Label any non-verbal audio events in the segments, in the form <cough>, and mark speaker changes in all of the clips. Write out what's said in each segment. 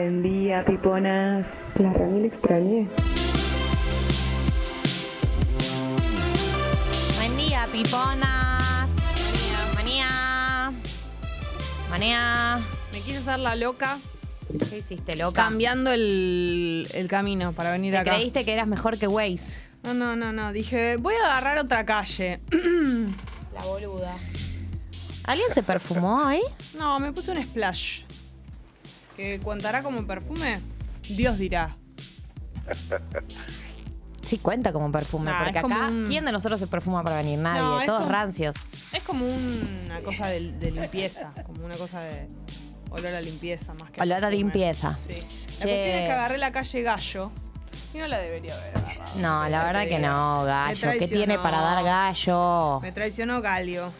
Speaker 1: Hola, piponas.
Speaker 2: La Rami la extrañé.
Speaker 3: Buen día, piponas. Manía. Manía.
Speaker 4: Me quise hacer la loca
Speaker 3: ¿Qué hiciste, loca?
Speaker 4: cambiando el, el camino para venir
Speaker 3: ¿Te
Speaker 4: acá.
Speaker 3: creíste que eras mejor que Waze?
Speaker 4: No, no, no, no. Dije, voy a agarrar otra calle. <clears throat>
Speaker 3: La boluda. ¿Alguien se perfumó ahí?
Speaker 4: no, me puse un splash. ¿Que contará como perfume? Dios dirá.
Speaker 3: Sí, cuenta como perfume,
Speaker 4: Nah,
Speaker 3: porque
Speaker 4: es como
Speaker 3: acá,
Speaker 4: un-
Speaker 3: ¿quién de nosotros se perfuma para venir? Nadie,
Speaker 4: No, es
Speaker 3: todos
Speaker 4: como-
Speaker 3: rancios.
Speaker 4: Es como una cosa de, de limpieza, como una cosa de olor a limpieza más que
Speaker 3: Olor a
Speaker 4: perfume.
Speaker 3: limpieza.
Speaker 4: Sí. La
Speaker 3: Che.
Speaker 4: cuestión es que agarré la calle Gallo y no la debería haber agarrado.
Speaker 3: No, la
Speaker 4: Te
Speaker 3: verdad que
Speaker 4: digo.
Speaker 3: no, gallo.
Speaker 4: Me
Speaker 3: ¿Qué tiene
Speaker 4: traicionó.
Speaker 3: para dar gallo?
Speaker 4: Me traicionó Galio.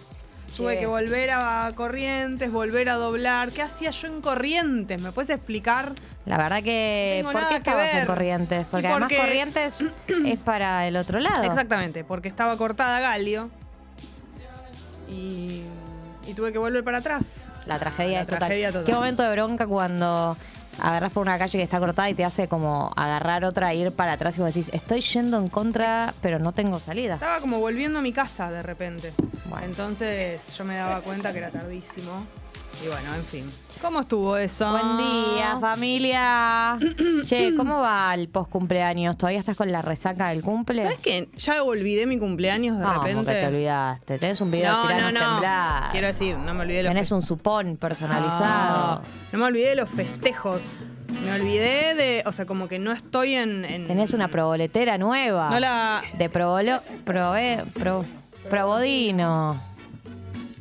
Speaker 4: Tuve
Speaker 3: Che.
Speaker 4: que volver a Corrientes, volver a doblar. ¿Qué hacía yo en Corrientes? ¿Me puedes explicar?
Speaker 3: La verdad que.
Speaker 4: Tengo
Speaker 3: ¿Por qué
Speaker 4: nada que
Speaker 3: estabas en
Speaker 4: ver.
Speaker 3: Corrientes? Porque,
Speaker 4: Y
Speaker 3: además
Speaker 4: porque es- <clears throat>
Speaker 3: Corrientes es para el otro lado.
Speaker 4: Exactamente, porque estaba cortada Galio. Y, y tuve que volver para atrás.
Speaker 3: La tragedia
Speaker 4: La
Speaker 3: es total.
Speaker 4: tragedia total.
Speaker 3: Qué momento de bronca cuando agarras por una calle que está cortada y te hace como agarrar otra, ir para atrás y vos decís, estoy yendo en contra, pero no tengo salida.
Speaker 4: Estaba como volviendo a mi casa de repente.
Speaker 3: Bueno.
Speaker 4: Entonces yo me daba cuenta que era tardísimo. Y bueno, en fin. ¿Cómo estuvo eso?
Speaker 3: Buen día,
Speaker 4: <clears throat>
Speaker 3: familia. che, ¿cómo va el post cumpleaños? ¿Todavía estás con la resaca del cumple?
Speaker 4: ¿Sabes qué? Ya olvidé mi cumpleaños de
Speaker 3: ¿Cómo
Speaker 4: repente.
Speaker 3: que te olvidaste? Tenés un video de
Speaker 4: no, no,
Speaker 3: tiranos
Speaker 4: no.
Speaker 3: temblar.
Speaker 4: Quiero decir, no me olvidé de los
Speaker 3: Tenés un supón personalizado.
Speaker 4: No, Ah. no me olvidé de los festejos. Me olvidé de. O sea, como que no estoy en. en-
Speaker 3: Tenés una proboletera nueva.
Speaker 4: No la.
Speaker 3: De probolo, probé, pro, probodino.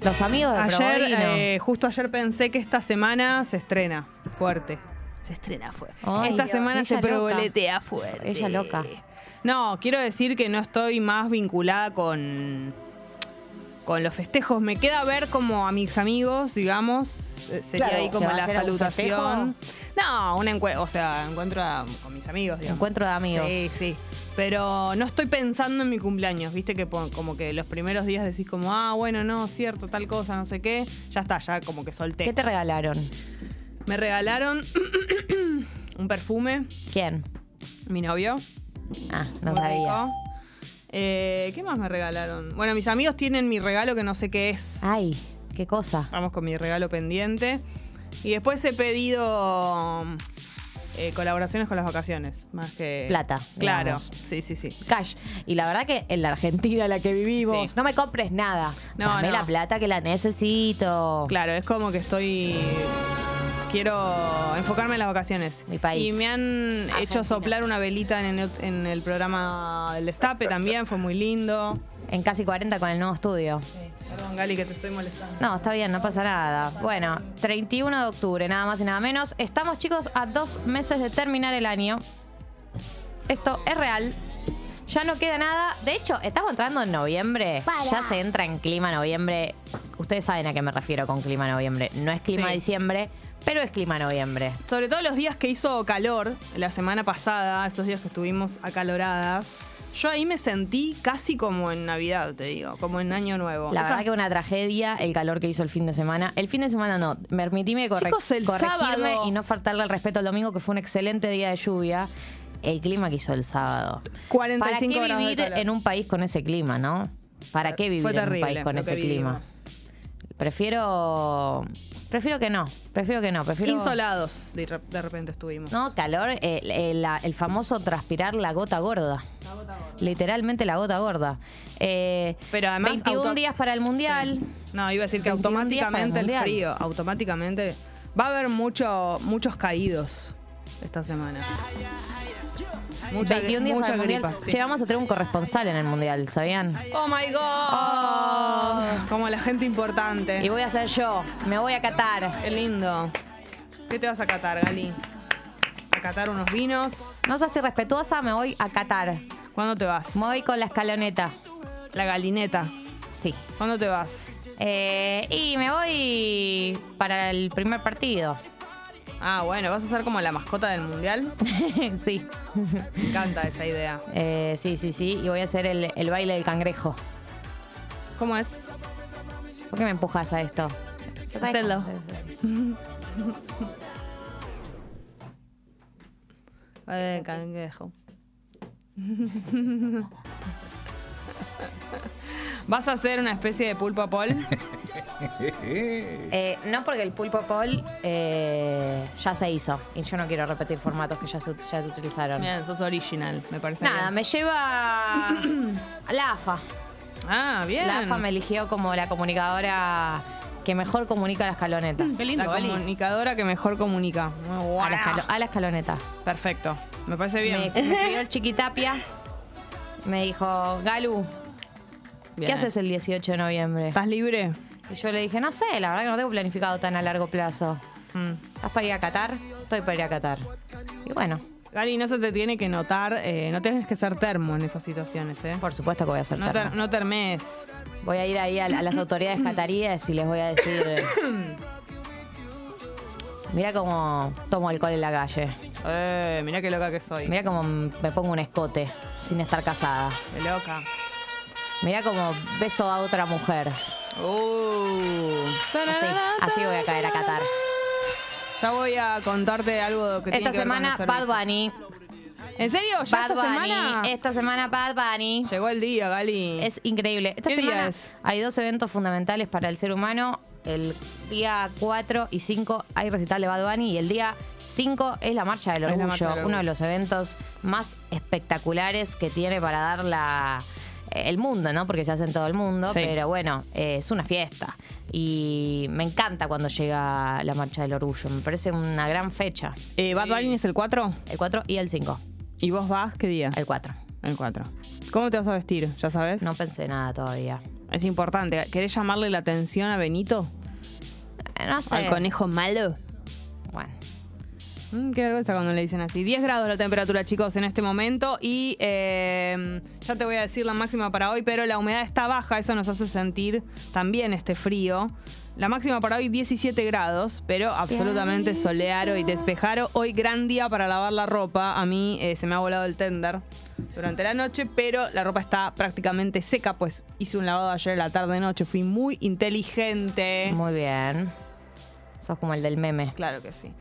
Speaker 3: Los amigos de
Speaker 4: Ayer,
Speaker 3: probodino.
Speaker 4: eh, justo ayer pensé que esta semana se estrena fuerte. Se estrena fuerte.
Speaker 3: Ay,
Speaker 4: esta
Speaker 3: Dios,
Speaker 4: semana
Speaker 3: ella
Speaker 4: se
Speaker 3: loca.
Speaker 4: proboletea fuerte.
Speaker 3: Ella loca.
Speaker 4: No, quiero decir que no estoy más vinculada con. Con los festejos. Me queda ver como a mis amigos, digamos. se- Sería
Speaker 3: Claro,
Speaker 4: ahí
Speaker 3: ¿se
Speaker 4: como
Speaker 3: va a
Speaker 4: la
Speaker 3: hacer algún
Speaker 4: salutación. No, un encuentro. O sea, encuentro a- con mis amigos, digamos.
Speaker 3: Encuentro de amigos.
Speaker 4: Sí, sí. Pero no estoy pensando en mi cumpleaños, viste que po- como que los primeros días decís como, ah, bueno, no, cierto, tal cosa, no sé qué. Ya está, ya como que solté.
Speaker 3: ¿Qué te regalaron?
Speaker 4: Me regalaron <coughs> un perfume,
Speaker 3: ¿Quién?
Speaker 4: mi novio.
Speaker 3: Ah, no
Speaker 4: muy
Speaker 3: sabía.
Speaker 4: rico. Eh, ¿Qué más me regalaron? Bueno, mis amigos tienen mi regalo que no sé qué es.
Speaker 3: Ay, qué cosa.
Speaker 4: Vamos con mi regalo pendiente. Y después he pedido eh, colaboraciones con las vacaciones, más que...
Speaker 3: Plata,
Speaker 4: Claro,
Speaker 3: digamos.
Speaker 4: sí, sí, sí.
Speaker 3: Cash. Y la verdad que en la Argentina en la que vivimos,
Speaker 4: Sí.
Speaker 3: no me compres nada.
Speaker 4: No,
Speaker 3: Dame
Speaker 4: no.
Speaker 3: la plata que la necesito.
Speaker 4: Claro, es como que estoy. Quiero enfocarme en las vacaciones.
Speaker 3: Mi país.
Speaker 4: Y me han
Speaker 3: Argentina.
Speaker 4: hecho soplar una velita en el, en el programa del Destape también, fue muy lindo.
Speaker 3: En casi 40 con el nuevo estudio.
Speaker 4: Perdón, Gali, que te estoy molestando.
Speaker 3: No, está bien, no pasa nada. Bueno, 31 de octubre, nada más y nada menos. Estamos, chicos, a dos meses de terminar el año. Esto es real. Ya no queda nada. De hecho, estamos entrando en noviembre. Ya se entra en clima noviembre. Ustedes saben a qué me refiero con clima noviembre. No es clima
Speaker 4: Sí.
Speaker 3: diciembre, pero es clima noviembre.
Speaker 4: Sobre todo los días que hizo calor la semana pasada, esos días que estuvimos acaloradas. Yo ahí me sentí casi como en Navidad, te digo, como en Año Nuevo.
Speaker 3: La
Speaker 4: Esas-
Speaker 3: verdad que una tragedia el calor que hizo el fin de semana. El fin de semana no, permitime corre-
Speaker 4: Chicos, el
Speaker 3: corregirme
Speaker 4: sábado.
Speaker 3: y no faltarle el respeto al domingo que fue un excelente día de lluvia. El clima que hizo el sábado.
Speaker 4: 45
Speaker 3: ¿Para qué
Speaker 4: grados de
Speaker 3: vivir
Speaker 4: calor.
Speaker 3: en un país con ese clima, no? ¿Para qué vivir
Speaker 4: Fue
Speaker 3: en un
Speaker 4: terrible
Speaker 3: país con
Speaker 4: lo
Speaker 3: ese
Speaker 4: que
Speaker 3: clima?
Speaker 4: vivimos.
Speaker 3: Prefiero prefiero que no, prefiero que no, prefiero
Speaker 4: Insolados, de, re- de repente estuvimos.
Speaker 3: No, calor, eh, eh, la- el famoso transpirar la gota gorda. Literalmente la gota gorda. Eh,
Speaker 4: Pero además
Speaker 3: 21
Speaker 4: auto-
Speaker 3: días para el mundial.
Speaker 4: No, iba a decir que
Speaker 3: 21 días para el
Speaker 4: automáticamente el
Speaker 3: Mundial.
Speaker 4: frío, automáticamente va a haber mucho, muchos caídos esta semana. Mucha,
Speaker 3: 21 días
Speaker 4: mucha
Speaker 3: para el
Speaker 4: gripa.
Speaker 3: mundial.
Speaker 4: sí.
Speaker 3: Che, vamos a tener un corresponsal en el mundial, ¿sabían?
Speaker 4: Oh my god. Como la gente importante.
Speaker 3: Y voy a ser yo, me voy a Qatar.
Speaker 4: Qué lindo. ¿Qué te vas a catar, Gali? ¿A catar unos vinos?
Speaker 3: No seas irrespetuosa, me voy a Qatar.
Speaker 4: ¿Cuándo te vas?
Speaker 3: Me voy con la escaloneta.
Speaker 4: La galineta.
Speaker 3: Sí.
Speaker 4: ¿Cuándo te vas?
Speaker 3: Eh, y me voy para el primer partido. <laughs>
Speaker 4: Ah, bueno, vas a ser como la mascota del mundial.
Speaker 3: sí.
Speaker 4: Me encanta esa idea.
Speaker 3: Eh, sí, sí, sí. Y voy a hacer el, el baile del cangrejo.
Speaker 4: ¿Cómo es?
Speaker 3: ¿Por qué me empujas a esto?
Speaker 4: Hacelo. Eh,
Speaker 3: <laughs>
Speaker 4: canguejo. ¿Vas a hacer una especie de pulpo
Speaker 3: <laughs>
Speaker 4: a Paul?
Speaker 3: Eh, no porque el pulpo Paul eh, ya se hizo y yo no quiero repetir formatos que ya se, ya se utilizaron.
Speaker 4: Bien, sos original, me parece.
Speaker 3: Nada,
Speaker 4: bien.
Speaker 3: me lleva
Speaker 4: <coughs>
Speaker 3: a la AFA.
Speaker 4: Ah, bien.
Speaker 3: La AFA me eligió como la comunicadora que mejor comunica a la escaloneta.
Speaker 1: Qué
Speaker 4: La
Speaker 1: lindo, Ali.
Speaker 4: comunicadora que mejor comunica. Muy
Speaker 3: A la,
Speaker 4: guau.
Speaker 3: escalo- a la escaloneta.
Speaker 4: Perfecto. Me parece bien.
Speaker 3: Me, me escribió
Speaker 4: <laughs>
Speaker 3: el chiquitapia. Me dijo, Galu, ¿qué
Speaker 4: Bien. eh.
Speaker 3: haces el 18 de noviembre?
Speaker 4: ¿Estás libre?
Speaker 3: Y yo le dije, no sé, la verdad que no tengo planificado tan a largo plazo.
Speaker 4: Mm.
Speaker 3: ¿Estás para ir a Qatar? Estoy para ir a Qatar. Y bueno,
Speaker 4: Gali, no se te tiene que notar, eh, no tienes que ser termo en esas situaciones, ¿eh?
Speaker 3: por supuesto que voy a hacer
Speaker 4: No,
Speaker 3: termo.
Speaker 4: ter- no termes.
Speaker 3: Voy a ir ahí a, a las autoridades cataríes y les voy a decir. eh, Mira cómo tomo alcohol en la calle.
Speaker 4: Eh, mirá qué loca que soy.
Speaker 3: Mira cómo me pongo un escote sin estar casada.
Speaker 4: Qué loca.
Speaker 3: Mira cómo beso a otra mujer.
Speaker 4: Uh.
Speaker 3: Así, así voy a caer a Qatar.
Speaker 4: Ya voy a contarte algo que tiene
Speaker 3: Esta
Speaker 4: que ver con
Speaker 3: semana
Speaker 4: los
Speaker 3: Bad
Speaker 4: servicios.
Speaker 3: Bunny.
Speaker 4: ¿En serio? ¿Ya
Speaker 3: Bad
Speaker 4: esta semana?
Speaker 3: Bunny. Esta semana Bad Bunny.
Speaker 4: Llegó el día, Gali.
Speaker 3: Es increíble. Esta
Speaker 4: ¿Qué día
Speaker 3: semana
Speaker 4: es?
Speaker 3: hay dos eventos fundamentales para el ser humano. El día 4 y 5 hay recital de Bad Bunny y el día 5 es la Marcha del
Speaker 4: Es la
Speaker 3: Orgullo,
Speaker 4: Marcha del Orgullo.
Speaker 3: uno de los eventos más espectaculares que tiene para dar la, el mundo, ¿no? Porque se hace en todo el mundo,
Speaker 4: Sí.
Speaker 3: pero bueno, eh, es una fiesta. Y me encanta cuando llega la Marcha del Orgullo, me parece una gran fecha.
Speaker 4: Eh, ¿Bad Bunny es el 4?
Speaker 3: El 4 y el 5,
Speaker 4: ¿Y vos vas qué día?
Speaker 3: el 4.
Speaker 4: El 4. ¿Cómo te vas a vestir? ¿Ya sabes?
Speaker 3: No pensé nada todavía.
Speaker 4: Es importante. ¿Querés llamarle la atención a Benito?
Speaker 3: Eh, No sé.
Speaker 4: ¿Al conejo malo?
Speaker 3: Bueno.
Speaker 4: Mm, qué vergüenza cuando le dicen así. 10 grados la temperatura, chicos, en este momento. Y eh, ya te voy a decir la máxima para hoy, pero la humedad está baja, eso nos hace sentir también este frío. La máxima para hoy 17 grados, pero absolutamente soleado y despejado. Hoy gran día para lavar la ropa. A mí eh, se me ha volado el tender durante la noche, pero la ropa está prácticamente seca, pues hice un lavado ayer a la tarde-noche. Fui muy inteligente.
Speaker 3: Muy bien. Sos como el del meme.
Speaker 4: Claro que sí.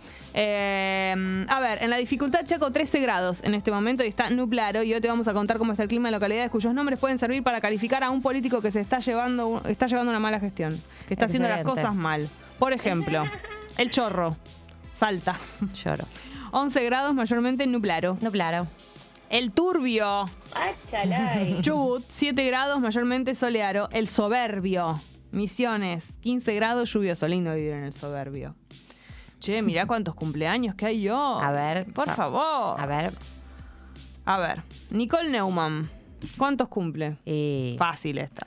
Speaker 4: Eh, a ver, en la dificultad Chaco 13 grados en este momento y está nublado. Y hoy te vamos a contar cómo está el clima en localidades cuyos nombres pueden servir para calificar a un político que se está llevando, un- está llevando una mala gestión, que está haciendo las
Speaker 3: Excelente.
Speaker 4: cosas mal. Por ejemplo, el chorro. Salta.
Speaker 3: Lloro.
Speaker 4: 11 grados mayormente nublado.
Speaker 3: No, claro.
Speaker 4: El turbio.
Speaker 2: Ah,
Speaker 4: <laughs>
Speaker 1: Achalay.
Speaker 4: Chubut, 7 grados mayormente soleado. El soberbio. Misiones, 15 grados lluvioso. Lindo vivir en el soberbio. Che, mirá cuántos cumpleaños que hay yo.
Speaker 3: A ver.
Speaker 4: Por
Speaker 3: a-
Speaker 4: favor.
Speaker 3: A ver.
Speaker 4: A ver, Nicole Neumann, ¿cuántos cumple?
Speaker 3: Y.
Speaker 4: Fácil esta.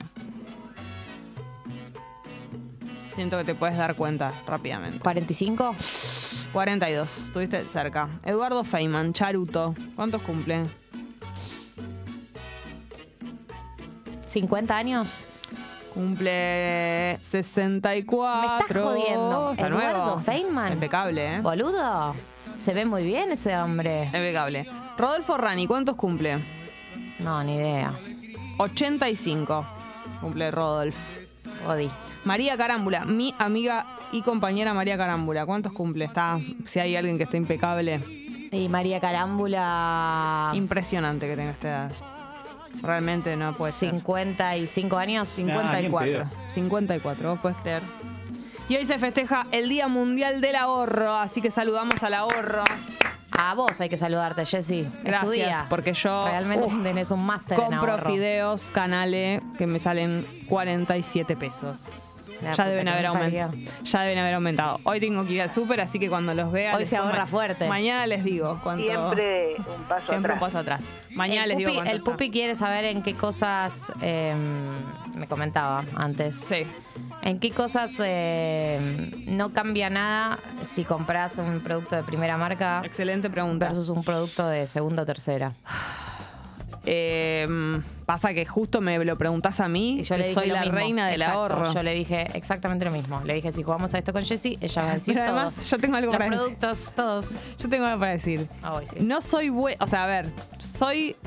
Speaker 4: Siento que te puedes dar cuenta rápidamente.
Speaker 3: 45.
Speaker 4: 42, estuviste cerca. Eduardo Feynman, Charuto, ¿cuántos cumple?
Speaker 3: 50 años.
Speaker 4: Cumple 64.
Speaker 3: Me estás jodiendo.
Speaker 4: Está
Speaker 3: Eduardo
Speaker 4: nuevo.
Speaker 3: Feynman.
Speaker 4: Impecable, ¿eh?
Speaker 3: Boludo. Se ve muy bien ese hombre.
Speaker 4: Impecable. Rodolfo Rani, ¿cuántos cumple?
Speaker 3: No, ni idea.
Speaker 4: 85. Cumple Rodolfo.
Speaker 3: Odi.
Speaker 4: María Carámbula, mi amiga y compañera María Carámbula. ¿Cuántos cumple? Está, si hay alguien que esté impecable.
Speaker 3: Y María Carámbula.
Speaker 4: Impresionante que tenga esta edad. Realmente no puede ser.
Speaker 3: 55 años.
Speaker 1: Nah, Ah, ni
Speaker 4: 54.
Speaker 1: en
Speaker 4: 54, vos podés creer. Y hoy se festeja el Día Mundial del Ahorro, así que saludamos al ahorro.
Speaker 3: A vos hay que saludarte, Jessy.
Speaker 4: Gracias, porque yo-
Speaker 3: Realmente
Speaker 4: Uf.
Speaker 3: tenés un máster en
Speaker 4: Compro
Speaker 3: ahorro.
Speaker 4: fideos, canales, que me salen 47 pesos.
Speaker 3: La
Speaker 4: Ya
Speaker 3: puta
Speaker 4: deben,
Speaker 3: que
Speaker 4: haber
Speaker 3: me parió.
Speaker 4: aumentado, ya deben haber aumentado. Hoy tengo que ir al súper, así que cuando los vea...
Speaker 3: Hoy
Speaker 4: les
Speaker 3: se
Speaker 4: digo,
Speaker 3: ahorra
Speaker 4: ma-
Speaker 3: fuerte.
Speaker 4: Mañana les digo cuánto...
Speaker 2: Siempre un paso
Speaker 4: Siempre un
Speaker 2: atrás.
Speaker 4: paso atrás. Mañana
Speaker 3: el
Speaker 4: les digo
Speaker 3: pupi,
Speaker 4: cuánto
Speaker 3: el
Speaker 4: está.
Speaker 3: pupi quiere saber en qué cosas eh, me comentaba antes.
Speaker 4: Sí.
Speaker 3: ¿En qué cosas eh, no cambia nada si compras un producto de primera marca
Speaker 4: Excelente pregunta.
Speaker 3: versus un producto de segunda o tercera?
Speaker 4: Eh, pasa que justo me lo preguntás a mí.
Speaker 3: Y yo
Speaker 4: que
Speaker 3: le dije
Speaker 4: soy
Speaker 3: lo
Speaker 4: la
Speaker 3: mismo.
Speaker 4: reina del
Speaker 3: Exacto,
Speaker 4: ahorro.
Speaker 3: Yo le dije exactamente lo mismo. Le dije, si jugamos a esto con Jessie, ella va a decir
Speaker 4: Pero además,
Speaker 3: todos.
Speaker 4: yo tengo algo
Speaker 3: Los
Speaker 4: para decir.
Speaker 3: productos, todos.
Speaker 4: Yo tengo algo para decir.
Speaker 3: Ah, hoy sí.
Speaker 4: No soy buena. O sea, a ver, soy.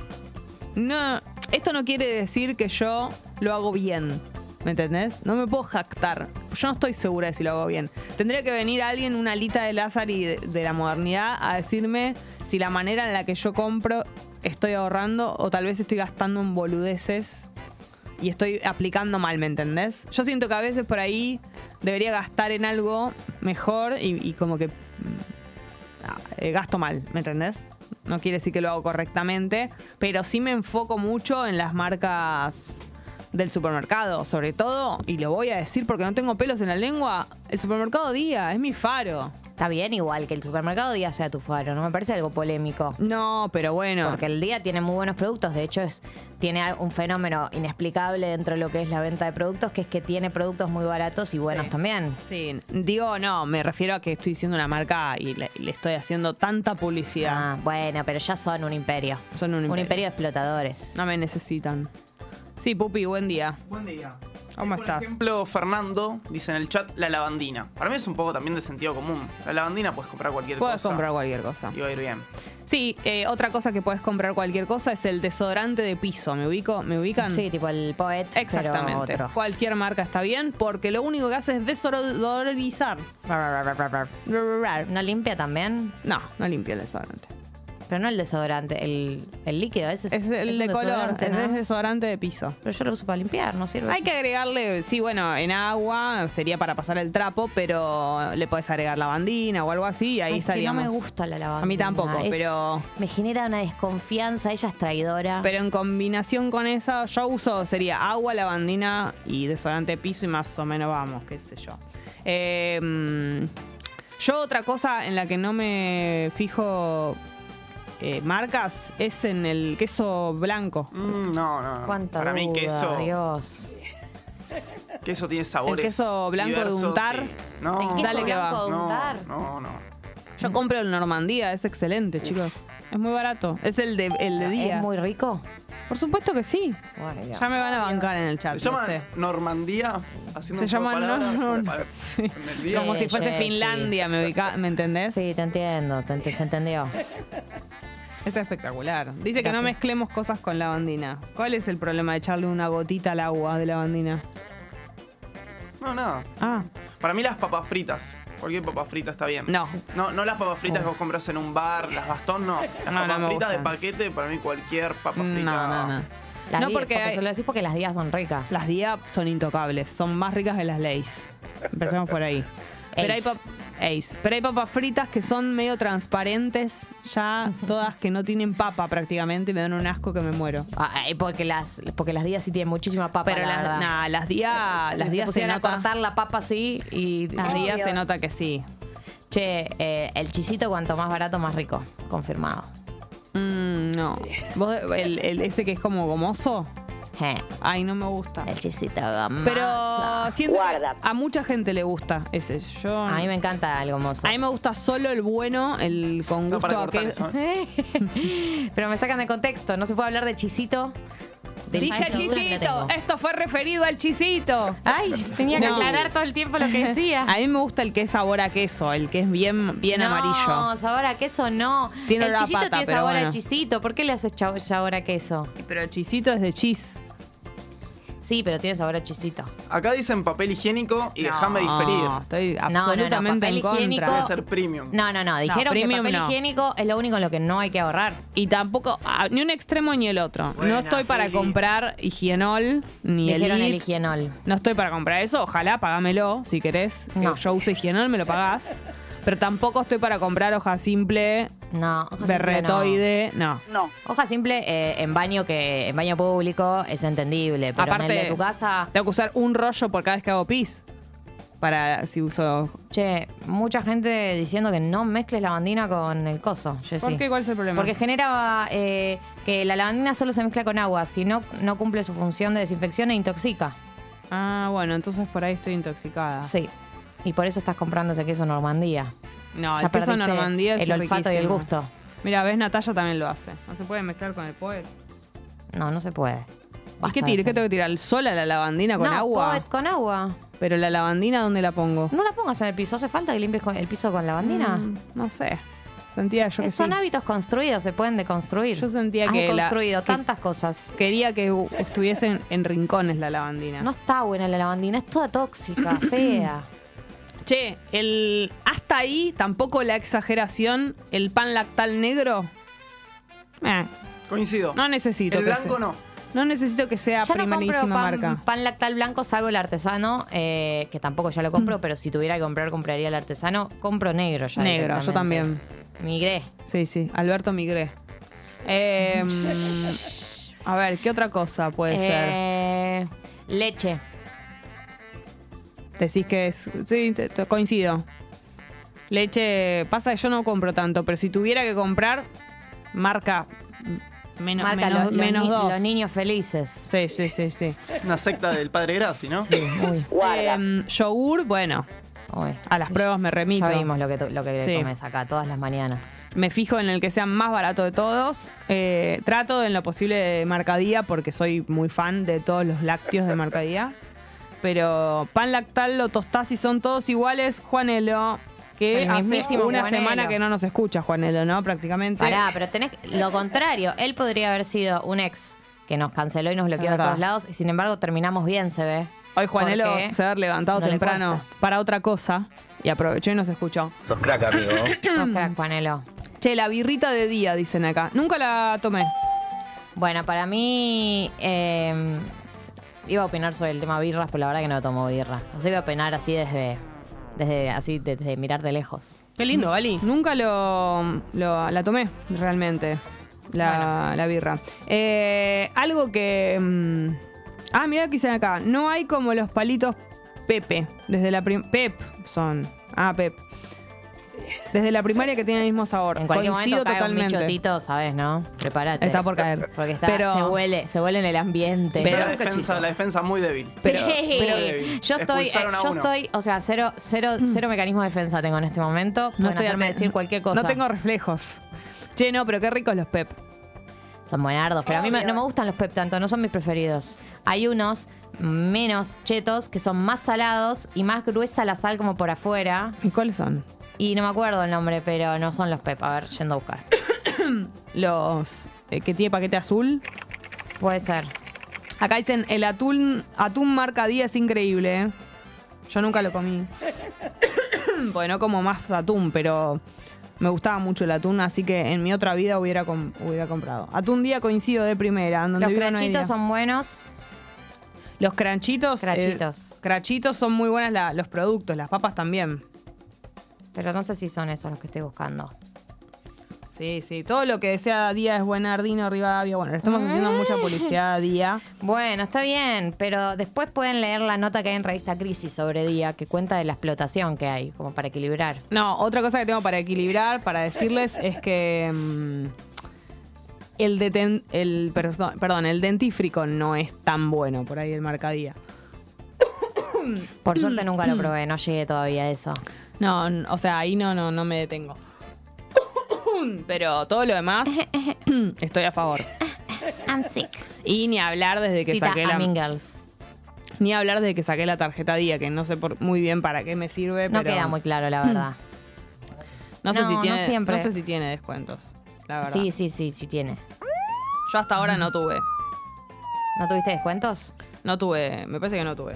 Speaker 4: No. Esto no quiere decir que yo lo hago bien. ¿Me entendés? No me puedo jactar. Yo no estoy segura de si lo hago bien. Tendría que venir alguien, una alita de Lázaro y de, de la modernidad, a decirme si la manera en la que yo compro estoy ahorrando o tal vez estoy gastando en boludeces y estoy aplicando mal, ¿me entendés? Yo siento que a veces por ahí debería gastar en algo mejor y, y como que mm, ah, eh, gasto mal, ¿me entendés? No quiere decir que lo hago correctamente, pero sí me enfoco mucho en las marcas del supermercado, sobre todo, y lo voy a decir porque no tengo pelos en la lengua, el supermercado día es mi faro.
Speaker 3: Está bien igual que el supermercado día sea tu faro, no me parece algo polémico.
Speaker 4: No, pero bueno.
Speaker 3: Porque el día tiene muy buenos productos, de hecho es, tiene un fenómeno inexplicable dentro de lo que es la venta de productos, que es que tiene productos muy baratos y buenos
Speaker 4: Sí.
Speaker 3: también.
Speaker 4: Sí, digo, no, me refiero a que estoy diciendo una marca y le, le estoy haciendo tanta publicidad.
Speaker 3: Ah, bueno, pero ya son un imperio.
Speaker 4: Son un
Speaker 3: Un
Speaker 4: imperio.
Speaker 3: imperio de explotadores.
Speaker 4: No me necesitan. Sí, Pupi, buen día.
Speaker 2: Buen día.
Speaker 4: ¿Cómo
Speaker 2: Por
Speaker 4: estás?
Speaker 2: ejemplo, Fernando dice en el chat la lavandina. Para mí es un poco también de sentido común. La lavandina puedes comprar cualquier
Speaker 4: Puedes
Speaker 2: cosa.
Speaker 4: comprar cualquier cosa.
Speaker 2: Y va a ir bien.
Speaker 4: Sí, eh, otra cosa que puedes comprar cualquier cosa es el desodorante de piso. ¿Me ubico? ¿Me ubican?
Speaker 3: Sí, tipo el poet,
Speaker 4: Exactamente.
Speaker 3: pero otro.
Speaker 4: Cualquier marca está bien porque lo único que hace es desodorizar. No,
Speaker 3: ¿No limpia también?
Speaker 4: no limpia el desodorante.
Speaker 3: Pero no el desodorante, el, el líquido ese es,
Speaker 4: Es el
Speaker 3: es un
Speaker 4: de color,
Speaker 3: desodorante,
Speaker 4: es
Speaker 3: ¿no?
Speaker 4: el desodorante de piso.
Speaker 3: Pero yo lo uso para limpiar, no sirve.
Speaker 4: Hay que agregarle, sí, bueno, en agua sería para pasar el trapo, pero le podés agregar lavandina o algo así y ahí
Speaker 3: Ay, es que
Speaker 4: estaríamos.
Speaker 3: no me gusta la lavanda.
Speaker 4: A mí tampoco, pero-
Speaker 3: Me genera una desconfianza, ella es traidora.
Speaker 4: Pero en combinación con eso, yo uso, sería agua, lavandina y desodorante de piso y más o menos vamos, qué sé yo. Eh, mm, yo otra cosa en la que no me fijo eh, marcas es en el queso blanco.
Speaker 2: Mm, no, no, no.
Speaker 3: Cuánta
Speaker 2: Para mí
Speaker 3: duda,
Speaker 2: queso,
Speaker 3: Dios.
Speaker 2: queso tiene sabores.
Speaker 4: El queso blanco de
Speaker 2: diversos
Speaker 4: untar.
Speaker 2: y- No,
Speaker 3: El queso
Speaker 4: dale que va.
Speaker 3: blanco de untar.
Speaker 2: No, no, no.
Speaker 3: Mm.
Speaker 4: Yo compro el Normandía, es excelente, chicos. Es muy barato. Es el de, el de día.
Speaker 3: ¿Es muy rico?
Speaker 4: Por supuesto que sí.
Speaker 3: Bueno, Dios.
Speaker 4: Ya me van a bancar en el chat,
Speaker 2: Se
Speaker 4: lo
Speaker 2: llama
Speaker 4: sé.
Speaker 2: Normandía. Haciendo
Speaker 4: Se
Speaker 2: un juego de
Speaker 4: llama
Speaker 2: palabras,
Speaker 4: Nor-
Speaker 2: como para-
Speaker 4: <laughs> Sí.
Speaker 2: en el día.
Speaker 4: Como
Speaker 3: Sí,
Speaker 4: si fuese
Speaker 3: sí,
Speaker 4: Finlandia, me, ubica- ¿me entendés?
Speaker 3: Sí, te entiendo, te, ent- se
Speaker 4: <laughs>
Speaker 3: entendió.
Speaker 4: Es espectacular. Dice que
Speaker 3: Gracias.
Speaker 4: no mezclemos cosas con lavandina. ¿Cuál es el problema de echarle una gotita al agua de lavandina?
Speaker 2: No, nada.
Speaker 4: Ah,
Speaker 2: Para mí las papas fritas. Cualquier papa frita está bien.
Speaker 4: No. Uh.
Speaker 2: No, no las papas fritas que vos compras en un bar, las bastón, no. Las
Speaker 4: no
Speaker 2: papas
Speaker 4: me
Speaker 2: fritas de
Speaker 4: gustan.
Speaker 2: paquete, para mí cualquier papa
Speaker 4: no,
Speaker 2: frita.
Speaker 4: no, no.
Speaker 3: Las
Speaker 4: no,
Speaker 3: di-
Speaker 4: porque hay-
Speaker 3: se lo decís porque las días son ricas.
Speaker 4: las DIAP son intocables, son más ricas que las Lays. Empecemos por ahí. Pero hay,
Speaker 3: Ace.
Speaker 4: pap- Ace. Pero hay papas fritas que son medio transparentes, ya todas que no tienen papa prácticamente y me dan un asco que me muero.
Speaker 3: Ay, porque las porque las días sí tienen muchísima papa,
Speaker 4: Pero
Speaker 3: la
Speaker 4: las,
Speaker 3: verdad.
Speaker 4: nah, las DIA,
Speaker 3: Si
Speaker 4: las
Speaker 3: se Ah.
Speaker 4: DIA se
Speaker 3: pusieran a
Speaker 4: nota.
Speaker 3: cortar la papa así y...
Speaker 4: Las
Speaker 3: y-
Speaker 4: DIA se nota que sí.
Speaker 3: Che, eh, el chisito cuanto más barato, más rico. Confirmado.
Speaker 4: Mm, no. ¿Vos, el, el- ese que es como gomoso?
Speaker 3: Eh,
Speaker 4: Ay, no me gusta.
Speaker 3: el chisito gamazo.
Speaker 4: Pero siento
Speaker 1: Guarda.
Speaker 4: que a mucha gente le gusta ese. Yo,
Speaker 3: A mí me encanta algo mozo.
Speaker 4: a mí me gusta solo el bueno, el con gusto
Speaker 2: No, para
Speaker 4: a
Speaker 2: cortar
Speaker 4: que-
Speaker 2: eso. ¿eh?
Speaker 3: Pero me sacan de contexto. No se puede hablar de chisito. Del
Speaker 4: Dije
Speaker 3: Ay, seguro que lo
Speaker 4: chisito,
Speaker 3: tengo.
Speaker 4: esto fue referido al chisito.
Speaker 3: Ay, tenía que
Speaker 4: No.
Speaker 3: aclarar todo el tiempo lo que <laughs> decía.
Speaker 4: A mí me gusta el que es sabor a queso, el que es bien, bien
Speaker 3: no,
Speaker 4: amarillo.
Speaker 3: sabor a queso no.
Speaker 4: Tiene
Speaker 3: el
Speaker 4: olor a
Speaker 3: chisito
Speaker 4: pata,
Speaker 3: tiene
Speaker 4: pero
Speaker 3: sabor
Speaker 4: bueno.
Speaker 3: a chisito. ¿Por qué le haces chao- sabor a queso?
Speaker 4: Pero el chisito es de chis.
Speaker 3: Sí, pero tiene sabor a chisito.
Speaker 2: Acá dicen papel higiénico y
Speaker 4: No,
Speaker 2: déjame diferir.
Speaker 4: Estoy
Speaker 3: no, no,
Speaker 4: absolutamente
Speaker 3: papel
Speaker 4: en contra.
Speaker 3: higiénico-
Speaker 2: Debe ser premium.
Speaker 3: No, no, no. Dijeron que
Speaker 4: premium
Speaker 3: papel
Speaker 4: no.
Speaker 3: higiénico es lo único en lo que no hay que ahorrar.
Speaker 4: Y tampoco, ah, ni un extremo ni el otro. no estoy para comprar higienol ni el
Speaker 3: Dijeron el higienol.
Speaker 4: No estoy para comprar eso, ojalá pagámelo si querés. que
Speaker 3: No.
Speaker 4: Yo uso higienol, me lo pagás. Pero tampoco estoy para comprar hoja simple,
Speaker 3: No. hoja simple no.
Speaker 4: berretoide, no.
Speaker 3: Hoja simple eh, en baño que en baño público es entendible, pero en el de tu casa,
Speaker 4: tengo que usar un rollo por cada vez que hago pis. Para si uso.
Speaker 3: che, mucha gente diciendo que no mezcles lavandina con el coso, Jessy.
Speaker 4: ¿Por qué? ¿Cuál es el problema?
Speaker 3: Porque genera eh, que la lavandina solo se mezcla con agua, si no no cumple su función de desinfección e intoxica.
Speaker 4: Ah, bueno, entonces por ahí estoy intoxicada.
Speaker 3: Sí. Y por eso estás comprando ese queso Normandía.
Speaker 4: No,
Speaker 3: Ya
Speaker 4: Ah, el queso
Speaker 3: perdiste
Speaker 4: normandía es
Speaker 3: el olfato y el
Speaker 4: riquísimo.
Speaker 3: gusto.
Speaker 4: Mira, ves, Natalia también lo hace. No se puede mezclar con el poet.
Speaker 3: No, no se puede.
Speaker 4: ¿Y qué,
Speaker 3: Basta de
Speaker 4: tiro?
Speaker 3: eso.
Speaker 4: ¿Qué tengo que tirar? ¿El sol a la lavandina con
Speaker 3: No,
Speaker 4: agua?
Speaker 3: poet con agua.
Speaker 4: Pero la lavandina, ¿dónde la pongo?
Speaker 3: No la pongas en el piso, hace falta que limpies con- el piso con lavandina.
Speaker 4: Mm, no sé. Sentía Mm, yo que sí.
Speaker 3: Eh, Son hábitos construidos, se pueden deconstruir.
Speaker 4: Yo sentía
Speaker 3: Has
Speaker 4: que la-
Speaker 3: construido
Speaker 4: que-
Speaker 3: tantas cosas.
Speaker 4: Quería que u- estuviesen en rincones la lavandina.
Speaker 3: No está buena la lavandina, es toda tóxica,
Speaker 4: <clears throat>
Speaker 3: fea.
Speaker 4: Che, el hasta ahí tampoco la exageración, el pan lactal negro. eh,
Speaker 2: Coincido.
Speaker 4: no necesito
Speaker 2: El
Speaker 4: que
Speaker 2: blanco
Speaker 4: sea-
Speaker 2: no.
Speaker 4: No necesito que sea
Speaker 3: Ya no compro
Speaker 4: primerísima
Speaker 3: pan,
Speaker 4: marca.
Speaker 3: pan lactal blanco, salvo el artesano, eh, que tampoco ya lo
Speaker 4: Mm.
Speaker 3: compro, pero si tuviera que comprar, compraría el artesano. Compro negro ya.
Speaker 4: Negro, yo
Speaker 3: directamente. Migré.
Speaker 4: Sí, sí, Alberto Migré. Eh,
Speaker 3: <laughs>
Speaker 4: mm, a ver, ¿qué otra cosa puede ser?
Speaker 3: Eh, leche.
Speaker 4: Decís que es. Sí, te- te- coincido. Leche. Pasa que yo no compro tanto, pero si tuviera que comprar, marca mm, menos,
Speaker 3: Marca
Speaker 4: menos,
Speaker 3: los, los
Speaker 4: menos
Speaker 3: ni-
Speaker 4: dos.
Speaker 3: los niños felices.
Speaker 4: Sí, sí, sí, sí.
Speaker 2: Una secta del padre Graci, ¿no?
Speaker 3: Uy,
Speaker 1: Guarda.
Speaker 4: Em, yogur, bueno,
Speaker 3: uy.
Speaker 4: a las
Speaker 3: Sí,
Speaker 4: pruebas me remito.
Speaker 3: Ya vimos lo que, tu- lo que
Speaker 4: Sí.
Speaker 3: comes acá todas las mañanas.
Speaker 4: Me fijo en el que sea más barato de todos. Eh, trato en lo posible de Marcadía porque soy muy fan de todos los lácteos de Marcadía. Pero pan lactal lo tostás y son todos iguales. Juanelo, que
Speaker 3: El
Speaker 4: hace
Speaker 3: mismísimo
Speaker 4: una
Speaker 3: Juanelo.
Speaker 4: semana que no nos escucha, Juanelo, ¿no? Prácticamente.
Speaker 3: Pará, pero tenés lo contrario. Él podría haber sido un ex que nos canceló y nos bloqueó de
Speaker 4: verdad.
Speaker 3: todos lados. Y sin embargo, terminamos bien, se
Speaker 4: <clears throat>
Speaker 3: ve.
Speaker 4: Hoy Juanelo
Speaker 3: Porque
Speaker 4: se ha levantado
Speaker 3: no le
Speaker 4: temprano
Speaker 3: cuesta.
Speaker 4: para otra cosa y aprovechó y nos escuchó.
Speaker 5: Sos crack, amigo.
Speaker 3: sos crack, Juanelo.
Speaker 4: Che, la birrita de día, dicen acá. Nunca la tomé.
Speaker 3: Bueno, para mí. eh, iba a opinar sobre el tema birras, pero la verdad que no tomo birra. O sea, iba a opinar así desde. Desde, así, desde mirar de lejos.
Speaker 6: Qué lindo, Ali.
Speaker 4: Nunca lo, lo- la tomé realmente, la, la birra. Eh, algo que... mm, ah, mira que dicen acá. No hay como los palitos Pepe. Desde la prim- Pep son. Ah, Pep. Desde la primaria que tiene el mismo sabor.
Speaker 3: En cualquier
Speaker 4: Coincido
Speaker 3: momento cae
Speaker 4: totalmente.
Speaker 3: un michotito, ¿sabes, no? Prepárate.
Speaker 4: Está por caer.
Speaker 3: Porque está,
Speaker 4: Pero-
Speaker 3: se, huele, se huele en el ambiente.
Speaker 2: Pero
Speaker 4: Pero-
Speaker 2: la defensa, la defensa muy débil.
Speaker 3: Pero,
Speaker 2: Muy débil.
Speaker 3: yo estoy, eh,
Speaker 2: Expulsaron a
Speaker 3: yo
Speaker 2: uno.
Speaker 3: estoy, o sea, cero, cero,
Speaker 4: Mm.
Speaker 3: cero mecanismo de defensa tengo en este momento. No estoy
Speaker 4: arme-
Speaker 3: decir cualquier cosa.
Speaker 4: No tengo reflejos. Che, no, pero qué ricos los Pep.
Speaker 3: Son buenardos, pero a mí me-
Speaker 1: Obvio.
Speaker 3: no me gustan los pep tanto, no son mis preferidos. Hay unos menos chetos que son más salados y más gruesa la sal como por afuera.
Speaker 4: ¿Y cuáles son?
Speaker 3: Y no me acuerdo el nombre, pero no son los pep. A ver, yendo a buscar.
Speaker 4: Los eh, que tiene paquete azul.
Speaker 3: Puede ser.
Speaker 4: Acá dicen, el atún, atún marca día es increíble. ¿eh? Yo nunca lo comí. <coughs> bueno, como más atún, pero me gustaba mucho el atún, así que en mi otra vida hubiera, com- hubiera comprado. Atún día coincido de primera. en Donde
Speaker 3: Los
Speaker 4: vivo no hay
Speaker 3: crachitos
Speaker 4: día.
Speaker 3: son buenos.
Speaker 4: Los cranchitos. eh,
Speaker 3: Crachitos.
Speaker 4: crachitos son muy buenas la- los productos, las papas también.
Speaker 3: Pero no sé si son esos los que estoy buscando.
Speaker 4: Sí, sí. Todo lo que sea día es Buenardino, Rivadavia. Bueno, le estamos haciendo mucha publicidad a día.
Speaker 3: Bueno, está bien, pero después pueden leer la nota que hay en Revista Crisis sobre Día, que cuenta de la explotación que hay, como para equilibrar.
Speaker 4: No, otra cosa que tengo para equilibrar, para decirles, es que mm, el, deten- el perdón, perdón, el dentífrico no es tan bueno, por ahí el marcadía.
Speaker 3: Por suerte nunca lo probé, no llegué todavía a eso.
Speaker 4: No, n- o sea, ahí no, no, no me detengo. <coughs> Pero todo lo demás <coughs> estoy a favor.
Speaker 3: I'm sick.
Speaker 4: Y ni hablar desde que
Speaker 3: Cita
Speaker 4: saqué
Speaker 3: a
Speaker 4: la
Speaker 3: Mean Girls.
Speaker 4: ni hablar desde que saqué la tarjeta día, que no sé por- muy bien para qué me sirve,
Speaker 3: No
Speaker 4: Eh, pero Mm.
Speaker 3: queda muy claro, la verdad.
Speaker 4: no sé
Speaker 3: No,
Speaker 4: si
Speaker 3: no
Speaker 4: tiene
Speaker 3: siempre.
Speaker 4: no sé si tiene descuentos, la verdad.
Speaker 3: Sí, sí, sí, sí tiene.
Speaker 4: Yo hasta ahora no tuve.
Speaker 3: ¿No tuviste descuentos?
Speaker 4: No tuve, me parece que no tuve.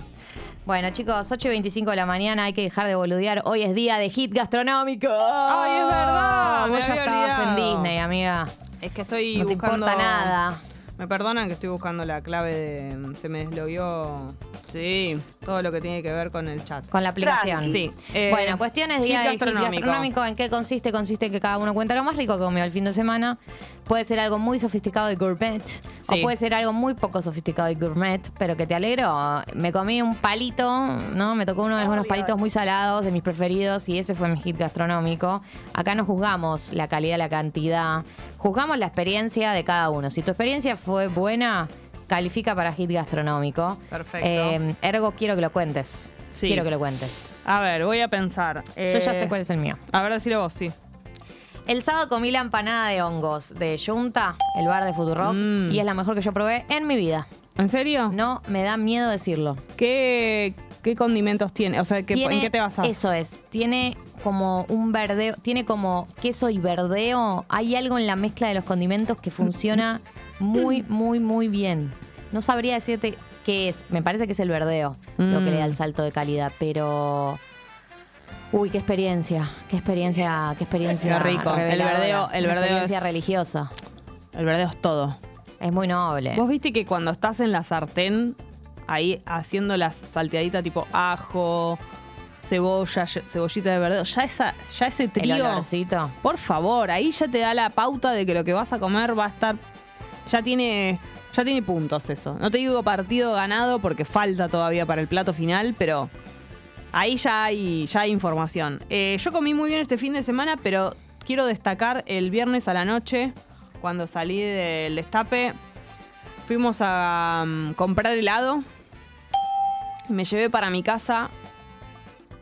Speaker 3: Bueno, chicos, 8 y 25 de la mañana, hay que dejar de boludear. Hoy es día de hit gastronómico. ¡Ay,
Speaker 4: es verdad, me
Speaker 3: Vos ya
Speaker 4: había
Speaker 3: estabas en
Speaker 4: olvidado.
Speaker 3: Disney, amiga.
Speaker 4: Es que estoy
Speaker 3: no te
Speaker 4: buscando...
Speaker 3: importa nada.
Speaker 4: Me perdonan que estoy buscando la clave de... mm, Se me deslovió... Sí. Todo lo que tiene que ver con el chat.
Speaker 3: Con la aplicación.
Speaker 4: Sí. Eh,
Speaker 3: bueno, cuestiones de
Speaker 4: hit
Speaker 3: día de hit
Speaker 4: gastronómico.
Speaker 3: gastronómico. ¿En qué consiste? Consiste en que cada uno cuenta lo más rico que comió el fin de semana. Puede ser algo muy sofisticado y gourmet.
Speaker 4: Sí.
Speaker 3: O puede ser algo muy poco sofisticado y gourmet, pero que te alegro. Me comí un palito, ¿no? Me tocó uno de unos palitos muy salados, de mis preferidos, y ese fue mi hit gastronómico. Acá no juzgamos la calidad, la cantidad. Juzgamos la experiencia de cada uno. Si tu experiencia fue buena, califica para hit gastronómico.
Speaker 4: Perfecto.
Speaker 3: Eh, ergo, quiero que lo cuentes.
Speaker 4: Sí.
Speaker 3: Quiero que lo cuentes.
Speaker 4: A ver, voy a pensar.
Speaker 3: Yo
Speaker 4: Eh,
Speaker 3: ya sé cuál es el mío.
Speaker 4: A ver, decilo vos, sí.
Speaker 3: El sábado comí la empanada de hongos de Junta, el bar de Futurock,
Speaker 4: Mm. Oh.
Speaker 3: y es la mejor que yo probé en mi vida.
Speaker 4: ¿En serio?
Speaker 3: No me da miedo decirlo.
Speaker 4: ¿Qué, qué condimentos tiene? O sea, ¿qué-
Speaker 3: Tiene-
Speaker 4: ¿en qué te basas?
Speaker 3: Eso es. Tiene como un verdeo, tiene como queso y verdeo. Hay algo en la mezcla de los condimentos que funciona muy, muy, muy bien. No sabría decirte qué es. Me parece que es el verdeo lo que
Speaker 4: Mm.
Speaker 3: le da el salto de calidad, pero. Uy, qué experiencia, qué experiencia, qué experiencia.
Speaker 4: Qué rico. El
Speaker 3: reveladora.
Speaker 4: verdeo- el
Speaker 3: Una
Speaker 4: verdeo
Speaker 3: experiencia
Speaker 4: es-
Speaker 3: religiosa.
Speaker 4: El verdeo es todo.
Speaker 3: Es muy noble.
Speaker 4: Vos viste que cuando estás en la sartén, ahí haciendo las salteaditas tipo ajo, cebolla, ye- cebollita de verdeo, ya, esa, ya ese
Speaker 3: El
Speaker 4: trío,
Speaker 3: olorcito.
Speaker 4: por favor, ahí ya te da la pauta de que lo que vas a comer va a estar, ya tiene, ya tiene puntos eso. No te digo partido ganado porque falta todavía para el plato final, pero ahí ya hay, ya hay información. Eh, yo comí muy bien este fin de semana, pero quiero destacar el viernes a la noche, cuando salí del destape, fuimos a mm, comprar helado. Me llevé para mi casa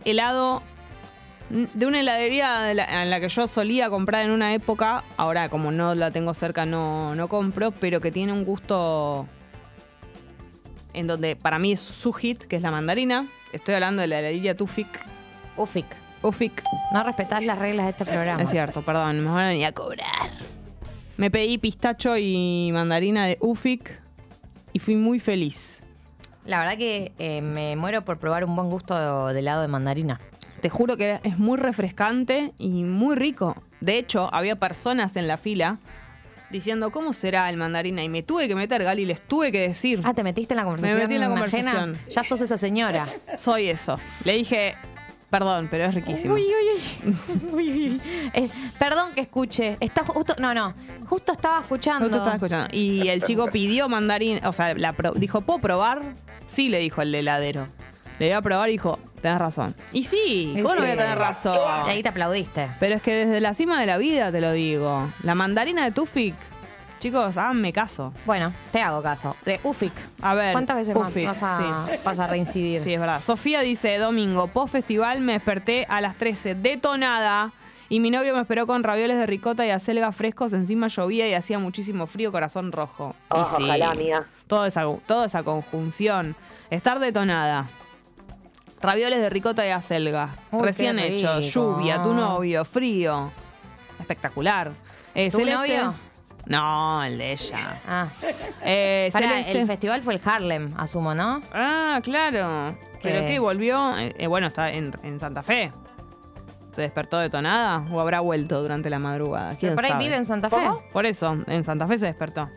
Speaker 4: helado mm, de una heladería de la- en la que yo solía comprar en una época. Ahora, como no la tengo cerca, no, no compro, pero que tiene un gusto en donde para mí es su hit, que es la mandarina. Estoy hablando de la heladería Tufik.
Speaker 3: Ufic.
Speaker 4: Ufik.
Speaker 3: No respetás las reglas de este programa.
Speaker 4: Es cierto, perdón, me van a venir a cobrar. Me pedí pistacho y mandarina de Ufik y fui muy feliz.
Speaker 3: La verdad que eh, me muero por probar un buen gusto de helado de mandarina.
Speaker 4: Te juro que es muy refrescante y muy rico. De hecho, había personas en la fila diciendo, ¿cómo será el mandarina? Y me tuve que meter, Gali, les tuve que decir,
Speaker 3: Ah, te metiste en la conversación.
Speaker 4: metí en la
Speaker 3: ajena?
Speaker 4: conversación.
Speaker 3: Ya sos esa
Speaker 4: <laughs>
Speaker 3: señora.
Speaker 4: soy eso. Le dije, perdón, pero es riquísimo.
Speaker 3: Uy, uy, uy. Uy, uy, uy. Eh, perdón que escuche. Está justo. No, no. Justo estaba escuchando.
Speaker 4: No te estaba escuchando. Y el chico pidió mandarina, o sea, la pro- dijo, ¿puedo probar? Sí, le dijo el heladero. Le iba a probar y dijo, tenés razón. Y sí,
Speaker 3: Y
Speaker 4: ¿cómo
Speaker 3: sí.
Speaker 4: no voy a tener razón?
Speaker 3: Y ahí te aplaudiste.
Speaker 4: Pero es que desde la cima de la vida te lo digo. La mandarina de Tufik. Chicos, háganme caso.
Speaker 3: Bueno, te hago caso. De Ufic.
Speaker 4: A ver.
Speaker 3: ¿Cuántas veces
Speaker 4: Ufic,
Speaker 3: más vas a,
Speaker 4: sí.
Speaker 3: vas a reincidir?
Speaker 4: Sí, es verdad. Sofía dice, domingo, post festival me desperté a las 13, detonada. Y mi novio me esperó con ravioles de ricota y acelgas frescos. Encima llovía y hacía muchísimo frío, corazón rojo. Y
Speaker 5: Ah,
Speaker 4: sí,
Speaker 5: ojalá, amiga.
Speaker 4: Toda esa, toda esa conjunción. Estar detonada. Ravioles de ricota y acelga.
Speaker 3: Uy, qué
Speaker 4: Recién hechos.
Speaker 3: rico.
Speaker 4: Lluvia, tu novio, frío. Espectacular. Eh,
Speaker 3: ¿Tu novio?
Speaker 4: No, el de ella.
Speaker 3: <laughs> Ah.
Speaker 4: Eh,
Speaker 3: Pará,
Speaker 4: Celeste-
Speaker 3: el festival fue el Harlem, asumo, ¿no?
Speaker 4: Ah, claro. ¿Pero
Speaker 3: Que-
Speaker 4: qué? ¿Volvió? Eh, eh, bueno, está en, en Santa Fe. ¿Se despertó detonada o habrá vuelto durante la madrugada?
Speaker 3: Que
Speaker 4: ¿Quién
Speaker 3: por ahí
Speaker 4: sabe?
Speaker 3: vive en Santa Fe.
Speaker 4: Por eso, en Santa Fe se despertó.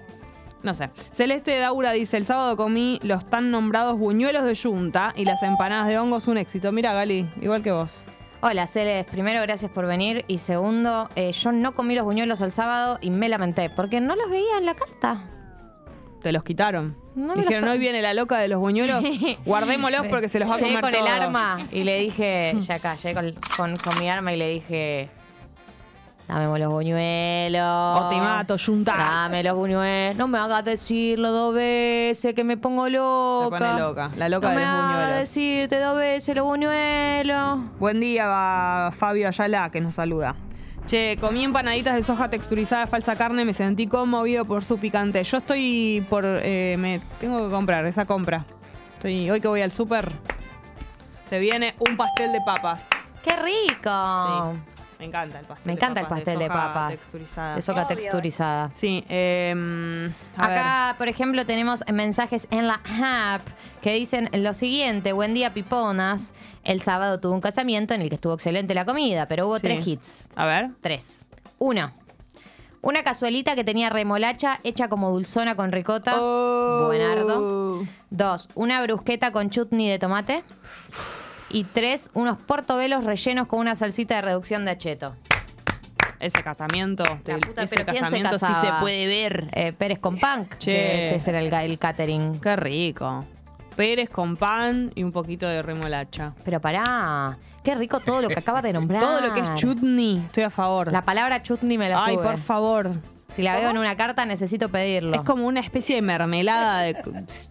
Speaker 4: No sé. Celeste Daura dice, el sábado comí los tan nombrados buñuelos de yunta y las empanadas de hongos un éxito. Mira, Gali, igual que vos.
Speaker 3: Hola, Celes. Primero, gracias por venir. Y segundo, eh, yo no comí los buñuelos el sábado y me lamenté porque no los veía en la carta.
Speaker 4: Te los quitaron.
Speaker 3: No me los
Speaker 4: Dijeron,
Speaker 3: to-
Speaker 4: hoy viene la loca de
Speaker 3: <laughs>
Speaker 4: los buñuelos, guardémoslos porque se los va a
Speaker 3: Llegué
Speaker 4: comer
Speaker 3: con el
Speaker 4: todos".
Speaker 3: arma y le dije,
Speaker 4: <laughs>
Speaker 3: ya acá, llegué con, con- con mi arma y le dije, dame los buñuelos.
Speaker 4: O te mato, yunta.
Speaker 3: Dame los buñuelos. No me hagas decirlo dos veces, que me pongo loca.
Speaker 4: pone loca, la loca
Speaker 3: no
Speaker 4: de
Speaker 3: me
Speaker 4: los
Speaker 3: hagas
Speaker 4: buñuelos.
Speaker 3: decirte dos veces los buñuelos.
Speaker 4: Buen día, va Fabio Ayala, que nos saluda. Che, comí empanaditas de soja texturizada de falsa carne, me sentí conmovido por su picante. Yo estoy por... eh, me tengo que comprar esa compra. Estoy, hoy que voy al súper, se viene un pastel de papas.
Speaker 3: ¡Qué rico!
Speaker 4: Sí, me encanta el pastel
Speaker 3: Ah. Me
Speaker 4: de
Speaker 3: encanta el
Speaker 4: papas
Speaker 3: pastel de
Speaker 4: soja
Speaker 3: papas.
Speaker 4: texturizada.
Speaker 3: De soca texturizada.
Speaker 4: Sí, eh, a ver.
Speaker 3: Acá, por ejemplo, tenemos mensajes en la app que dicen lo siguiente: Buen día, piponas. El sábado tuve un casamiento en el que estuvo excelente la comida, pero hubo
Speaker 4: Sí.
Speaker 3: tres hits.
Speaker 4: A ver.
Speaker 3: Tres. Uno. Una cazuelita que tenía remolacha hecha como dulzona con ricota.
Speaker 4: Oh.
Speaker 3: Buenardo. Dos. Una brusqueta con chutney de tomate. Y tres. Unos portobelos rellenos con una salsita de reducción de acheto.
Speaker 4: Ese casamiento,
Speaker 3: La
Speaker 4: del-
Speaker 3: puta,
Speaker 4: ese
Speaker 3: pero ¿quién se
Speaker 4: casamiento sí se
Speaker 3: casaba?
Speaker 4: puede ver.
Speaker 3: Eh, Pérez con Punk.
Speaker 4: Che.
Speaker 3: que Este es el, el catering.
Speaker 4: Qué rico. Pérez con pan y un poquito de remolacha.
Speaker 3: Pero pará, qué rico todo lo que acaba
Speaker 4: <laughs>
Speaker 3: de nombrar.
Speaker 4: Todo lo que es chutney, estoy a favor.
Speaker 3: La palabra chutney me la
Speaker 4: Ay,
Speaker 3: sube.
Speaker 4: por favor.
Speaker 3: Si la veo en una carta necesito pedirlo.
Speaker 4: Es como una especie de mermelada de,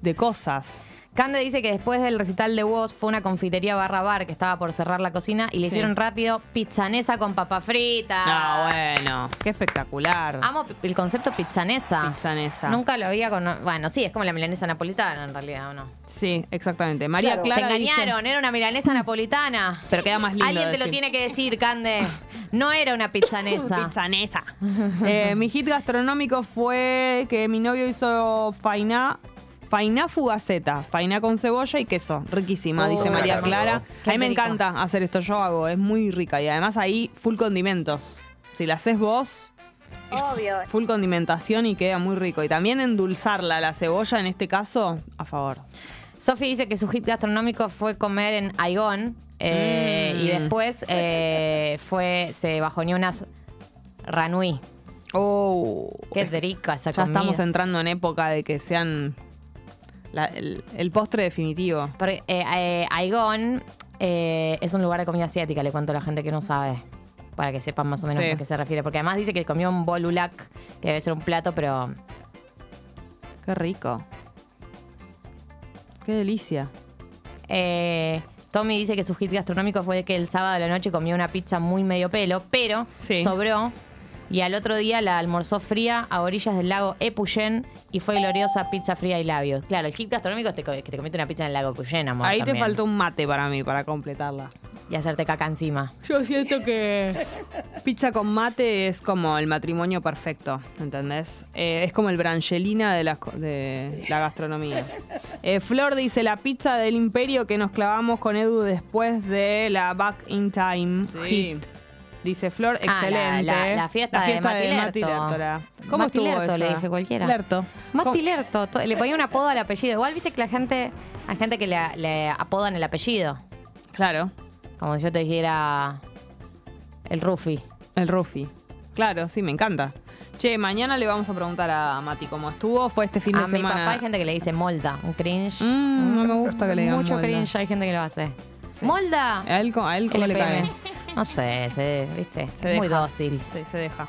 Speaker 4: de cosas.
Speaker 3: Cande dice que después del recital de Woz fue una confitería barra bar que estaba por cerrar la cocina y le
Speaker 4: Sí.
Speaker 3: hicieron rápido pizzanesa con papa frita.
Speaker 4: No, bueno, qué espectacular.
Speaker 3: Ah. Amo pi- el concepto pizzanesa.
Speaker 4: Pizzanesa.
Speaker 3: Nunca lo había con. Bueno, sí, es como la milanesa napolitana en realidad, ¿o no?
Speaker 4: Sí, exactamente. María
Speaker 1: Claro.
Speaker 3: Te
Speaker 4: Clara dice-
Speaker 3: engañaron, era una milanesa napolitana.
Speaker 4: pero queda más lindo.
Speaker 3: Alguien te lo
Speaker 4: decir.
Speaker 3: tiene que decir, Cande. No era una
Speaker 4: <laughs>
Speaker 3: pizzanesa.
Speaker 4: Pizzanesa. Eh, mi hit gastronómico fue que mi novio hizo fainá. Fainá fugaceta, fainá con cebolla y queso, riquísima,
Speaker 3: Oh,
Speaker 4: dice María
Speaker 3: qué
Speaker 4: Clara.
Speaker 3: Qué
Speaker 4: A mí me
Speaker 3: rico.
Speaker 4: encanta hacer esto, yo hago, es muy rica y además ahí full condimentos. Si la haces vos,
Speaker 1: Obvio.
Speaker 4: full condimentación y queda muy rico. Y también endulzarla, la cebolla en este caso, a favor.
Speaker 3: Sofi dice que su hit gastronómico fue comer en Aigón eh,
Speaker 4: Mm.
Speaker 3: y después eh, fue se bajoneó unas ranui.
Speaker 4: Oh,
Speaker 3: Qué rica esa
Speaker 4: ya
Speaker 3: comida.
Speaker 4: estamos entrando en época de que sean la- el- el postre definitivo.
Speaker 3: Porque, eh, eh, Aigón eh, es un lugar de comida asiática, le cuento a la gente que no sabe. Para que sepan más o menos
Speaker 4: Sí.
Speaker 3: a qué se refiere. Porque además dice que comió un bolulak, que debe ser un plato, pero
Speaker 4: Qué rico. Qué delicia.
Speaker 3: Eh, Tommy dice que su hit gastronómico fue que el sábado de la noche comió una pizza muy medio pelo, pero
Speaker 4: Sí.
Speaker 3: sobró. Y al otro día la almorzó fría a orillas del lago Epuyén y fue gloriosa pizza fría y labios. Claro, el hit gastronómico es te co- que te comiste una pizza en el lago Epuyén, amor.
Speaker 4: Ahí te
Speaker 3: también.
Speaker 4: faltó un mate para mí, para completarla.
Speaker 3: Y hacerte caca encima.
Speaker 4: Yo siento que pizza con mate es como el matrimonio perfecto, ¿entendés? Eh, es como el brangelina de la, de la
Speaker 3: <laughs>
Speaker 4: gastronomía. Eh, Flor dice la pizza del imperio que nos clavamos con Edu después de la Back in Time. hit. Dice Flor,
Speaker 3: Ah, la-
Speaker 4: excelente.
Speaker 3: la- la fiesta de Mati Lerto.
Speaker 4: Lertora. ¿Cómo
Speaker 3: Mati
Speaker 4: estuvo
Speaker 3: Lerto, le
Speaker 4: esa?
Speaker 3: dije cualquiera.
Speaker 4: Lerto.
Speaker 3: Mati
Speaker 4: ¿Cómo-
Speaker 3: Lerto, to- le ponía un apodo al apellido. Igual viste que la gente, hay gente que le, le apodan el apellido.
Speaker 4: Claro.
Speaker 3: Como si yo te dijera el Rufi.
Speaker 4: El Rufi. Claro, sí, me encanta. Che, mañana le vamos a preguntar a Mati cómo estuvo. Fue este fin
Speaker 3: A
Speaker 4: de
Speaker 3: mi
Speaker 4: semana.
Speaker 3: papá hay gente que le dice molda, un cringe.
Speaker 4: Mm, no me gusta que le digan
Speaker 3: Mucho
Speaker 4: molda.
Speaker 3: cringe, hay gente que lo hace. ¡Molda!
Speaker 4: ¿A él, co- a él cómo le cae?
Speaker 3: LPM. No sé, se, viste,
Speaker 4: Se
Speaker 3: es muy
Speaker 4: deja.
Speaker 3: dócil.
Speaker 4: Sí, se deja.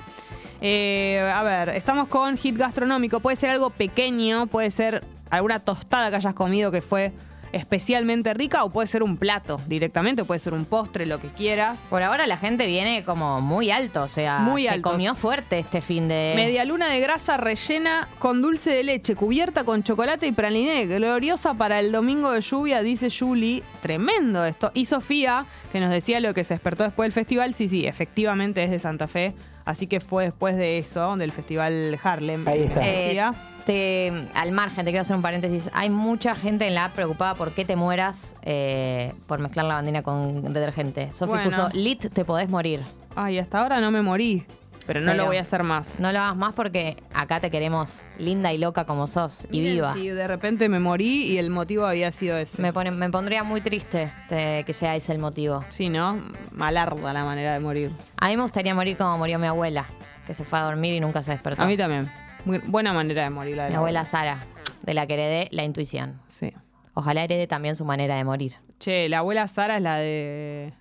Speaker 4: Eh, a ver, estamos con hit gastronómico. Puede ser algo pequeño, puede ser alguna tostada que hayas comido que fue especialmente rica o puede ser un plato directamente, o puede ser un postre, lo que quieras.
Speaker 3: Por ahora la gente viene como muy alto, o sea,
Speaker 4: Muy
Speaker 3: se
Speaker 4: altos.
Speaker 3: comió fuerte este fin de...
Speaker 4: Media luna de grasa rellena con dulce de leche, cubierta con chocolate y praliné. Gloriosa para el domingo de lluvia, dice Julie. Tremendo esto. Y Sofía, que nos decía lo que se despertó después del festival. Sí, sí, efectivamente es de Santa Fe. Así que fue después de eso, del festival Harlem.
Speaker 5: Ahí está.
Speaker 4: que nos
Speaker 3: Eh,
Speaker 4: decía.
Speaker 3: te- al margen, te quiero hacer un paréntesis. Hay mucha gente en la app preocupada por qué te mueras eh, por mezclar la bandina con detergente. Sofi
Speaker 4: Bueno.
Speaker 3: puso, Lit, te podés morir.
Speaker 4: Ay, hasta ahora no me morí. Pero no
Speaker 3: Pero-
Speaker 4: lo voy a hacer más.
Speaker 3: No lo hagas más porque acá te queremos linda y loca como sos y
Speaker 4: Miren
Speaker 3: viva.
Speaker 4: Si de repente me morí y el motivo había sido ese.
Speaker 3: Me, pone- me pondría muy triste eh, que sea ese el motivo.
Speaker 4: Sí, ¿no? Malarda la manera de morir.
Speaker 3: A mí me gustaría morir como murió mi abuela, que se fue a dormir y nunca se despertó.
Speaker 4: A mí también. Muy- buena manera de morir la de
Speaker 3: mi
Speaker 4: la
Speaker 3: abuela Sara, de la que heredé la intuición.
Speaker 4: Sí.
Speaker 3: Ojalá herede también su manera de morir.
Speaker 4: Che, la abuela Sara es la de.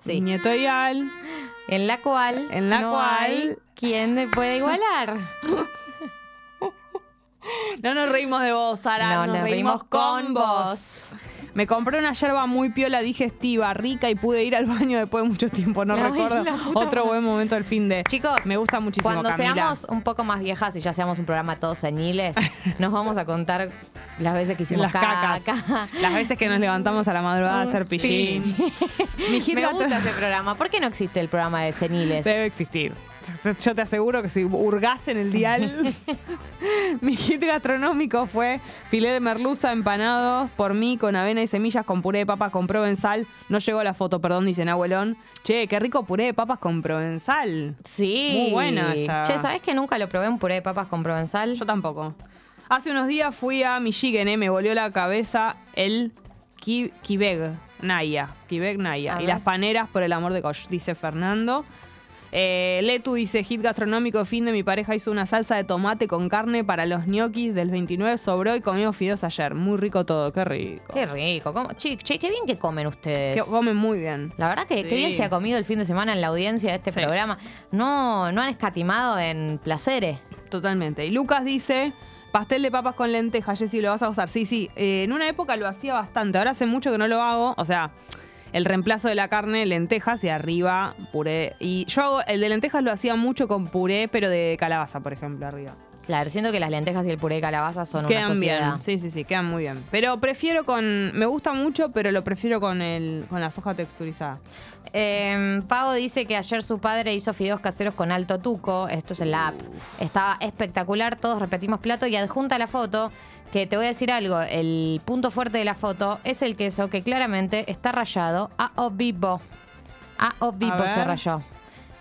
Speaker 3: Sí.
Speaker 4: Nieto y Al.
Speaker 3: En la cual.
Speaker 4: En la
Speaker 3: no
Speaker 4: cual-
Speaker 3: hay ¿Quién me puede igualar?
Speaker 4: No nos reímos de vos,
Speaker 3: no,
Speaker 4: Sara.
Speaker 3: nos reímos con vos.
Speaker 4: Me compré una yerba muy piola digestiva, rica y pude ir al baño después de mucho tiempo, no
Speaker 3: Ay,
Speaker 4: recuerdo.
Speaker 3: la puta
Speaker 4: Otro buen momento del fin de.
Speaker 3: Chicos,
Speaker 4: me gusta muchísimo
Speaker 3: Cuando
Speaker 4: Camila.
Speaker 3: seamos un poco más viejas y ya seamos un programa todos seniles,
Speaker 4: <laughs>
Speaker 3: nos vamos a contar las veces que hicimos
Speaker 4: las cacas, <laughs>
Speaker 3: caca.
Speaker 4: las veces que nos levantamos a la madrugada a
Speaker 3: <laughs>
Speaker 4: hacer pillín. Mi hit
Speaker 3: Me
Speaker 4: gastro-
Speaker 3: gusta ese programa. ¿Por qué no existe el programa de seniles?
Speaker 4: Debe existir. Yo te aseguro que si hurgás en el dial, mi hit gastronómico fue filé de merluza empanados por mí con avena y semillas con puré de papas con provenzal. No llegó la foto, perdón, dicen abuelón. Che, qué rico puré de papas con provenzal.
Speaker 3: Sí.
Speaker 4: Muy buena esta.
Speaker 3: Che, ¿sabés que nunca lo probé un puré de papas con provenzal?
Speaker 4: Yo tampoco. Hace unos días fui a Michigan, ¿eh? me volvió la cabeza el ki- Kibeg Naya. Kibeg
Speaker 3: A
Speaker 4: Naya. Y
Speaker 3: ver.
Speaker 4: las paneras, por el amor de Gosh, dice Fernando. Eh, Letu dice, hit gastronómico fin de mi pareja hizo una salsa de tomate con carne para los ñoquis del 29, sobró y comimos fideos ayer. Muy rico todo, qué rico.
Speaker 3: Qué rico. ¿Cómo? Che, che, qué bien que comen ustedes.
Speaker 4: Que comen muy bien.
Speaker 3: la verdad que qué
Speaker 4: Sí.
Speaker 3: bien se ha comido el fin de semana en la audiencia de este
Speaker 4: Sí.
Speaker 3: programa. No, no han escatimado en placeres.
Speaker 4: Totalmente. Y Lucas dice, Pastel de papas con lentejas, Jessy, lo vas a usar. Sí, sí. eh, en una época lo hacía bastante. Ahora hace mucho que no lo hago. O sea, el reemplazo de la carne, lentejas y arriba puré. Y yo hago, el de lentejas lo hacía mucho con puré, pero de calabaza, por ejemplo, arriba.
Speaker 3: Claro, siento que las lentejas y el puré de calabaza son una
Speaker 4: Quedan
Speaker 3: sociedad.
Speaker 4: bien. Sí, sí, sí, quedan muy bien. Pero prefiero con. Me gusta mucho, pero lo prefiero con, el, con la soja texturizada.
Speaker 3: Eh, Pavo dice que ayer su padre hizo fideos caseros con alto tuco. Esto es en la app. Estaba espectacular. Todos repetimos plato y adjunta la foto. Que te voy a decir algo. El punto fuerte de la foto es el queso que claramente está rayado a o vivo. A o vivo
Speaker 4: ver.
Speaker 3: se rayó.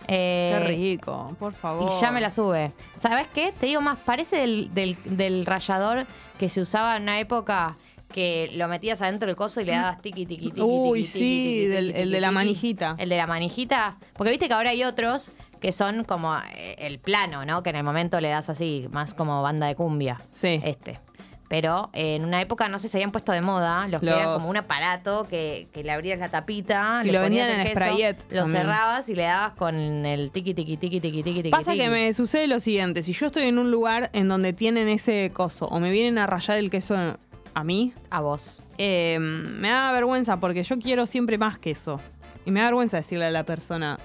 Speaker 3: Eh,
Speaker 4: Qué rico, por favor.
Speaker 3: Y ya me la sube. ¿Sabes qué? Te digo más, parece del, del, del rallador que se usaba en una época que lo metías adentro del coso y le dabas tiqui, tiqui, tiqui.
Speaker 4: Uy,
Speaker 3: tiqui,
Speaker 4: sí,
Speaker 3: tiqui, tiqui,
Speaker 4: del-
Speaker 3: tiqui,
Speaker 4: el de la
Speaker 3: tiqui.
Speaker 4: manijita.
Speaker 3: El de la manijita. Porque viste que ahora hay otros que son como eh, el plano, ¿no? Que en el momento le das así, más como banda de cumbia.
Speaker 4: Sí.
Speaker 3: Este. Pero eh, en una época, no sé, se habían puesto de moda los, que eran
Speaker 4: Los-
Speaker 3: como un aparato que, que le abrías la tapita.
Speaker 4: Y
Speaker 3: le
Speaker 4: lo
Speaker 3: ponías el
Speaker 4: vendían en
Speaker 3: queso,
Speaker 4: sprayet
Speaker 3: Lo
Speaker 4: también.
Speaker 3: cerrabas y le dabas con el tiqui, tiqui, tiqui, tiqui, tiqui, tiqui.
Speaker 4: Pasa que
Speaker 3: tiqui.
Speaker 4: me sucede lo siguiente, si yo estoy en un lugar en donde tienen ese coso o me vienen a rayar el queso a mí,
Speaker 3: A vos.
Speaker 4: eh, me da vergüenza porque yo quiero siempre más queso. Y me da vergüenza decirle a la persona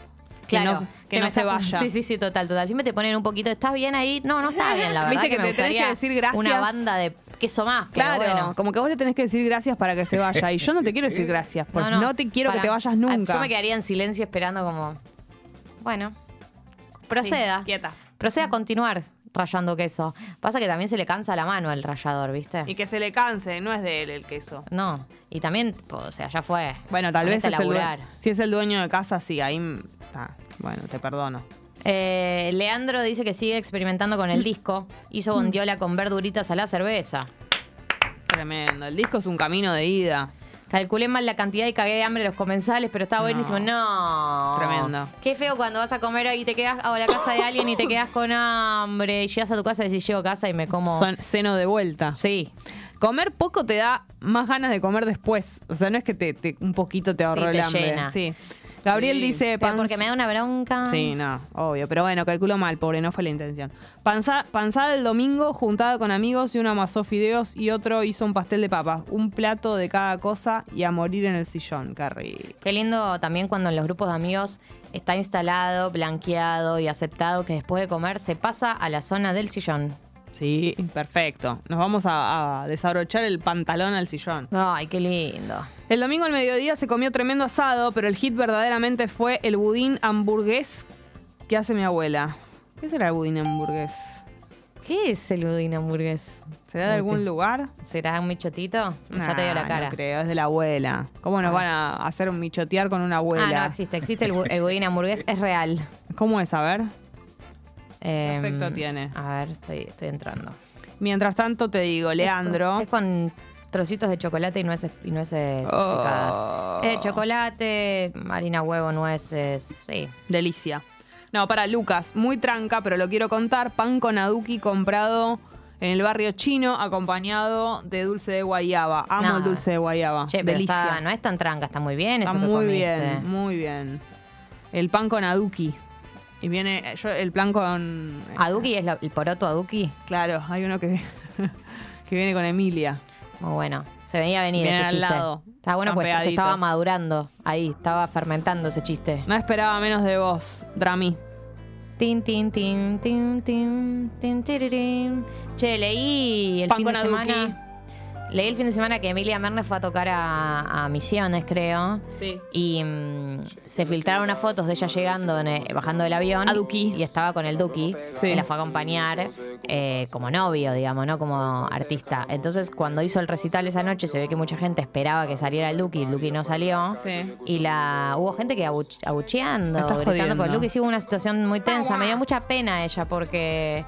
Speaker 4: que
Speaker 3: Claro.
Speaker 4: no, se- que
Speaker 3: me
Speaker 4: no se
Speaker 3: está-
Speaker 4: vaya.
Speaker 3: Sí, sí, sí, total, total. Siempre te ponen un poquito, ¿estás bien ahí? No, no está bien, la verdad.
Speaker 4: Viste que
Speaker 3: me
Speaker 4: te tenés que
Speaker 3: gustaría
Speaker 4: decir gracias.
Speaker 3: Una banda de queso más, pero
Speaker 4: Claro,
Speaker 3: bueno.
Speaker 4: como que vos le tenés que decir gracias para que se vaya. Y yo no te quiero decir gracias, porque pues, no, te quiero
Speaker 3: para-
Speaker 4: que te vayas
Speaker 3: Yo
Speaker 4: nunca.
Speaker 3: me quedaría en silencio esperando como... Bueno, proceda.
Speaker 4: Sí, quieta.
Speaker 3: proceda a continuar rayando queso. Pasa que también se le cansa la mano al rallador, ¿viste?
Speaker 4: Y que se le canse, no es de él el queso.
Speaker 3: No, y también, tipo, o sea, ya fue.
Speaker 4: Bueno, tal vez
Speaker 3: Ponete a
Speaker 4: es el due-
Speaker 3: laburar.
Speaker 4: si es el dueño de casa, sí, ahí mm, está. Bueno, te perdono.
Speaker 3: Eh, Leandro dice que sigue experimentando con el disco.
Speaker 4: Mm.
Speaker 3: Hizo bondiola con verduritas a la cerveza.
Speaker 4: Tremendo. El disco es un camino de ida.
Speaker 3: Calculé mal la cantidad y cagué de hambre los comensales, pero estaba
Speaker 4: No.
Speaker 3: buenísimo. No.
Speaker 4: Tremendo.
Speaker 3: Qué feo cuando vas a comer y te quedas a la casa de alguien y te quedas con hambre. Y llegas a tu casa y decís, llego a casa y me como.
Speaker 4: Son- seno de vuelta.
Speaker 3: Sí.
Speaker 4: Comer poco te da más ganas de comer después. O sea, no es que te, te- un poquito te ahorró
Speaker 3: Sí, te
Speaker 4: el hambre.
Speaker 3: llena.
Speaker 4: Sí. Gabriel
Speaker 3: Sí.
Speaker 4: dice
Speaker 3: Pero
Speaker 4: "Panz-
Speaker 3: Porque me da una bronca.
Speaker 4: Sí, no, obvio. Pero bueno, calculo mal, pobre, no fue la intención. Panza- panzada el domingo, juntada con amigos, y uno amasó fideos y otro hizo un pastel de papas. Un plato de cada cosa y a morir en el sillón, qué rico.
Speaker 3: Qué lindo también cuando en los grupos de amigos está instalado, blanqueado y aceptado que después de comer se pasa a la zona del sillón.
Speaker 4: Sí, perfecto. Nos vamos a- a desabrochar el pantalón al sillón.
Speaker 3: Ay, qué lindo.
Speaker 4: El domingo al mediodía se comió tremendo asado, pero el hit verdaderamente fue el budín hamburgués que hace mi abuela. ¿Qué será el budín hamburgués?
Speaker 3: ¿Qué es el budín hamburgués?
Speaker 4: ¿Será de algún lugar?
Speaker 3: ¿Será un michotito?
Speaker 4: Nah,
Speaker 3: ya te dio la cara.
Speaker 4: No creo, es de la abuela. ¿Cómo nos van a hacer un michotear con una abuela?
Speaker 3: ah, no, existe. Existe el, bu- el budín hamburgués. Es real.
Speaker 4: ¿Cómo es? A ver.
Speaker 3: Em,
Speaker 4: Perfecto tiene.
Speaker 3: A ver, estoy, estoy entrando.
Speaker 4: Mientras tanto te digo, Leandro.
Speaker 3: Es con trocitos de chocolate y nueces, y nueces
Speaker 4: Oh.
Speaker 3: picadas. Es de chocolate, harina, huevo, nueces. Sí.
Speaker 4: Delicia. No, para Lucas, muy tranca, pero lo quiero contar. Pan con aduki comprado en el barrio chino, acompañado de dulce de guayaba. Amo
Speaker 3: No.
Speaker 4: el dulce de guayaba.
Speaker 3: Che, pero
Speaker 4: Oh, Delicia.
Speaker 3: está- no es tan tranca, está muy bien.
Speaker 4: Está
Speaker 3: eso que
Speaker 4: muy
Speaker 3: comiste.
Speaker 4: bien, muy bien. El pan con aduki. Y viene eh, yo, el pan con... eh,
Speaker 3: Aduki es lo- el poroto Aduki.
Speaker 4: Claro, hay uno que, <laughs> que viene con Emilia.
Speaker 3: Muy bueno. Se venía a venir
Speaker 4: Bien
Speaker 3: ese
Speaker 4: al
Speaker 3: chiste.
Speaker 4: lado.
Speaker 3: Está bueno
Speaker 4: Están
Speaker 3: pues se
Speaker 4: pegaditos.
Speaker 3: estaba madurando ahí, estaba fermentando ese chiste.
Speaker 4: No esperaba menos de vos, Drami.
Speaker 3: Tin, tin, tin, tin, tin, tin, tirirín. Che, leí el
Speaker 4: Pan
Speaker 3: fin
Speaker 4: con
Speaker 3: de
Speaker 4: aduki.
Speaker 3: semana. Leí el fin de semana que Emilia Mernes fue a tocar a, a Misiones, creo.
Speaker 4: Sí.
Speaker 3: Y mm, se filtraron unas fotos de ella llegando, en el- bajando del avión. Y estaba con el Duki.
Speaker 4: Sí.
Speaker 3: Y la fue a acompañar eh, como novio, digamos, ¿no? Como artista. Entonces, cuando hizo el recital esa noche, se ve que mucha gente esperaba que saliera el Duki. El Duki no salió.
Speaker 4: Sí.
Speaker 3: Y la hubo gente que abuch- abucheando,
Speaker 4: Me estás
Speaker 3: gritando
Speaker 4: jodiendo.
Speaker 3: por el Duki. Sí, hubo una situación muy tensa. Me dio mucha pena ella porque.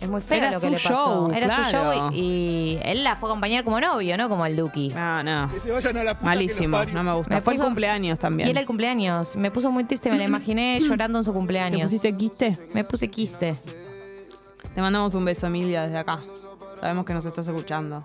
Speaker 3: Es muy feo
Speaker 4: Era
Speaker 3: lo que
Speaker 4: su
Speaker 3: le pasó.
Speaker 4: show,
Speaker 3: Era su
Speaker 4: claro. Ah,
Speaker 3: show y, y él la fue a acompañar como novio, ¿no? Como el Duki.
Speaker 4: No, no.
Speaker 5: Que se vayan a la puta que
Speaker 4: Malísimo,
Speaker 5: los parió.
Speaker 4: no me gusta.
Speaker 3: Me
Speaker 4: Fue el
Speaker 3: puso-
Speaker 4: cumpleaños
Speaker 3: Y
Speaker 4: también.
Speaker 3: era el cumpleaños. Me puso muy triste, me la
Speaker 4: <clears throat>
Speaker 3: imaginé llorando en su
Speaker 4: ¿Te
Speaker 3: cumpleaños.
Speaker 4: pusiste quiste?
Speaker 3: Me puse quiste.
Speaker 4: Te mandamos un beso, Emilia, desde acá. Sabemos que nos estás escuchando.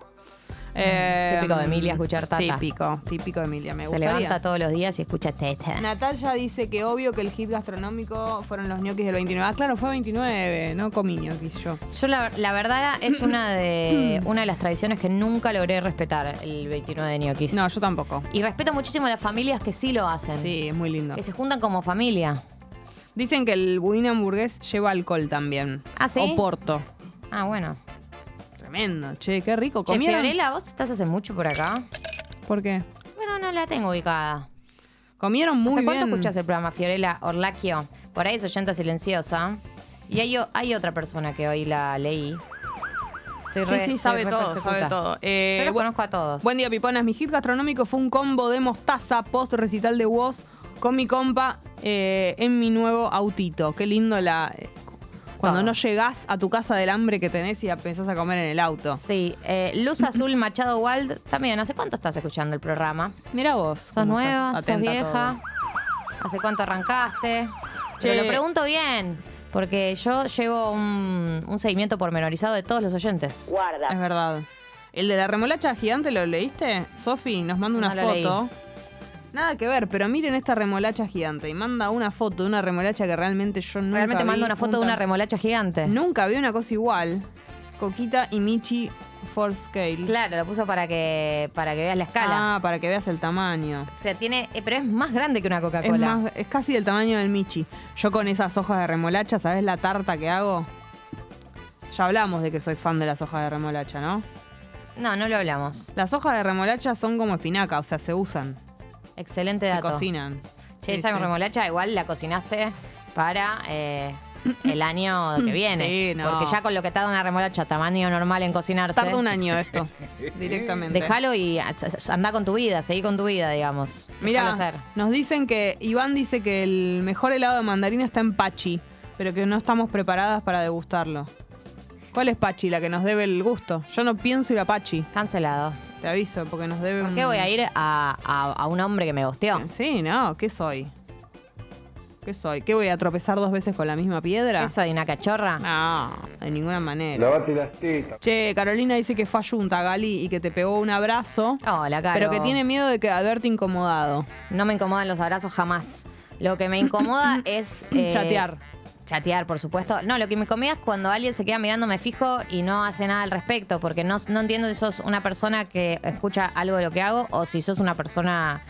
Speaker 4: Eh,
Speaker 3: Típico de Emilia escuchar Tata.
Speaker 4: Típico, típico de Emilia. Me
Speaker 3: Se
Speaker 4: gustaría.
Speaker 3: levanta todos los días y escucha teta.
Speaker 4: Natalia dice que obvio que el hit gastronómico fueron los ñoquis del 29. Ah, claro, fue 29, no comí ñoquis yo.
Speaker 3: Yo la, la verdad es una
Speaker 4: <clears throat>
Speaker 3: de una de las tradiciones que nunca logré respetar el 29 de ñoquis.
Speaker 4: No, yo tampoco.
Speaker 3: Y respeto muchísimo a las familias que sí lo hacen.
Speaker 4: Sí, es muy lindo.
Speaker 3: Que se juntan como familia.
Speaker 4: Dicen que el budín hamburgués lleva alcohol también.
Speaker 3: Ah, ¿sí?
Speaker 4: O porto.
Speaker 3: Ah, bueno.
Speaker 4: Tremendo, che, qué rico.
Speaker 3: Che,
Speaker 4: ¿Comieron?
Speaker 3: Fiorella, ¿vos estás hace mucho por acá?
Speaker 4: ¿Por qué?
Speaker 3: Bueno, no la tengo ubicada.
Speaker 4: Comieron muy
Speaker 3: ¿Hace cuánto
Speaker 4: bien.
Speaker 3: escuchás el programa, Fiorella Orlaquio? Por ahí es oyenta silenciosa. Y hay, o- hay otra persona que hoy la leí. Estoy re-
Speaker 4: Sí, sí,
Speaker 3: estoy
Speaker 5: Sabe
Speaker 3: re
Speaker 5: todo,
Speaker 3: persecuta.
Speaker 5: sabe todo. Eh,
Speaker 3: Yo los
Speaker 5: bueno,
Speaker 3: conozco a todos.
Speaker 4: Buen día, Piponas. Mi hit gastronómico fue un combo de mostaza post recital de Woz con mi compa eh, en mi nuevo autito. Qué lindo la. eh, Cuando
Speaker 3: Todo.
Speaker 4: no llegás a tu casa del hambre que tenés y empezás a comer en el auto.
Speaker 3: Sí, eh, Luz Azul Machado Wald, también, ¿hace cuánto estás escuchando el programa?
Speaker 4: Mira vos.
Speaker 3: ¿Sos
Speaker 4: cómo estás,
Speaker 3: nueva? ¿Sos
Speaker 4: atenta a
Speaker 3: vieja? ¿Hace cuánto arrancaste?
Speaker 4: Che.
Speaker 3: Pero lo pregunto bien, porque yo llevo un, un seguimiento pormenorizado de todos los oyentes.
Speaker 4: todo. Es
Speaker 1: Guarda.
Speaker 4: verdad. El de la remolacha gigante, ¿lo leíste? Sofi nos manda una
Speaker 3: No lo
Speaker 4: foto. Nada que ver, pero miren esta remolacha gigante. Y manda una foto de una remolacha que realmente yo nunca
Speaker 3: Realmente
Speaker 4: vi,
Speaker 3: mando una foto de
Speaker 4: nunca-
Speaker 3: una remolacha gigante.
Speaker 4: Nunca vi una cosa igual. Coquita y Michi for scale.
Speaker 3: Claro, lo puso para que, para que veas la escala.
Speaker 4: Ah, para que veas el tamaño.
Speaker 3: O sea, tiene, eh, pero es más grande que una
Speaker 4: Es,
Speaker 3: Coca-Cola.
Speaker 4: más- es casi del tamaño del Michi. Yo con esas hojas de remolacha, ¿sabes la tarta que hago? Ya hablamos de que soy fan de las hojas de remolacha, ¿no?
Speaker 3: No, no lo hablamos.
Speaker 4: Las hojas de remolacha son como espinaca, o sea, se usan,
Speaker 3: Excelente
Speaker 4: se
Speaker 3: dato.
Speaker 4: cocinan.
Speaker 3: Che,
Speaker 4: Sí,
Speaker 3: esa
Speaker 4: sí.
Speaker 3: remolacha igual la cocinaste para eh, el año
Speaker 4: <laughs>
Speaker 3: que viene.
Speaker 4: Sí, no.
Speaker 3: Porque ya con lo que tarda una remolacha tamaño normal en cocinarse.
Speaker 4: Tarda un año esto, directamente.
Speaker 3: Dejalo y anda con tu vida, seguí con tu vida, digamos. Dejalo
Speaker 4: Mira,
Speaker 3: hacer.
Speaker 4: nos dicen que Iván dice que el mejor helado de mandarina está en Pachi, pero que no estamos preparadas para degustarlo. ¿Cuál es Pachi? La que nos debe el gusto. Yo no pienso ir a Pachi,
Speaker 3: Cancelado.
Speaker 4: te aviso, porque nos debe
Speaker 3: ¿Por
Speaker 4: un-
Speaker 3: qué voy a ir a, a- a un hombre que me gosteó?
Speaker 4: Sí, no, ¿qué soy? ¿Qué soy? ¿Qué voy a tropezar dos veces con la misma piedra?
Speaker 3: ¿Qué soy, una cachorra?
Speaker 4: No, de ninguna manera.
Speaker 6: Lavate las tetas.
Speaker 4: Che, Carolina dice que fue a Junta, Gali, y que te pegó un abrazo,
Speaker 3: Hola, Caro.
Speaker 4: pero que tiene miedo de que haberte incomodado.
Speaker 3: No me incomodan los abrazos jamás. Lo que me
Speaker 4: <laughs>
Speaker 3: incomoda es... eh,
Speaker 4: Chatear.
Speaker 3: Chatear, por supuesto. No, lo que me comía es cuando alguien se queda mirándome fijo y no hace nada al respecto, porque no, no entiendo si sos una persona que escucha algo de lo que hago o si sos una persona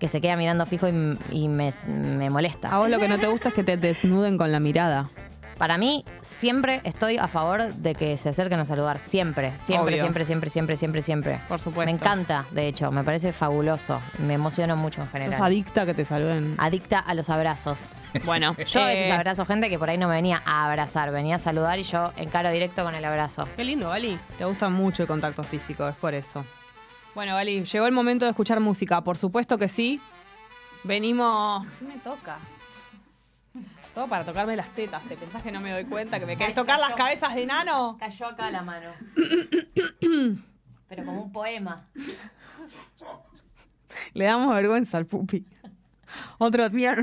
Speaker 3: que se queda mirando fijo y, m- y me, me
Speaker 4: A
Speaker 3: molesta.
Speaker 4: vos lo que no te gusta es que te desnuden con la mirada.
Speaker 3: Para mí, siempre estoy a favor de que se acerquen a saludar. Siempre, siempre,
Speaker 4: Obvio.
Speaker 3: siempre, siempre, siempre, siempre, siempre.
Speaker 4: Por supuesto.
Speaker 3: Me encanta, de hecho, me parece fabuloso. Me emociono mucho en general.
Speaker 4: Sos adicta a que te saluden.
Speaker 3: Adicta a los abrazos.
Speaker 4: <laughs> Bueno,
Speaker 3: Yo a veces
Speaker 4: eh,
Speaker 3: abrazo gente que por ahí no me venía a abrazar, venía a saludar y yo encaro directo con el abrazo.
Speaker 5: qué lindo, Vali.
Speaker 4: Te gusta mucho el contacto físico, es por eso. Bueno, Vali, llegó el momento de escuchar música. Por supuesto que sí. Venimos. ¿Qué me toca? Todo para tocarme las tetas. ¿Te pensás que no me doy cuenta que me querés tocar las cabezas de nano?
Speaker 3: Cayó acá la
Speaker 4: <coughs>
Speaker 3: mano. Pero como un poema.
Speaker 4: Le damos vergüenza al pupi. Otro día.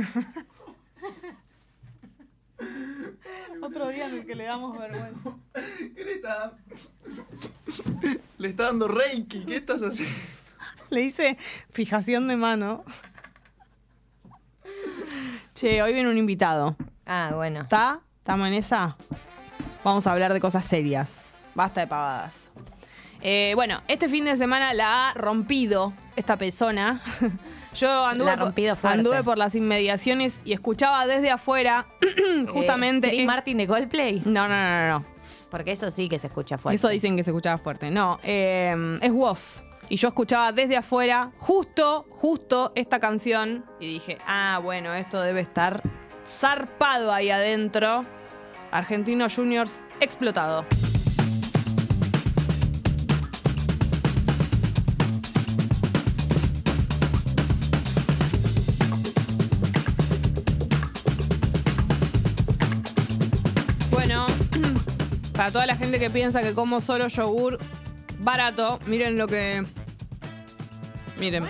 Speaker 4: Otro día en el que le damos vergüenza.
Speaker 2: ¿Qué le está dando? Le está dando Reiki, ¿qué estás haciendo?
Speaker 4: Le hice fijación de mano. Che, hoy viene un invitado.
Speaker 3: Ah, bueno.
Speaker 4: ¿Está? ¿Estamos en esa? Vamos a hablar de cosas serias. Basta de pavadas. Eh, bueno, este fin de semana la ha rompido esta persona. <laughs> Yo anduve,
Speaker 3: La ha
Speaker 4: por-
Speaker 3: rompido fuerte.
Speaker 4: anduve por las inmediaciones y escuchaba desde afuera <clears throat> justamente...
Speaker 3: Eh, Chris
Speaker 4: eh,
Speaker 3: Martin de Coldplay.
Speaker 4: no, no, no, no, no.
Speaker 3: Porque eso sí que se escucha fuerte.
Speaker 4: Eso dicen que se escuchaba fuerte. No, eh, es Woz. Y yo escuchaba desde afuera, justo, justo esta canción. Y dije, ah, bueno, esto debe estar zarpado ahí adentro. Argentino Juniors explotado. Bueno, para toda la gente que piensa que como solo yogur barato, miren lo que. Miren.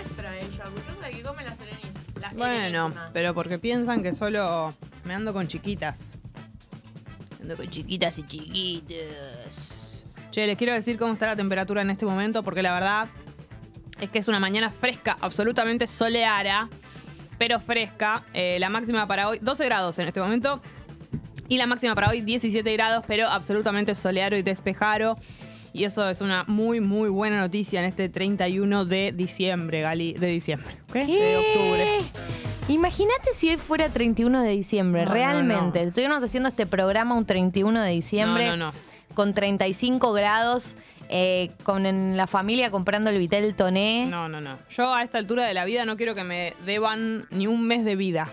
Speaker 4: Bueno, pero porque piensan que solo me ando con chiquitas. Ando con chiquitas y chiquitos. Che, les quiero decir cómo está la temperatura en este momento, porque la verdad es que es una mañana fresca, absolutamente soleara, pero fresca. Eh, la máxima para hoy, 12 grados en este momento. Y la máxima para hoy, 17 grados, pero absolutamente soleado y despejado. Y eso es una muy, muy buena noticia en este 31 de diciembre, Gali. De diciembre. ¿Qué? De octubre.
Speaker 3: Imagínate si hoy fuera 31 de diciembre,
Speaker 4: No, no,
Speaker 3: realmente.
Speaker 4: no.
Speaker 3: Estuviéramos haciendo este programa un 31 de diciembre
Speaker 4: No, no, no.
Speaker 3: con 35 grados, eh, con en la familia comprando el Vitel Toné. No,
Speaker 4: No, no, no. Yo a esta altura de la vida no quiero que me deban ni un mes de vida.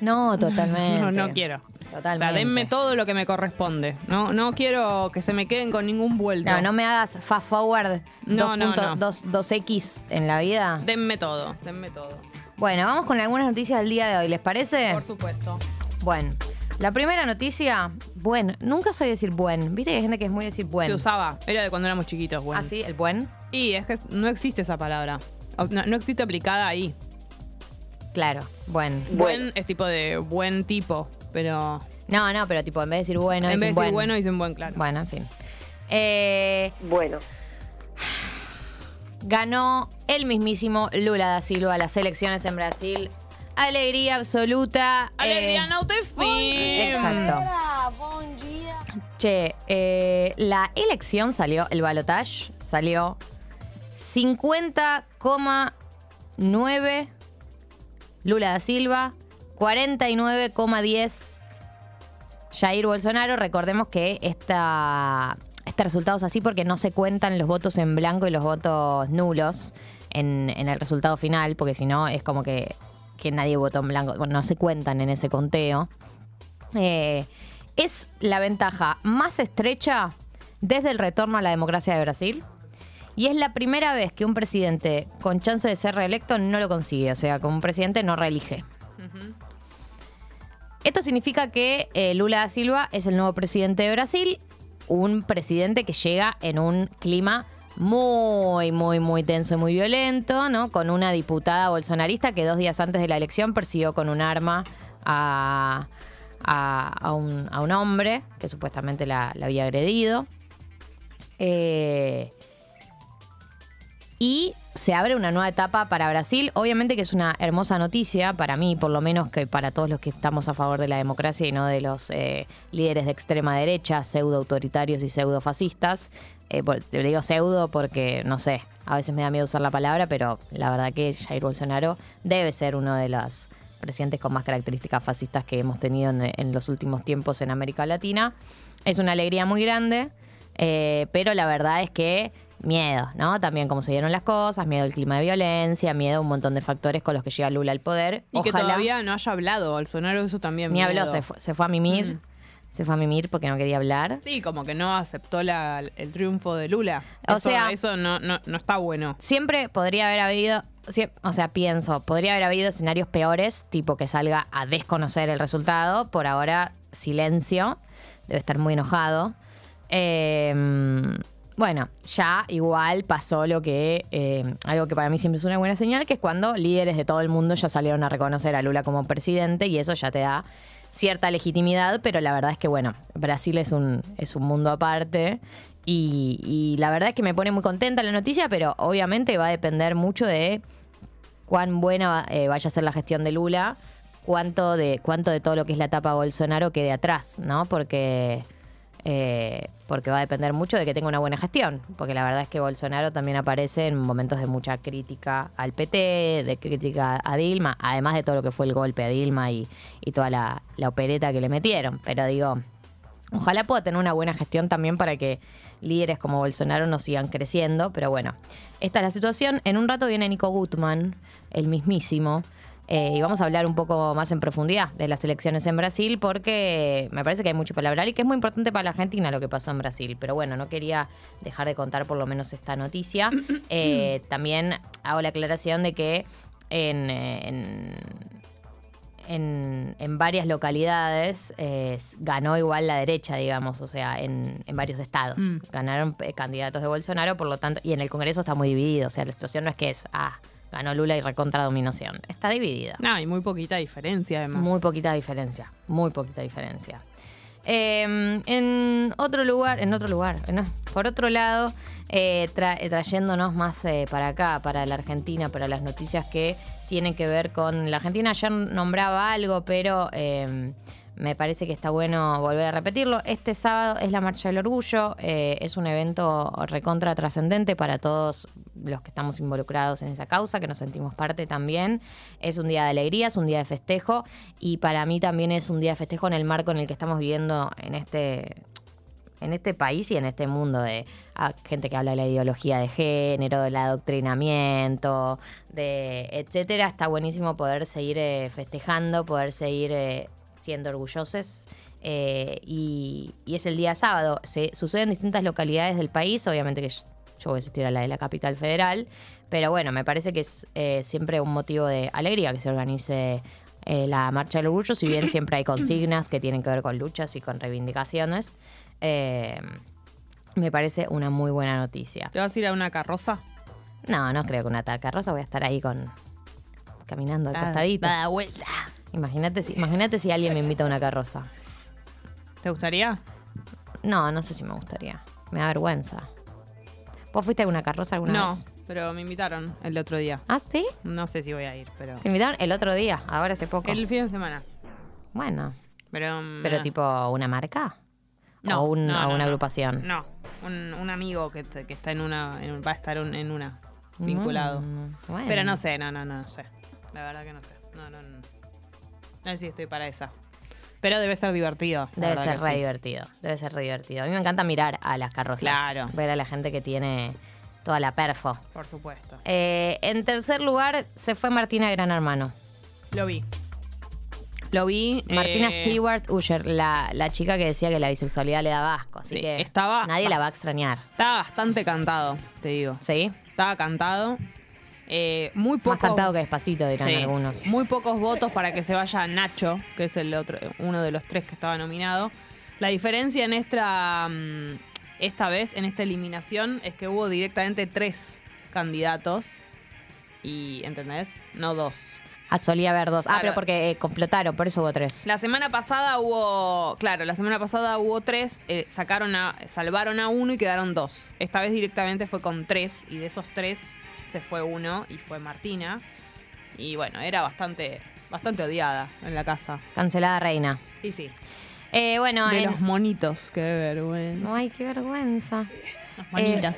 Speaker 3: totalmente.
Speaker 4: <laughs> No, no quiero.
Speaker 3: Totalmente.
Speaker 4: O sea, denme todo lo que me corresponde. No, no quiero que se me queden con ningún vuelto.
Speaker 3: No, no me hagas fast forward
Speaker 4: No, no,
Speaker 3: 2.2 2x en la vida.
Speaker 4: Denme todo, denme todo.
Speaker 3: Bueno, vamos con algunas noticias del día de hoy, ¿les parece?
Speaker 4: Por supuesto.
Speaker 3: Bueno, la primera noticia, buen. Nunca soy decir buen. Viste que hay gente que es muy decir buen.
Speaker 4: Se usaba. Era de cuando éramos chiquitos, bueno.
Speaker 3: Ah, sí, el buen.
Speaker 4: Y es que no existe esa palabra. O- No, no existe aplicada ahí.
Speaker 3: Claro, buen.
Speaker 4: Buen es tipo de buen tipo, pero
Speaker 3: No, no, pero tipo, en vez de decir bueno,
Speaker 4: en
Speaker 3: dicen
Speaker 4: vez de
Speaker 3: buen.
Speaker 4: decir bueno, dicen buen, claro.
Speaker 3: Bueno, en fin. Eh,
Speaker 1: Bueno,
Speaker 3: ganó el mismísimo Lula da Silva las elecciones en Brasil. Alegría absoluta.
Speaker 4: Alegría,
Speaker 3: eh,
Speaker 4: no te fin.
Speaker 3: Exacto. Che, eh, la elección salió, el balotage salió 50,9 Lula da Silva, 49,10 Jair Bolsonaro. Recordemos que esta, este resultado es así porque no se cuentan los votos en blanco y los votos nulos en, en el resultado final, porque si no es como que, que nadie votó en blanco. Bueno, no se cuentan en ese conteo. Eh, es la ventaja más estrecha desde el retorno a la democracia de Brasil. Y es la primera vez que un presidente con chance de ser reelecto no lo consigue. O sea, como un presidente no reelige. Esto significa que eh, Lula da Silva es el nuevo presidente de Brasil. Un presidente que llega en un clima muy, muy, muy tenso y muy violento, ¿no? Con una diputada bolsonarista que dos días antes de la elección persiguió con un arma a, a, a un, a un hombre que supuestamente la, la había agredido. Eh, y se abre una nueva etapa para Brasil. Obviamente que es una hermosa noticia para mí, por lo menos que para todos los que estamos a favor de la democracia y no de los eh, líderes de extrema derecha, pseudo autoritarios y pseudo fascistas. Eh, por- le digo pseudo porque, no sé, a veces me da miedo usar la palabra, pero la verdad que Jair Bolsonaro debe ser uno de los presidentes con más características fascistas que hemos tenido en, en los últimos tiempos en América Latina. Es una alegría muy grande, eh, pero la verdad es que miedo, ¿no? También cómo se dieron las cosas, miedo al clima de violencia, miedo a un montón de factores con los que llega Lula al poder.
Speaker 4: Y que
Speaker 3: Ojalá-
Speaker 4: todavía no haya hablado Bolsonaro, eso también
Speaker 3: Ni habló,
Speaker 4: miedo. Mm.
Speaker 3: se fue, se fue a mimir. Se fue a mimir porque no quería hablar.
Speaker 4: Sí, como que no aceptó la- el triunfo de Lula.
Speaker 3: O
Speaker 4: Eso-
Speaker 3: sea-
Speaker 4: eso no, no, no está bueno.
Speaker 3: Siempre podría haber habido, sie- o sea, pienso, podría haber habido escenarios peores, tipo que salga a desconocer el resultado. Por ahora, silencio. Debe estar muy enojado. Eh, bueno, ya igual pasó lo que, eh, algo que para mí siempre es una buena señal, que es cuando líderes de todo el mundo ya salieron a reconocer a Lula como presidente y eso ya te da cierta legitimidad, pero la verdad es que, bueno, Brasil es un, es un mundo aparte y, y la verdad es que me pone muy contenta la noticia, pero obviamente va a depender mucho de cuán buena eh, vaya a ser la gestión de Lula, cuánto de, cuánto de todo lo que es la etapa Bolsonaro quede atrás, ¿no? Porque, eh, porque va a depender mucho de que tenga una buena gestión. Porque la verdad es que Bolsonaro también aparece en momentos de mucha crítica al PT, de crítica a Dilma, además de todo lo que fue el golpe a Dilma y, y toda la, la opereta que le metieron. Pero digo, Ojalá pueda tener una buena gestión también para que líderes como Bolsonaro no sigan creciendo, pero bueno, esta es la situación. En un rato viene Nico Gutman, el mismísimo, eh, y vamos a hablar un poco más en profundidad de las elecciones en Brasil porque me parece que hay mucho para hablar y que es muy importante para la Argentina lo que pasó en Brasil, pero bueno, no quería dejar de contar por lo menos esta noticia. Eh, también hago la aclaración de que en- eh, en, en, en varias localidades eh, s- ganó igual la derecha, digamos, o sea, en, en varios estados. Ganaron eh, candidatos de Bolsonaro, por lo tanto, y en el Congreso está muy dividido, o sea, la situación no es que es, ah, ganó Lula y recontra dominación, está dividida.
Speaker 4: No, y muy poquita diferencia además.
Speaker 3: Muy poquita diferencia, Em, muy poquita diferencia. Eh, en otro lugar, en otro lugar, en- por Por otro lado, eh, tra- eh, trayéndonos más eh, para acá, para la Argentina, para las noticias que tienen que ver con la Argentina. Ayer nombraba algo, pero eh, me parece que está bueno volver a repetirlo. Este sábado es la Marcha del Orgullo. eh, es un evento recontra trascendente para todos los que estamos involucrados en esa causa, que nos sentimos parte también. Es un día de alegría, es un día de festejo y para mí también es un día de festejo en el marco en el que estamos viviendo en este en este país y en este mundo de ah, gente que habla de la ideología de género, del adoctrinamiento, de etcétera, está buenísimo poder seguir eh, festejando, poder seguir eh, siendo orgullosos. eh, y, y es el día sábado. Se sucede en distintas localidades del país, obviamente que yo, yo voy a asistir a la de la capital federal, pero bueno, me parece que es eh, siempre un motivo de alegría que se organice eh, la marcha del orgullo, si bien siempre hay consignas que tienen que ver con luchas y con reivindicaciones. eh, me parece una muy buena noticia.
Speaker 4: ¿Te vas a ir a una carroza?
Speaker 3: No, no creo que una taca rosa voy a estar ahí con caminando al
Speaker 4: Ah,
Speaker 3: costadito.
Speaker 4: da la vuelta.
Speaker 3: Imagínate si, imagínate si alguien me invita a una carroza.
Speaker 4: ¿Te gustaría?
Speaker 3: No, no sé si me gustaría. Me da vergüenza. ¿Vos fuiste a una carroza alguna
Speaker 4: no,
Speaker 3: vez?
Speaker 4: pero me invitaron el otro día.
Speaker 3: ¿Ah, sí?
Speaker 4: No sé si voy a ir, pero.
Speaker 3: Te invitaron el otro día, ahora hace poco.
Speaker 4: El fin de semana.
Speaker 3: Bueno,
Speaker 4: Pero,
Speaker 3: pero
Speaker 4: mm,
Speaker 3: tipo una marca.
Speaker 4: no,
Speaker 3: o un-
Speaker 4: no,
Speaker 3: o
Speaker 4: no,
Speaker 3: una
Speaker 4: no.
Speaker 3: agrupación.
Speaker 4: No, un, un amigo que, te- que está en una. en un- va a estar un- en una. Vinculado.
Speaker 3: Mm, bueno.
Speaker 4: Pero no sé, no, no, no, no sé. La verdad que no sé. No, no, no. No sé si estoy para esa. Pero debe ser divertido. la
Speaker 3: Debe
Speaker 4: verdad
Speaker 3: ser
Speaker 4: que
Speaker 3: re
Speaker 4: sí.
Speaker 3: divertido, debe ser re divertido. A mí me encanta mirar a las carrozas.
Speaker 4: Claro.
Speaker 3: Ver a la gente que tiene toda la perfo.
Speaker 4: Por supuesto.
Speaker 3: Eh, en tercer lugar se fue Martina Gran Hermano.
Speaker 4: Lo vi. Lo vi.
Speaker 3: Martina
Speaker 4: eh,
Speaker 3: Stewart Usher, la, la chica que decía que la bisexualidad le daba asco. Así
Speaker 4: Sí,
Speaker 3: que
Speaker 4: estaba-
Speaker 3: nadie la va a extrañar.
Speaker 4: Estaba bastante cantado, te digo.
Speaker 3: ¿Sí?
Speaker 4: Estaba cantado. Eh, muy poco.
Speaker 3: Más cantado que despacito, dirán
Speaker 4: Sí.
Speaker 3: algunos.
Speaker 4: Muy pocos votos para que se vaya Nacho, que es el otro, uno de los tres que estaba nominado. La diferencia en esta, mm, esta vez, en esta eliminación, es que hubo directamente tres candidatos. Y, ¿entendés? No dos.
Speaker 3: Ah, solía haber dos. Ah,
Speaker 4: Claro.
Speaker 3: pero porque eh, complotaron, por eso hubo tres.
Speaker 4: La semana pasada hubo. Claro, la semana pasada hubo tres, eh, sacaron a, salvaron a uno y quedaron dos. Esta vez directamente fue con tres, y de esos tres se fue uno y fue Martina. Y bueno, era bastante, bastante odiada en la casa.
Speaker 3: Cancelada reina.
Speaker 4: Y sí. Ah,
Speaker 3: Eh, bueno,
Speaker 4: de
Speaker 3: en-
Speaker 4: los monitos, qué vergüenza.
Speaker 3: Ay, qué vergüenza.
Speaker 4: Los
Speaker 3: monitos.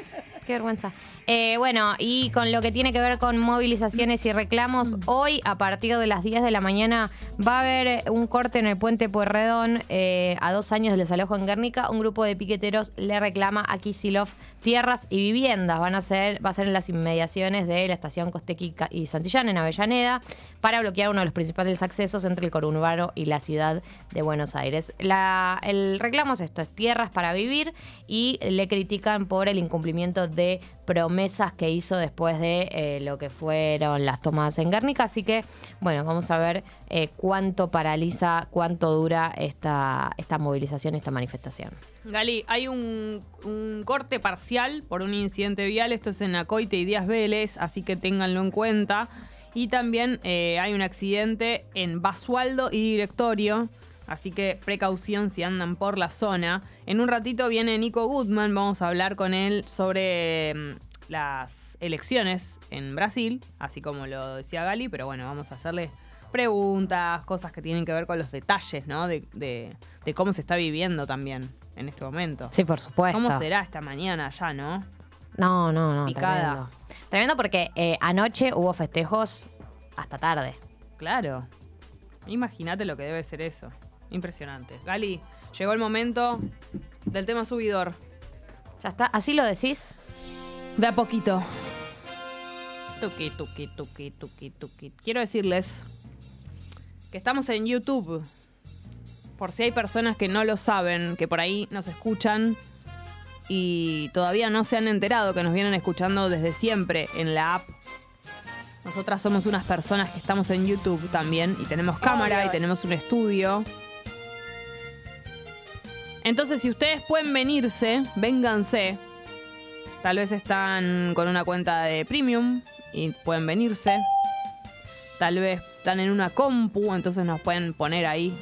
Speaker 3: Qué vergüenza. Eh, bueno, y con lo que tiene que ver con movilizaciones y reclamos, hoy a partir de las 10 de la mañana va a haber un corte en el puente Puerredón eh, a dos años del desalojo en Guernica. Un grupo de piqueteros le reclama a Kisilov tierras y viviendas. Van a ser, va a ser en las inmediaciones de la estación Costequi Ca- y Santillán en Avellaneda para bloquear uno de los principales accesos entre el conurbano y la ciudad de Buenos Aires. La- el reclamo es esto, es tierras para vivir y le critican por el incumplimiento de promesas que hizo después de eh, lo que fueron las tomadas en Guernica. Así que, bueno, vamos a ver eh, cuánto paraliza, cuánto dura esta, esta movilización, esta manifestación.
Speaker 4: Gali, hay un, un corte parcial por un incidente vial. Esto es en Acoite y Díaz Vélez, así que ténganlo en cuenta. Y también eh, hay un accidente en Basualdo y Directorio. Así que precaución si andan por la zona. En un ratito viene Nico Goodman. Vamos a hablar con él sobre mm, las elecciones en Brasil, así como lo decía Gali. Pero bueno, vamos a hacerle preguntas, cosas que tienen que ver con los detalles, ¿no? De, de- de cómo se está viviendo también en este momento.
Speaker 3: Sí, por supuesto.
Speaker 4: ¿Cómo será esta mañana ya, no?
Speaker 3: No, no, no.
Speaker 4: Picada.
Speaker 3: Tremendo. Tremendo porque eh, anoche hubo festejos hasta tarde.
Speaker 4: Claro. Imagínate lo que debe ser eso. Impresionante. Gali, llegó el momento del tema subidor.
Speaker 3: Ya está, así lo decís.
Speaker 4: De a poquito. Tuqui, tuqui, tuqui, tuqui, tuqui. Quiero decirles que estamos en YouTube. Por si hay personas que no lo saben, que por ahí nos escuchan y todavía no se han enterado que nos vienen escuchando desde siempre en la app. Nosotras somos unas personas que estamos en YouTube también y tenemos cámara y tenemos un estudio. Entonces, si ustedes pueden venirse, vénganse. Tal vez están con una cuenta de premium y pueden venirse. Tal vez están en una compu, entonces nos pueden poner ahí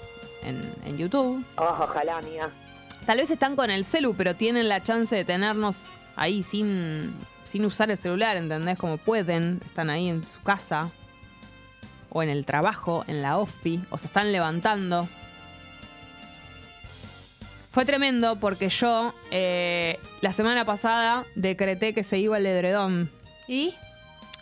Speaker 4: en, en YouTube.
Speaker 5: Oh, ojalá, amiga.
Speaker 4: Tal vez están con el celu, pero tienen la chance de tenernos ahí sin, sin usar el celular, ¿entendés? Como pueden, están ahí en su casa o en el trabajo, en la ofi, o se están levantando. Fue tremendo porque yo eh, la semana pasada decreté que se iba el edredón.
Speaker 3: ¿Y?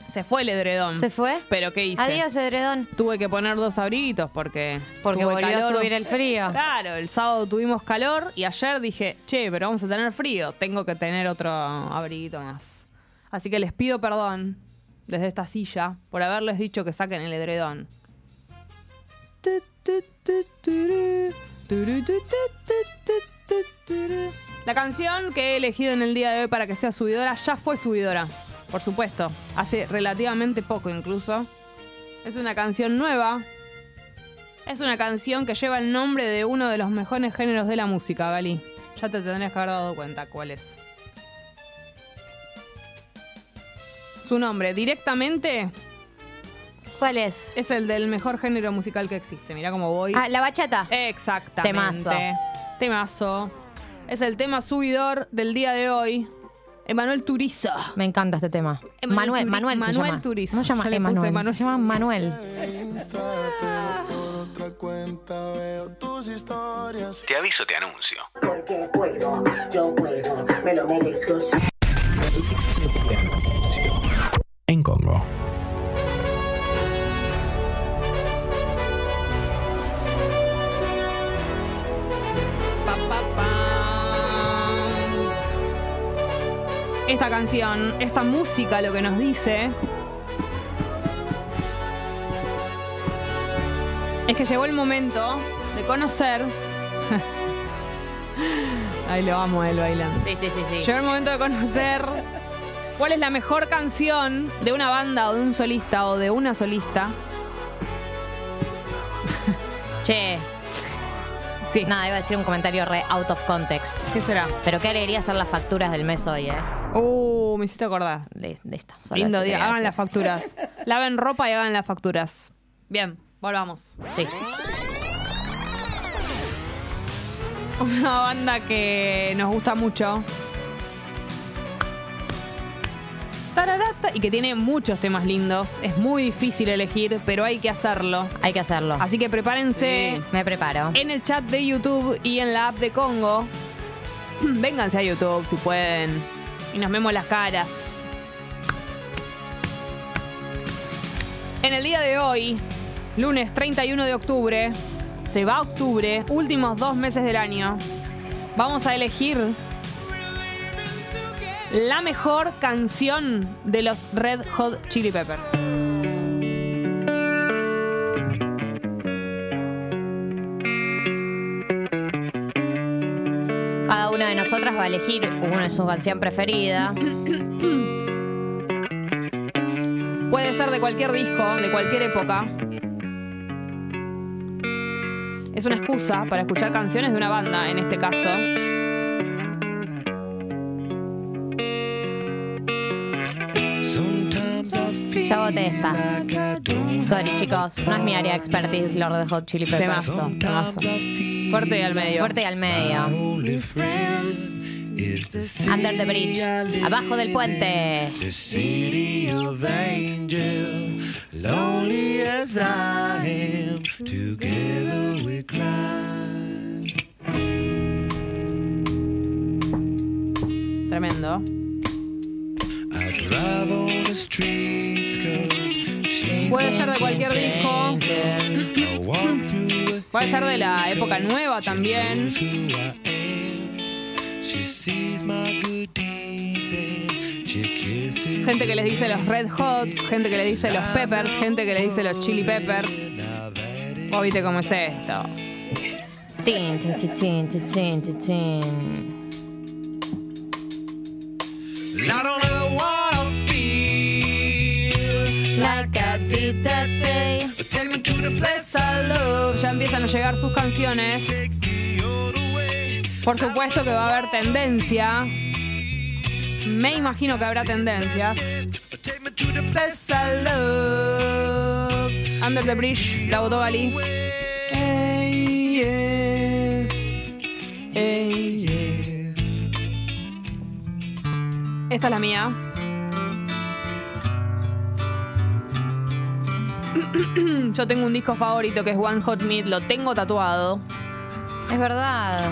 Speaker 4: Se fue el edredón.
Speaker 3: ¿Se fue?
Speaker 4: Pero ¿qué hice?
Speaker 3: Adiós, edredón.
Speaker 4: Tuve que poner dos abritos porque
Speaker 3: Porque
Speaker 4: tuve
Speaker 3: volvió
Speaker 4: calor.
Speaker 3: a subir el frío.
Speaker 4: Claro, el sábado tuvimos calor y ayer dije, che, pero vamos a tener frío, tengo que tener otro abriguito más. Así que les pido perdón desde esta silla por haberles dicho que saquen el edredón. Tu, tu, tu, turú, turú, tu, tu, tu, tu, tu, turú. La canción que he elegido en el día de hoy para que sea subidora ya fue subidora, por supuesto, hace relativamente poco incluso. Es una canción nueva. Es una canción que lleva el nombre de uno de los mejores géneros de la música, Gali. Ya te tendrías que haber dado cuenta cuál es. Su nombre directamente
Speaker 3: ¿Cuál es?
Speaker 4: es el del mejor género musical que existe. Mirá cómo voy.
Speaker 3: Ah, la bachata.
Speaker 4: Exactamente.
Speaker 3: Temazo.
Speaker 4: Temazo. Es el tema subidor del día de hoy. Emanuel Turiza.
Speaker 3: Me encanta este tema.
Speaker 4: Emanuel
Speaker 3: Manuel,
Speaker 4: Turi-
Speaker 3: Manuel, se
Speaker 4: Manuel
Speaker 3: llama.
Speaker 4: Turizo.
Speaker 3: No se
Speaker 4: Yo
Speaker 3: llama
Speaker 4: le puse
Speaker 3: Emanuel,
Speaker 4: Manuel.
Speaker 3: se llama Manuel.
Speaker 5: Instrate por otra cuenta, veo tus historias.
Speaker 6: Te aviso, te anuncio.
Speaker 7: Porque puedo, yo puedo, me lo merezco.
Speaker 6: En Congo.
Speaker 4: Pa, pa, pa. Esta canción, esta música lo que nos dice es que llegó el momento de conocer. <laughs> Ahí lo amo a él bailando.
Speaker 3: Sí, sí, sí, sí.
Speaker 4: Llegó el momento de conocer cuál es la mejor canción de una banda o de un solista o de una solista.
Speaker 3: Che,
Speaker 4: Sí.
Speaker 3: nada, iba a decir un comentario re out of context.
Speaker 4: ¿Qué será?
Speaker 3: Pero qué alegría hacer las facturas del mes hoy, eh.
Speaker 4: Uh, me hiciste acordar.
Speaker 3: De, de esto. solo
Speaker 4: Lindo
Speaker 3: eso
Speaker 4: día.
Speaker 3: quería
Speaker 4: Hagan las
Speaker 3: decir.
Speaker 4: facturas. Laven ropa y hagan las facturas. Bien, volvamos.
Speaker 3: Sí.
Speaker 4: Una banda que nos gusta mucho. Tararata, Y que tiene muchos temas lindos. Es muy difícil elegir, pero hay que hacerlo.
Speaker 3: Hay que hacerlo.
Speaker 4: Así que prepárense
Speaker 3: Me preparo.
Speaker 4: en el chat de YouTube y en la app de Congo. <clears throat> Vénganse a YouTube si pueden. Y nos vemos las caras. En el día de hoy, lunes 31 de octubre, se va octubre, últimos dos meses del año. Vamos a elegir la mejor canción de los Red Hot Chili Peppers.
Speaker 3: Cada una de nosotras va a elegir una de sus canciones preferidas.
Speaker 4: Puede ser de cualquier disco, de cualquier época. Es una excusa para escuchar canciones de una banda, en este caso.
Speaker 3: Ya voté esta. Sorry, chicos. No es mi área de expertise, Lord of the Hot Chili Peppers.
Speaker 4: Temazo, temazo. Fuerte y al medio.
Speaker 3: Fuerte y al medio. Under the bridge. Abajo del puente.
Speaker 4: Tremendo. Puede ser de cualquier disco. Puede ser de la época nueva también. Gente que les dice los Red Hot, gente que les dice los Peppers, gente que les dice los Chili Peppers. Vos viste cómo es esto.
Speaker 3: Tin, tin, tin, tin, tin, tin, tin, tin. Like I did that day.
Speaker 4: Ya empiezan a llegar sus canciones. Por supuesto que va a haber tendencia. Me imagino que habrá tendencias. Under the Bridge, la votó Gali. Ey, yeah. Ey, Esta es la mía. Yo tengo un disco favorito que es One Hot Meat, lo tengo tatuado.
Speaker 3: Es verdad.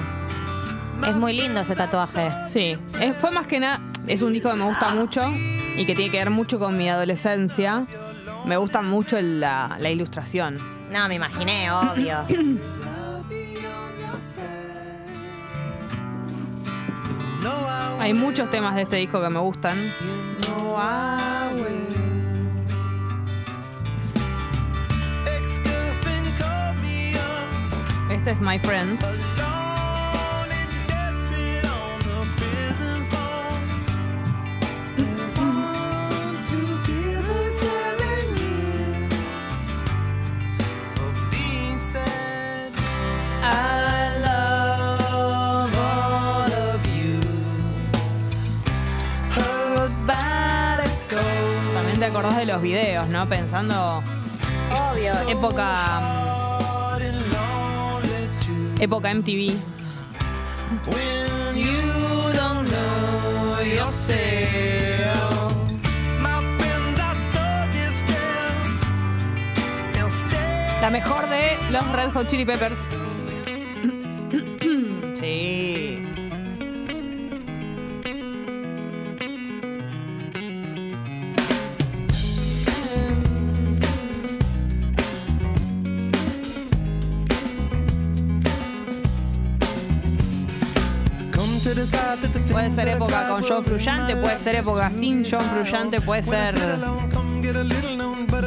Speaker 3: Es muy lindo ese tatuaje.
Speaker 4: Sí, es- fue más que nada, es un disco que me gusta mucho y que tiene que ver mucho con mi adolescencia. Me gusta mucho el- la, la ilustración.
Speaker 3: No, me imaginé, obvio.
Speaker 4: Hay muchos temas de este disco que me gustan. Este es My Friends. También te acordás de los videos, ¿no? Pensando. Obvio. Época. mm, Época MTV. La mejor de los Red Hot Chili Peppers. sí. Puede ser época con John Fruyante, puede ser época sin John Fruyante, puede ser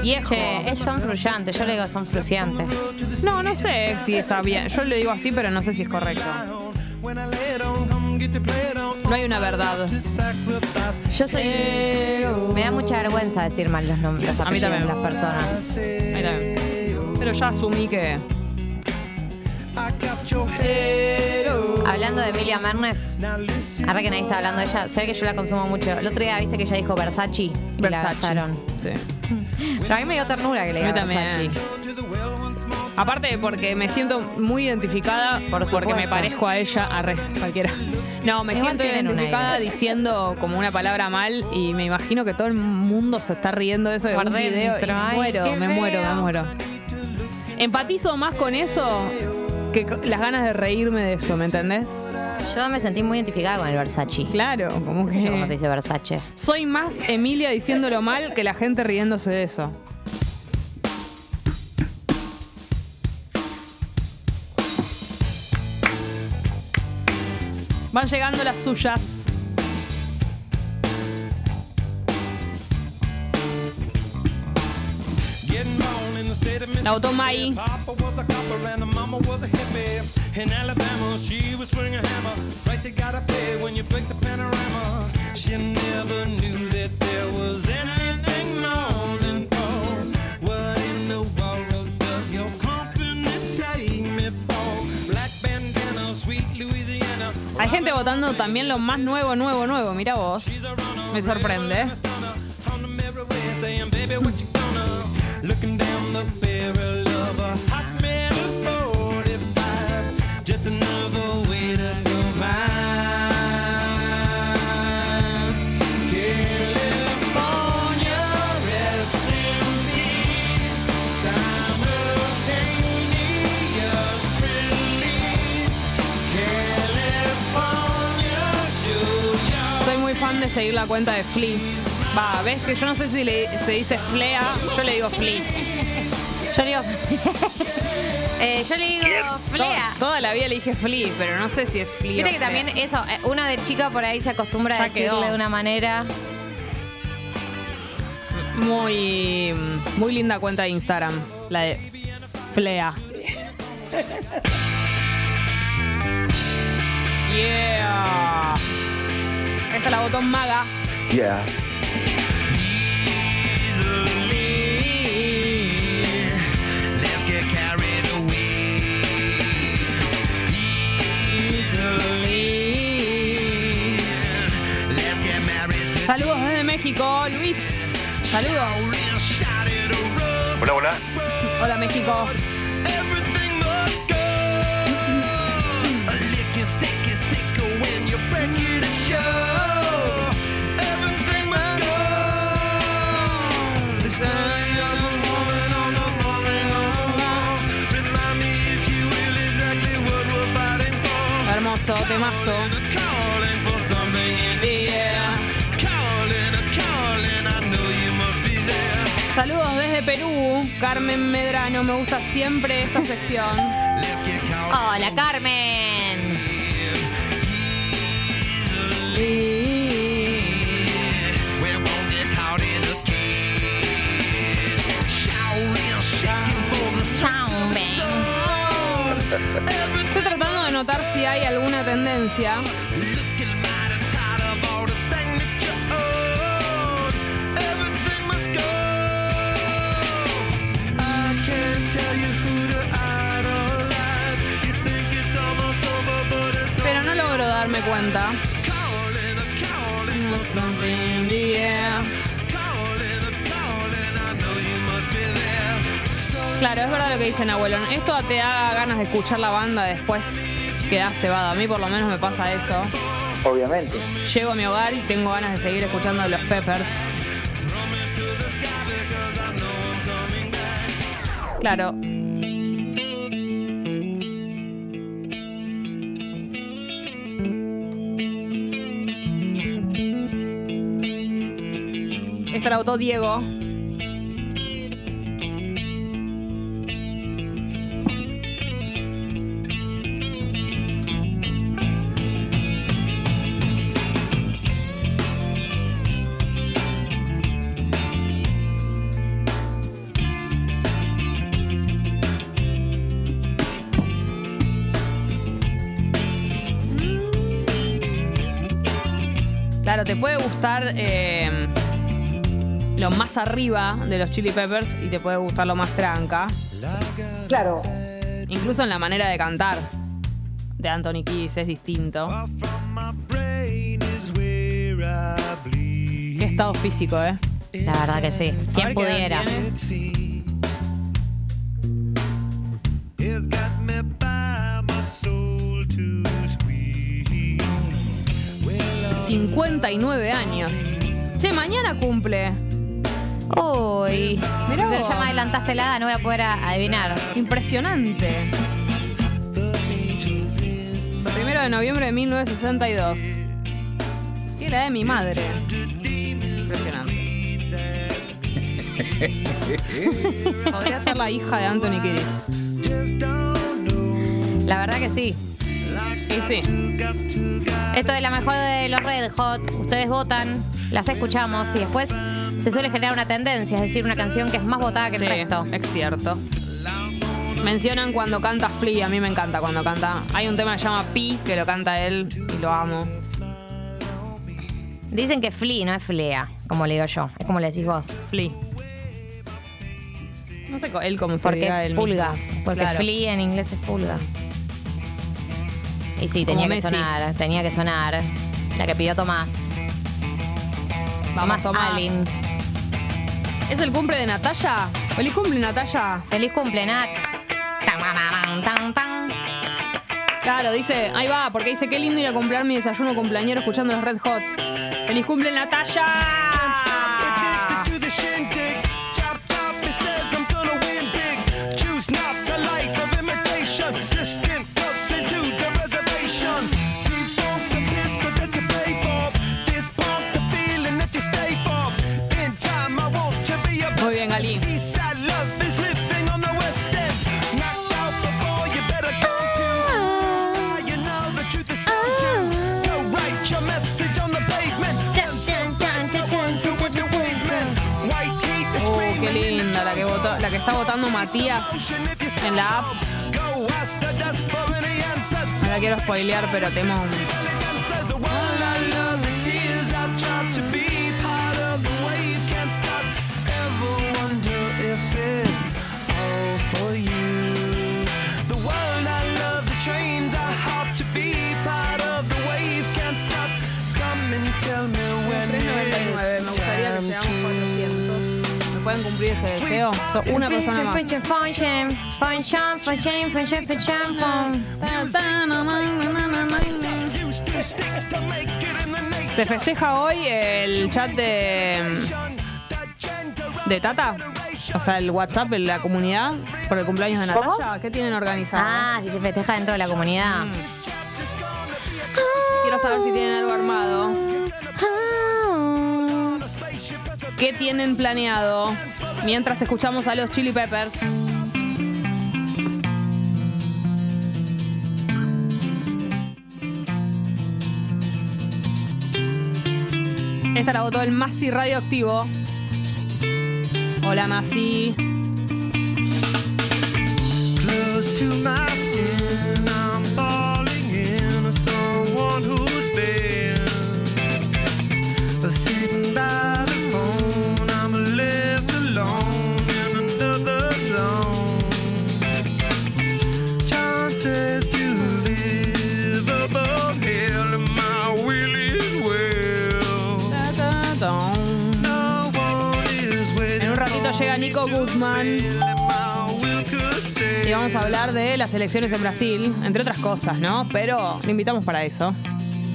Speaker 4: viejo.
Speaker 3: Che, es sonfruyante, yo le digo sonfruciante.
Speaker 4: No, no sé si está bien. Yo le digo así, pero no sé si es correcto. No hay una verdad.
Speaker 3: Yo soy. Me da mucha vergüenza decir mal los nombres, los
Speaker 4: A mí
Speaker 3: apellidos de
Speaker 4: también.
Speaker 3: las personas.
Speaker 4: Ahí la ven. Pero ya asumí que.
Speaker 3: Hablando de Emilia Mernes, ahora que nadie está hablando de ella, se ve que yo la consumo mucho. El otro día viste que ella dijo Versace y la gastaron.
Speaker 4: Sí.
Speaker 3: Pero a mí me dio ternura que le
Speaker 4: A mí
Speaker 3: diga
Speaker 4: también.
Speaker 3: Versace.
Speaker 4: Aparte porque me siento muy identificada
Speaker 3: Por
Speaker 4: porque me
Speaker 3: supuesto.
Speaker 4: parezco a ella, a cualquiera. No, me
Speaker 3: Igual
Speaker 4: siento
Speaker 3: tienen un
Speaker 4: identificada
Speaker 3: aire.
Speaker 4: diciendo como una palabra mal y me imagino que todo el mundo se está riendo de eso de
Speaker 3: Por
Speaker 4: un video y
Speaker 3: dentro,
Speaker 4: me
Speaker 3: ay,
Speaker 4: muero,
Speaker 3: qué
Speaker 4: me muero, me
Speaker 3: feo.
Speaker 4: muero. Empatizo más con eso que co- las ganas de reírme de eso, ¿me entendés?
Speaker 3: Yo me sentí muy identificada con el Versace.
Speaker 4: Claro, como
Speaker 3: No sé yo
Speaker 4: <laughs>
Speaker 3: cómo se
Speaker 4: que
Speaker 3: dice Versace.
Speaker 4: soy más Emilia diciéndolo mal que la gente riéndose de eso. Van llegando las suyas. La votó Mai. Hay gente votando también lo más nuevo, nuevo, nuevo. Mira vos. Me sorprende. eh. Soy muy fan de seguir la cuenta de Flea. Va, ves que yo no sé si le- se dice Flea, yo le digo Flea.
Speaker 3: Yo le digo. <laughs> Eh, yo le digo Flea.
Speaker 4: To- toda la vida le dije Flea, pero no sé si es Flea.
Speaker 3: Viste
Speaker 4: o
Speaker 3: que
Speaker 4: Flea.
Speaker 3: también eso, eh, una de chica por ahí se acostumbra
Speaker 4: Ya
Speaker 3: a decirle
Speaker 4: quedó.
Speaker 3: de una manera.
Speaker 4: Muy, muy linda cuenta de Instagram, la de Flea. <laughs> Yeah. Esta la botón maga.
Speaker 5: Yeah.
Speaker 4: Saludos desde México, Luis. Saludos.
Speaker 8: Hola, hola.
Speaker 4: Hola, México. Temazo, temazo. Eh, Saludos desde Perú, Carmen Medrano, me gusta siempre esta
Speaker 8: <laughs>
Speaker 4: sección.
Speaker 3: Hola, Carmen. Carmen.
Speaker 4: Estoy tratando de notar si hay alguna tendencia. Pero no logro darme cuenta. Claro, es verdad lo que dicen, abuelo. Esto te da ganas de escuchar la banda después quedás cebado. A mí por lo menos me pasa eso.
Speaker 9: obviamente.
Speaker 4: Llego a mi hogar y tengo ganas de seguir escuchando los Peppers. Claro. Esta la votó Diego. Claro, te puede gustar eh, lo más arriba de los Chili Peppers y te puede gustar lo más tranca.
Speaker 7: Claro,
Speaker 4: Incluso en la manera de cantar de Anthony Kiss es distinto. Qué estado físico, ¿eh?
Speaker 3: La verdad que sí.
Speaker 4: A
Speaker 3: Quien
Speaker 4: ver qué
Speaker 3: pudiera.
Speaker 4: edad tiene. ¡59 años! Che, mañana cumple.
Speaker 3: Uy.
Speaker 4: Mirá
Speaker 3: Pero
Speaker 4: vos.
Speaker 3: ya me adelantaste la edad, no voy a poder a- adivinar.
Speaker 4: Impresionante. Primero de noviembre de 1962. Que era de mi madre.
Speaker 3: <laughs>
Speaker 4: Impresionante. Podría ser la hija de Anthony Kiddis.
Speaker 3: La verdad que sí.
Speaker 4: Y sí.
Speaker 3: Esto es la mejor de los Red Hot. Ustedes votan, las escuchamos y después se suele generar una tendencia, es decir, una canción que es más votada que el
Speaker 4: sí,
Speaker 3: resto.
Speaker 4: Es cierto. Mencionan cuando canta Flea, a mí me encanta cuando canta. Hay un tema que se llama Pi, que lo canta él y lo amo.
Speaker 3: Dicen que Flea no es Flea, como le digo yo. Es como le decís vos.
Speaker 4: Flea. No sé co- él cómo se
Speaker 3: Porque
Speaker 4: diga
Speaker 3: es
Speaker 4: él
Speaker 3: pulga.
Speaker 4: mismo.
Speaker 3: Porque
Speaker 4: Claro.
Speaker 3: Flea en inglés es pulga. Y sí,
Speaker 4: Como
Speaker 3: tenía que
Speaker 4: Messi.
Speaker 3: sonar, tenía que sonar. La que pidió Tomás.
Speaker 4: Vamos,
Speaker 3: Tomás,
Speaker 4: Tomás.
Speaker 3: Alin.
Speaker 4: ¿Es el cumple de Natalia? ¿Feliz cumple, Natalia?
Speaker 3: Feliz cumple, Nat. Tan, tan, tan, tan, tan.
Speaker 4: Claro, dice, ahí va, porque dice, qué lindo ir a comprar mi desayuno cumpleañero escuchando los Red Hot. ¡Feliz cumple, Natalia! Muy bien, Galí. Oh, qué linda la que, votó, la que está votando Matías en la app. No la quiero spoilear, pero temo. me gustaría que seamos 400. ¿Me pueden cumplir ese deseo? Soy una persona más.
Speaker 3: Function, function, function, function, function, function, function.
Speaker 4: Se festeja hoy el chat de, de Tata, o sea, el WhatsApp, en la comunidad, por el cumpleaños de Natalia. ¿Qué tienen organizado?
Speaker 3: Ah, si se festeja dentro de la comunidad.
Speaker 4: Mm. quiero saber si tienen algo armado. ¿Qué tienen planeado mientras escuchamos a los Chili Peppers? Esta la votó el Masi Radioactivo. Hola Masi.
Speaker 8: Close to my skin, I'm falling in on someone who's been sitting by the phone. I'm left alone in another zone. Chances to live above hell, and my will is well. No one is
Speaker 4: En
Speaker 8: waiting.
Speaker 4: un ratito llega Nico Guzmán.
Speaker 8: that my will could save.
Speaker 4: Y vamos a hablar de las elecciones en Brasil, entre otras cosas, ¿no? Pero le invitamos para eso.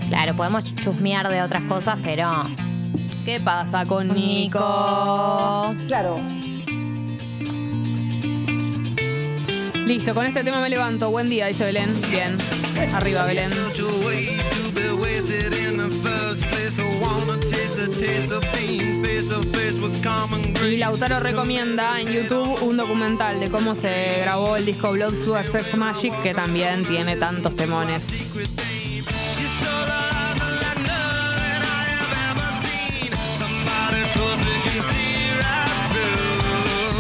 Speaker 3: Claro, podemos chusmear de otras cosas, pero.
Speaker 4: ¿Qué pasa con
Speaker 3: Nico.
Speaker 7: Claro.
Speaker 4: Listo, con este tema me levanto. Buen día, dice Belén. Bien. Arriba, Belén.
Speaker 8: Such a waste to be wasted in the first place. I wanna taste the taste of pain, face to face with common
Speaker 4: Y
Speaker 8: grace.
Speaker 4: Lautaro recomienda en YouTube un documental de cómo se grabó el disco Blood Sugar Sex Magic, que también tiene tantos temones.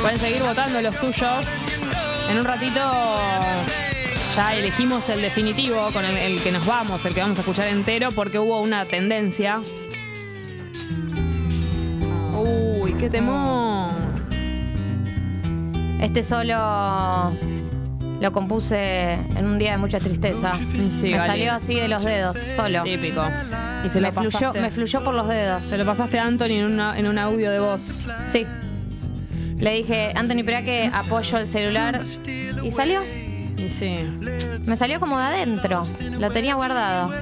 Speaker 4: Pueden seguir votando los suyos. En un ratito ya elegimos el definitivo con el, el que nos vamos, el que vamos a escuchar entero, porque hubo una tendencia. Uy, qué temón.
Speaker 3: Este solo lo compuse en un día de mucha tristeza. me
Speaker 4: Sí, Gali.
Speaker 3: salió así de los dedos, solo.
Speaker 4: Típico. Y
Speaker 3: me,
Speaker 4: lo
Speaker 3: fluyó,
Speaker 4: pasaste.
Speaker 3: me fluyó por los dedos.
Speaker 4: Se lo pasaste a Anthony en, una- en un audio de voz.
Speaker 3: Sí. Le dije, Anthony, Perá que apoyo el celular. Y salió.
Speaker 4: Y sí,
Speaker 3: Me salió como de adentro. Lo tenía guardado.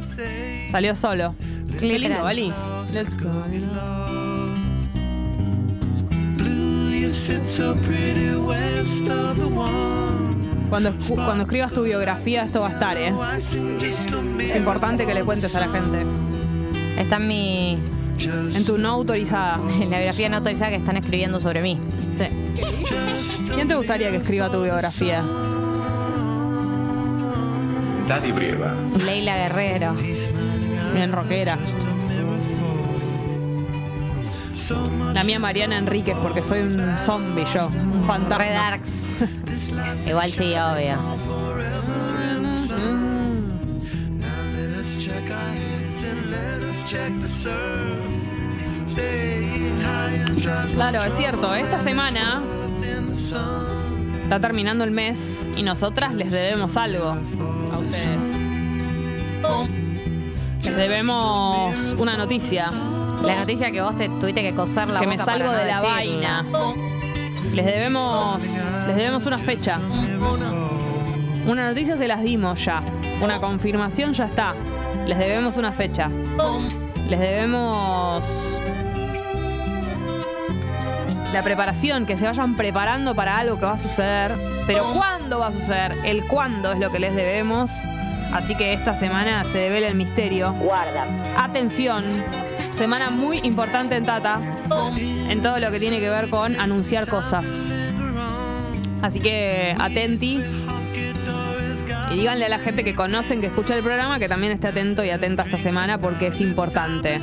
Speaker 4: salió solo. Qué lindo, Bali. Let's go.
Speaker 8: Blue, you sit so pretty west of the one.
Speaker 4: Cuando, escu- cuando escribas tu biografía, esto va a estar, ¿eh?
Speaker 8: I seem just a
Speaker 4: Es
Speaker 8: man.
Speaker 4: importante que le cuentes a la gente.
Speaker 3: Está en mi.
Speaker 4: En tu no autorizada.
Speaker 3: en la biografía no autorizada que están escribiendo sobre mí.
Speaker 4: Sí. ¿Quién te gustaría que escriba tu biografía?
Speaker 6: Daddy Brieva.
Speaker 3: Leila Guerrero.
Speaker 4: Bien rockera. La mía Mariana Enríquez, porque soy un zombie yo. Un fantasma.
Speaker 3: Red Arcs. Igual sí, obvio.
Speaker 8: Let's check our heads and let us check the surf. Stay high and just
Speaker 4: Claro, es cierto. Esta semana está terminando el mes y nosotras les debemos algo a ustedes. Les debemos una noticia.
Speaker 3: La noticia que vos te tuviste que coser la
Speaker 4: que
Speaker 3: boca
Speaker 4: me salgo
Speaker 3: para no
Speaker 4: de la
Speaker 3: decirla.
Speaker 4: vaina. Les debemos, les debemos una fecha. Una noticia se las dimos ya. Una confirmación ya está. Les debemos una fecha. Les debemos la preparación, que se vayan preparando para algo que va a suceder. Pero ¿cuándo va a suceder? El cuándo es lo que les debemos. Así que esta semana se devela el misterio.
Speaker 7: Guarda.
Speaker 4: Atención, semana muy importante en Tata, en todo lo que tiene que ver con anunciar cosas. Así que atenti y díganle a la gente que conocen, que escucha el programa, que también esté atento y atenta esta semana porque es importante.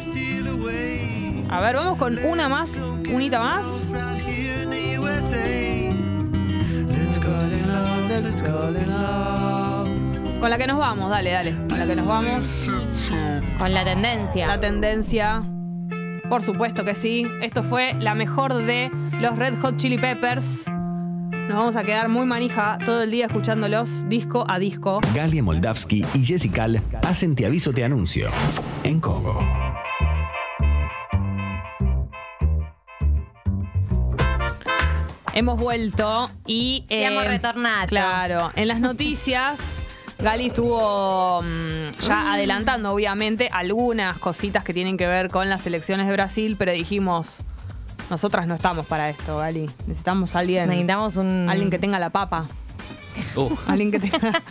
Speaker 4: A ver, vamos con una más, unita más. Con la que nos vamos, dale, dale. Con la que nos vamos.
Speaker 3: Con la tendencia.
Speaker 4: La tendencia. Por supuesto que sí. Esto fue la mejor de los Red Hot Chili Peppers. Nos vamos a quedar muy manija todo el día escuchándolos disco a disco.
Speaker 6: Galia Moldavsky y Jessica Al hacen Te Aviso Te Anuncio en Congo.
Speaker 4: Hemos vuelto y. eh,
Speaker 3: Sí, hemos retornado.
Speaker 4: Claro. En las noticias. Gali estuvo mm, ya adelantando, obviamente, algunas cositas que tienen que ver con las elecciones de Brasil, pero dijimos, nosotras no estamos para esto, Gali. Necesitamos a alguien,
Speaker 3: Necesitamos un.
Speaker 4: alguien que tenga la papa.
Speaker 9: Uh,
Speaker 4: Alguien que tenga,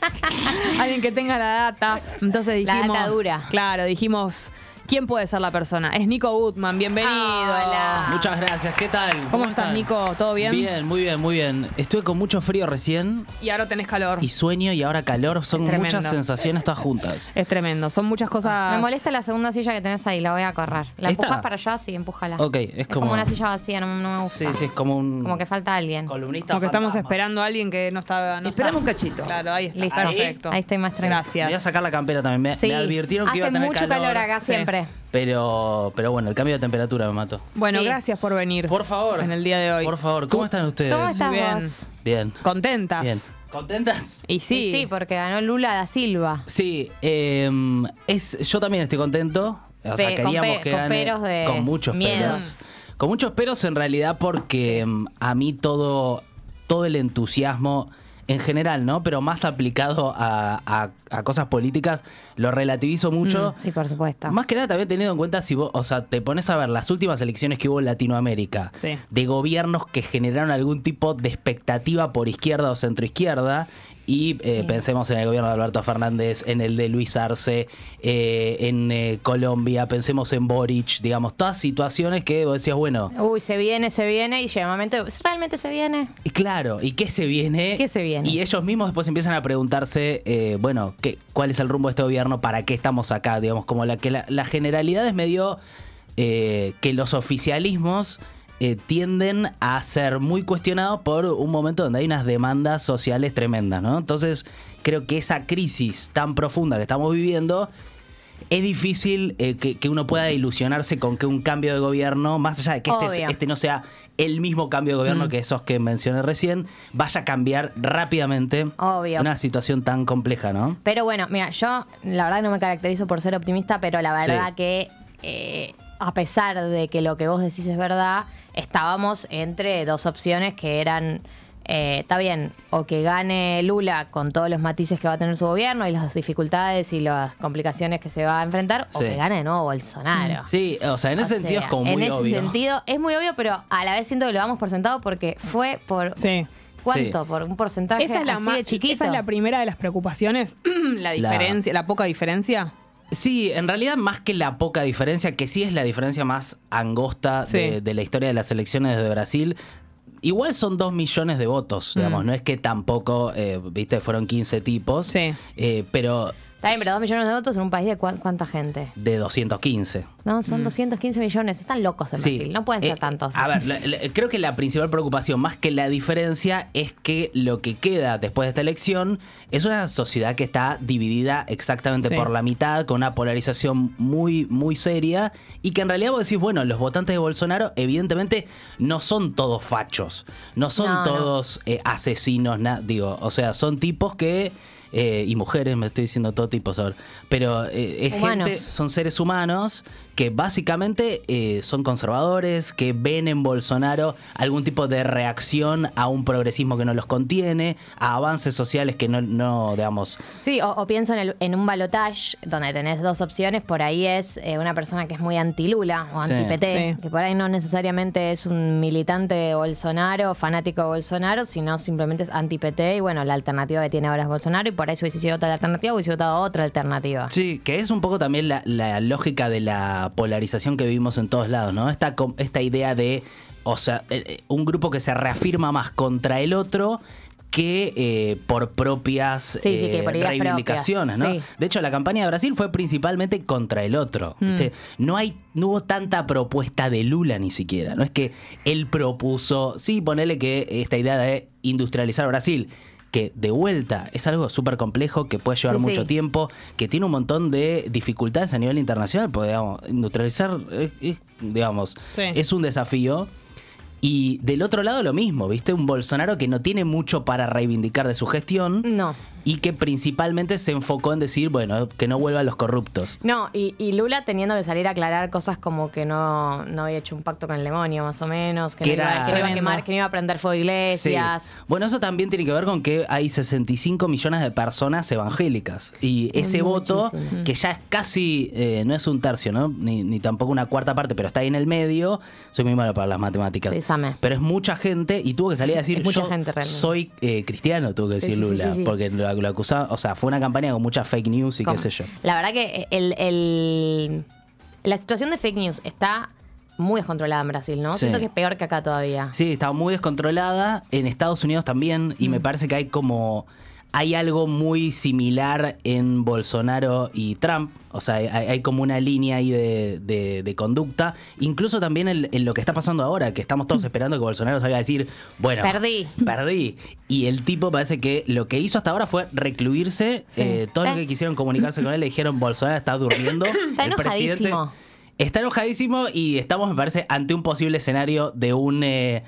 Speaker 4: alguien que tenga la data. Entonces
Speaker 3: La
Speaker 4: dijimos.
Speaker 3: data dura.
Speaker 4: Claro, dijimos. ¿Quién puede ser la persona? Es Nico Gutman, bienvenido.
Speaker 3: Hola.
Speaker 9: muchas gracias, ¿qué tal? ¿Cómo,
Speaker 4: estás,
Speaker 9: están?
Speaker 4: Nico? ¿Todo bien?
Speaker 9: Bien, muy bien, muy bien. Estuve con mucho frío recién
Speaker 4: Y ahora tenés calor.
Speaker 9: y sueño y ahora calor. Son
Speaker 4: Es tremendo.
Speaker 9: muchas sensaciones todas juntas.
Speaker 4: Es tremendo. Son muchas cosas.
Speaker 3: Ah, Me molesta la segunda silla que tenés ahí, la voy a correr. La
Speaker 9: ¿Esta?
Speaker 3: empujas para allá, sí, empújala.
Speaker 9: Ok, es como-
Speaker 3: una silla vacía, no, no me gusta.
Speaker 9: Sí, sí, es como un.
Speaker 3: Como que falta alguien.
Speaker 9: Columnista.
Speaker 4: Como que estamos
Speaker 9: fantasma.
Speaker 4: esperando a alguien que no está. No
Speaker 10: Esperame
Speaker 4: está.
Speaker 10: un cachito.
Speaker 4: Claro, ahí está.
Speaker 3: Listo.
Speaker 4: Perfecto.
Speaker 3: Ahí estoy más tranquila.
Speaker 9: Me voy a
Speaker 4: Gracias.
Speaker 9: sacar la campera también. Me,
Speaker 3: Sí.
Speaker 9: me advirtieron que
Speaker 3: Hace
Speaker 9: iba a tener
Speaker 3: mucho calor acá siempre.
Speaker 9: Pero, pero bueno, el cambio de temperatura me mató.
Speaker 4: Bueno,
Speaker 3: Sí.
Speaker 4: gracias por venir.
Speaker 9: Por favor.
Speaker 4: En el día de hoy.
Speaker 9: Por favor, ¿cómo están ustedes?
Speaker 3: ¿Cómo estás
Speaker 4: Bien.
Speaker 3: vos?
Speaker 9: Bien.
Speaker 4: ¿Contentas?
Speaker 9: Bien. ¿Contentas?
Speaker 4: Y
Speaker 3: Sí.
Speaker 4: sí.
Speaker 3: sí, porque ganó Lula da Silva.
Speaker 9: Sí, em, es, yo también estoy contento. O sea,
Speaker 3: Pe- con
Speaker 9: queríamos
Speaker 3: pe-
Speaker 9: que
Speaker 3: con
Speaker 9: gane.
Speaker 3: peros de
Speaker 9: con muchos
Speaker 3: miedo.
Speaker 9: peros. Con muchos peros en realidad porque em, a mí todo, todo el entusiasmo en general, ¿no? Pero más aplicado a, a- a cosas políticas, lo relativizo mucho.
Speaker 3: Mm, sí, por supuesto.
Speaker 9: Más que nada también teniendo en cuenta si vos, o sea, te pones a ver las últimas elecciones que hubo en Latinoamérica,
Speaker 4: Sí.
Speaker 9: de gobiernos que generaron algún tipo de expectativa por izquierda o centroizquierda, y eh, pensemos en el gobierno de Alberto Fernández, en el de Luis Arce, eh, en eh, Colombia, pensemos en Boric, digamos, todas situaciones que vos decías, bueno,
Speaker 3: Uy, se viene, se viene y llega un momento. ¿Realmente se viene?
Speaker 9: y claro, ¿y qué se viene?
Speaker 3: ¿Qué se viene?
Speaker 9: Y ellos mismos después empiezan a preguntarse, eh, bueno, ¿qué, ¿cuál es el rumbo de este gobierno? ¿Para qué estamos acá? Digamos, como la que la, la generalidad es medio eh, que los oficialismos eh, tienden a ser muy cuestionados por un momento donde hay unas demandas sociales tremendas, ¿no? Entonces, creo que esa crisis tan profunda que estamos viviendo es difícil eh, que, que uno pueda ilusionarse con que un cambio de gobierno, más allá de que este,
Speaker 3: Obvio. Mm.
Speaker 9: este no sea el mismo cambio de gobierno que esos que mencioné recién, vaya a cambiar rápidamente
Speaker 3: Obvio.
Speaker 9: una situación tan compleja, ¿no?
Speaker 3: Pero bueno, mira, yo la verdad que no me caracterizo por ser optimista, pero la verdad
Speaker 9: Sí.
Speaker 3: que eh, a pesar de que lo que vos decís es verdad, estábamos entre dos opciones que eran, eh, está bien, o que gane Lula con todos los matices que va a tener su gobierno y las dificultades y las complicaciones que se va a enfrentar, o
Speaker 9: Sí.
Speaker 3: que gane de nuevo Bolsonaro.
Speaker 9: Sí, o sea, en ese
Speaker 3: O
Speaker 9: sentido
Speaker 3: sea,
Speaker 9: es como muy
Speaker 3: en ese
Speaker 9: obvio.
Speaker 3: sentido es muy obvio, pero a la vez siento que lo damos por sentado porque fue por
Speaker 4: Sí.
Speaker 3: cuánto,
Speaker 9: Sí.
Speaker 3: por un porcentaje
Speaker 4: Esa es, la
Speaker 3: así
Speaker 4: ma-
Speaker 3: de chiquito.
Speaker 4: esa es la primera de las preocupaciones. <clears throat> la diferencia, la, poca diferencia.
Speaker 9: Sí, en realidad más que la poca diferencia, que sí es la diferencia más angosta
Speaker 4: Sí.
Speaker 9: de, de la historia de las elecciones de Brasil. Igual son dos millones de votos,
Speaker 3: Mm.
Speaker 9: digamos, no es que tampoco, eh, viste, fueron 15 tipos,
Speaker 4: Sí.
Speaker 9: eh, pero
Speaker 3: Está bien, pero dos millones de votos en un país de cua- cuánta gente.
Speaker 9: de 215.
Speaker 3: No, son 215 millones. Están locos en
Speaker 9: Mm. Sí.
Speaker 3: Brasil. No pueden ser
Speaker 9: Eh,
Speaker 3: tantos.
Speaker 9: A ver, la- la- creo que la principal preocupación, más que la diferencia, es que lo que queda después de esta elección es una sociedad que está dividida exactamente
Speaker 4: Sí.
Speaker 9: por la mitad, con una polarización muy, muy seria, y que en realidad vos decís, bueno, los votantes de Bolsonaro, evidentemente, no son todos fachos, no son
Speaker 3: No, no.
Speaker 9: todos eh, asesinos, na- digo, o sea, son tipos que. eh, y mujeres, me estoy diciendo todo tipo, ahora. Pero eh, es
Speaker 3: Humanos.
Speaker 9: gente, son seres humanos que básicamente eh, son conservadores, que ven en Bolsonaro algún tipo de reacción a un progresismo que no los contiene, a avances sociales que no, no digamos,
Speaker 3: Sí, o, o pienso en, el- en un balotage donde tenés dos opciones. Por ahí es eh, una persona que es muy anti-Lula o
Speaker 9: Sí.
Speaker 3: anti-PT,
Speaker 4: Sí.
Speaker 3: que por ahí no necesariamente es un militante de Bolsonaro, fanático de Bolsonaro, sino simplemente es anti-PT. Y bueno, la alternativa que tiene ahora es Bolsonaro. Y por ahí si hubiese sido otra la alternativa, hubiese votado otra alternativa.
Speaker 9: Sí, que es un poco también la, la lógica de la polarización que vivimos en todos lados, ¿no? Esta, com- esta idea de, o sea, eh, eh, un grupo que se reafirma más contra el otro que eh, por propias
Speaker 3: Sí, sí, que
Speaker 9: eh,
Speaker 3: por ideas
Speaker 9: reivindicaciones,
Speaker 3: propias,
Speaker 9: ¿no?
Speaker 3: sí.
Speaker 9: De hecho, la campaña de Brasil fue principalmente contra el otro.
Speaker 3: Hmm.
Speaker 9: ¿viste? No hay, no hubo tanta propuesta de Lula ni siquiera. No es que él propuso, sí, ponele que esta idea de industrializar Brasil, que de vuelta es algo súper complejo que puede llevar
Speaker 3: Sí,
Speaker 9: mucho
Speaker 3: sí.
Speaker 9: tiempo, que tiene un montón de dificultades a nivel internacional, porque digamos, industrializar, es- es, digamos,
Speaker 4: Sí.
Speaker 9: es un desafío. Y del otro lado lo mismo, ¿viste? Un Bolsonaro que no tiene mucho para reivindicar de su gestión
Speaker 3: No.
Speaker 9: y que principalmente se enfocó en decir, bueno, que no vuelvan los corruptos.
Speaker 3: No, y, y Lula teniendo que salir a aclarar cosas como que no, no había hecho un pacto con el demonio, más o menos, que,
Speaker 9: Que
Speaker 3: no, iba,
Speaker 9: era-
Speaker 3: que no iba a
Speaker 4: Tremendo.
Speaker 3: quemar, que no iba a prender fuego a iglesias.
Speaker 9: Bueno, eso también tiene que ver con que hay 65 millones de personas evangélicas. Y ese voto,
Speaker 3: muchísimo.
Speaker 9: que ya es casi, eh, no es un tercio, ¿no? Ni, ni tampoco una cuarta parte, pero está ahí en el medio. Soy muy malo para las matemáticas.
Speaker 3: Sí, same.
Speaker 9: Pero es mucha gente y tuvo que salir a decir,
Speaker 3: Es mucha
Speaker 9: yo
Speaker 3: gente realmente.
Speaker 9: soy eh, cristiano, tuvo que
Speaker 3: Sí,
Speaker 9: decir
Speaker 3: sí, sí,
Speaker 9: Lula.
Speaker 3: sí, sí.
Speaker 9: Porque lo, lo acusaba, o sea, fue una campaña con mucha fake news y
Speaker 3: Como-
Speaker 9: qué sé yo.
Speaker 3: La verdad que el, el- la situación de fake news está muy descontrolada en Brasil, ¿no?
Speaker 9: Sí.
Speaker 3: Siento que es peor que acá todavía.
Speaker 9: Sí, está muy descontrolada. En Estados Unidos también. Y
Speaker 3: Mm.
Speaker 9: me parece que hay como. Hay algo muy similar en Bolsonaro y Trump. O sea, hay, hay como una línea ahí de, de- de conducta. Incluso también en, en lo que está pasando ahora, que estamos todos esperando que Bolsonaro salga a decir, bueno,
Speaker 3: Mm. Perdí.
Speaker 9: Perdí. Y el tipo parece que lo que hizo hasta ahora fue recluirse. Eh, todos los
Speaker 3: Eh.
Speaker 9: que quisieron comunicarse con él le dijeron, Bolsonaro está
Speaker 3: <coughs>
Speaker 9: durmiendo.
Speaker 3: Está
Speaker 9: El presidente-
Speaker 3: enojadísimo.
Speaker 9: Está enojadísimo y estamos, me parece, ante un posible escenario de un eh,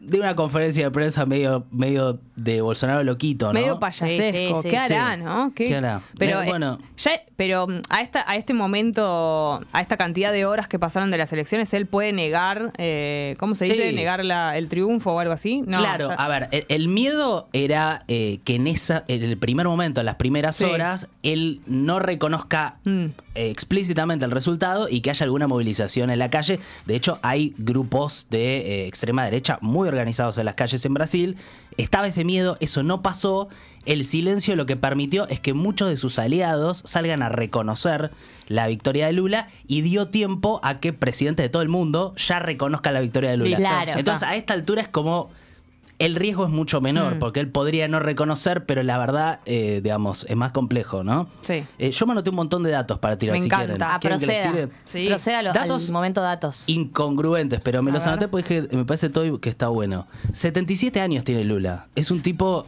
Speaker 9: de una conferencia de prensa medio, medio de Bolsonaro loquito, ¿no?
Speaker 4: Medio payasesco.
Speaker 3: Sí, sí, sí.
Speaker 4: ¿Qué hará,
Speaker 9: Sí.
Speaker 4: no?
Speaker 9: ¿Qué hará?
Speaker 4: Pero,
Speaker 9: Eh,
Speaker 4: eh,
Speaker 9: bueno.
Speaker 4: ya, pero mm, a, esta, a este momento, a esta cantidad de horas que pasaron de las elecciones, él puede negar, eh, ¿cómo se
Speaker 9: Sí.
Speaker 4: dice? Negar la- el triunfo o algo así. No,
Speaker 9: claro,
Speaker 4: ya-
Speaker 9: a ver, el, el miedo era eh, que en esa, en el primer momento, en las primeras
Speaker 4: Sí.
Speaker 9: horas, él no reconozca
Speaker 4: Mm.
Speaker 9: eh, explícitamente el resultado y que haya alguna movilización en la calle. De hecho, hay grupos de eh, extrema derecha muy organizados en las calles en Brasil. Estaba ese miedo, eso no pasó. El silencio lo que permitió es que muchos de sus aliados salgan a reconocer la victoria de Lula y dio tiempo a que presidente de todo el mundo ya reconozca la victoria de Lula.
Speaker 3: Listo. Claro.
Speaker 9: Entonces, a esta altura es como el riesgo es mucho menor,
Speaker 4: Mm.
Speaker 9: porque él podría no reconocer, pero la verdad, eh, digamos, es más complejo, ¿no?
Speaker 4: Sí.
Speaker 9: Eh, yo me anoté un montón de datos para tirar,
Speaker 4: Me
Speaker 9: si
Speaker 4: encanta.
Speaker 9: quieren.
Speaker 3: Ah,
Speaker 9: ¿Quieren que les
Speaker 3: proceda.
Speaker 9: tire?
Speaker 4: Sí.
Speaker 3: Proceda lo-
Speaker 9: Datos-
Speaker 3: al momento datos.
Speaker 9: Incongruentes, pero me
Speaker 4: A
Speaker 9: los
Speaker 4: ver.
Speaker 9: anoté porque dije, me parece todo que está bueno. 77 años tiene Lula. Es un tipo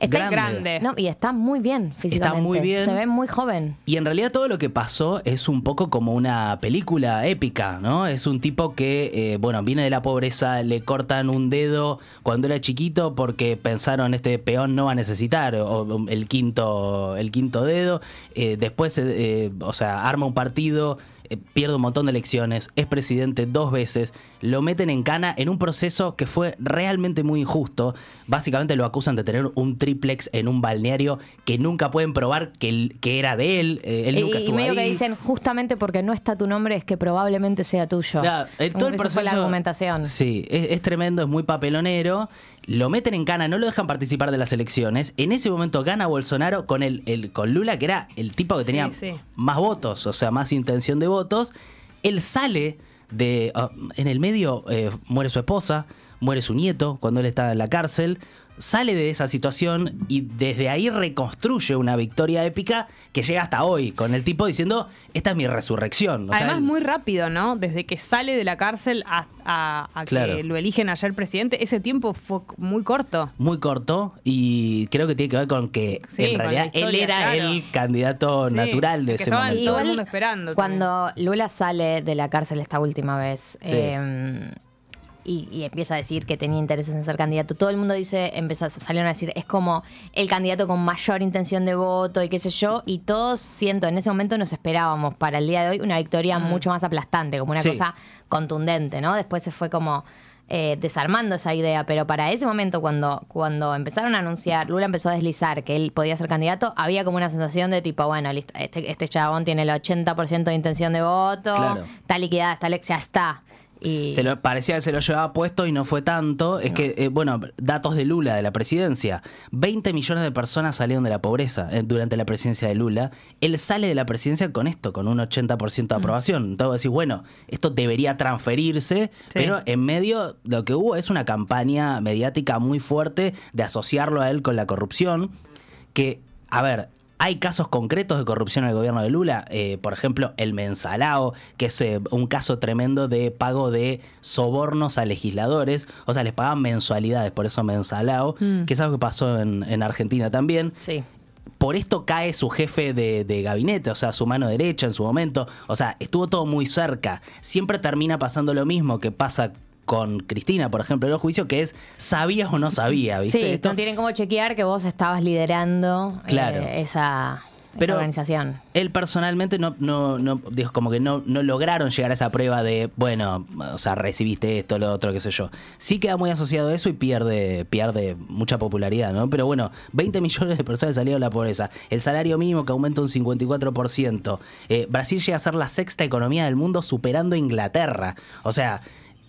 Speaker 3: Está
Speaker 9: grande.
Speaker 4: grande.
Speaker 3: No, y está muy bien físicamente.
Speaker 9: muy bien.
Speaker 3: Se ve muy joven.
Speaker 9: Y en realidad todo lo que pasó es un poco como una película épica, ¿no? Es un tipo que, eh, bueno, viene de la pobreza, le cortan un dedo cuando era chiquito porque pensaron este peón no va a necesitar o- o el quinto, el quinto dedo. Eh, después, eh, eh, o sea, arma un partido, eh, pierde un montón de elecciones, es presidente dos veces, lo meten en cana en un proceso que fue realmente muy injusto. Básicamente lo acusan de tener un triplex en un balneario que nunca pueden probar que, el- que era de él, eh, él
Speaker 3: Y-
Speaker 9: nunca
Speaker 3: y
Speaker 9: estuvo
Speaker 3: medio que
Speaker 9: ahí.
Speaker 3: dicen, justamente porque no está tu nombre, es que probablemente sea tuyo.
Speaker 9: Nada, eh,
Speaker 3: Como
Speaker 9: todo el
Speaker 3: que esa
Speaker 9: proceso,
Speaker 3: fue la argumentación.
Speaker 9: Sí, es, es tremendo, es muy papelonero. Lo meten en cana, no lo dejan participar de las elecciones. En ese momento gana Bolsonaro con, el, el- con Lula, que era el tipo que tenía
Speaker 4: sí.
Speaker 9: más votos, o sea, más intención de votos. Él sale de. ah, en el medio eh, muere su esposa, muere su nieto cuando él está en la cárcel. Sale de esa situación y desde ahí reconstruye una victoria épica que llega hasta hoy, con el tipo diciendo: Esta es mi resurrección. O sea,
Speaker 4: Además,
Speaker 9: él-
Speaker 4: muy rápido, ¿no? Desde que sale de la cárcel a, a- a
Speaker 9: Claro.
Speaker 4: que lo eligen ayer presidente, ese tiempo fue c- muy corto.
Speaker 9: muy corto y creo que tiene que ver con que
Speaker 4: Sí,
Speaker 9: en
Speaker 4: con la
Speaker 9: realidad él
Speaker 4: historia,
Speaker 9: era
Speaker 4: claro.
Speaker 9: el candidato
Speaker 4: Sí,
Speaker 9: natural de
Speaker 4: que
Speaker 9: ese
Speaker 4: estaban
Speaker 9: momento.
Speaker 4: todo el mundo esperando
Speaker 3: Cuando Lula sale de la cárcel esta última vez
Speaker 9: Sí.
Speaker 3: eh, y, y empieza a decir que tenía intereses en ser candidato, todo el mundo dice, empieza, salieron a decir, es como el candidato con mayor intención de voto y qué sé yo, y todos siento, en ese momento nos esperábamos para el día de hoy una victoria mucho más aplastante, como una
Speaker 9: Mm. Sí.
Speaker 3: cosa contundente, ¿no? Después se fue como... eh, desarmando esa idea, pero para ese momento cuando, cuando empezaron a anunciar, Lula empezó a deslizar que él podía ser candidato, había como una sensación de tipo, bueno, listo, este, este chabón tiene el 80% de intención de voto,
Speaker 9: Claro.
Speaker 3: está liquidada esta elección, ya está. Y
Speaker 9: Se lo, parecía que se lo llevaba puesto y no fue tanto. Es que, eh, bueno, datos de Lula, de la presidencia. 20 millones de personas salieron de la pobreza eh, durante la presidencia de Lula. Él sale de la presidencia con esto, con un 80%
Speaker 4: Mm.
Speaker 9: de aprobación. Entonces decís, bueno, esto debería transferirse, pero en medio lo que hubo es una campaña mediática muy fuerte de asociarlo a él con la corrupción. que, a ver, hay casos concretos de corrupción en el gobierno de Lula, eh, por ejemplo, el Mensalao, que es eh, un caso tremendo de pago de sobornos a legisladores, o sea, les pagaban mensualidades, por eso Mensalao, que es algo que pasó en, en Argentina también.
Speaker 3: sí.
Speaker 9: Por esto cae su jefe de, de gabinete, o sea, su mano derecha en su momento, o sea, estuvo todo muy cerca. Siempre termina pasando lo mismo que pasa con Cristina, por ejemplo, en los juicios, que es sabía o no sabía, ¿viste?
Speaker 3: Sí,
Speaker 9: Esto-
Speaker 3: no tienen cómo chequear que vos estabas liderando eh,
Speaker 9: Claro.
Speaker 3: esa, esa
Speaker 9: Pero-
Speaker 3: organización.
Speaker 9: Él personalmente no, no, no dijo como que no, no lograron llegar a esa prueba de, bueno, o sea, recibiste esto, lo otro, qué sé yo. Sí queda muy asociado a eso y pierde, pierde mucha popularidad, ¿no? Pero bueno, 20 millones de personas salieron de la pobreza. El salario mínimo que aumenta un 54%. Eh, Brasil llega a ser la sexta economía del mundo superando a Inglaterra. O sea,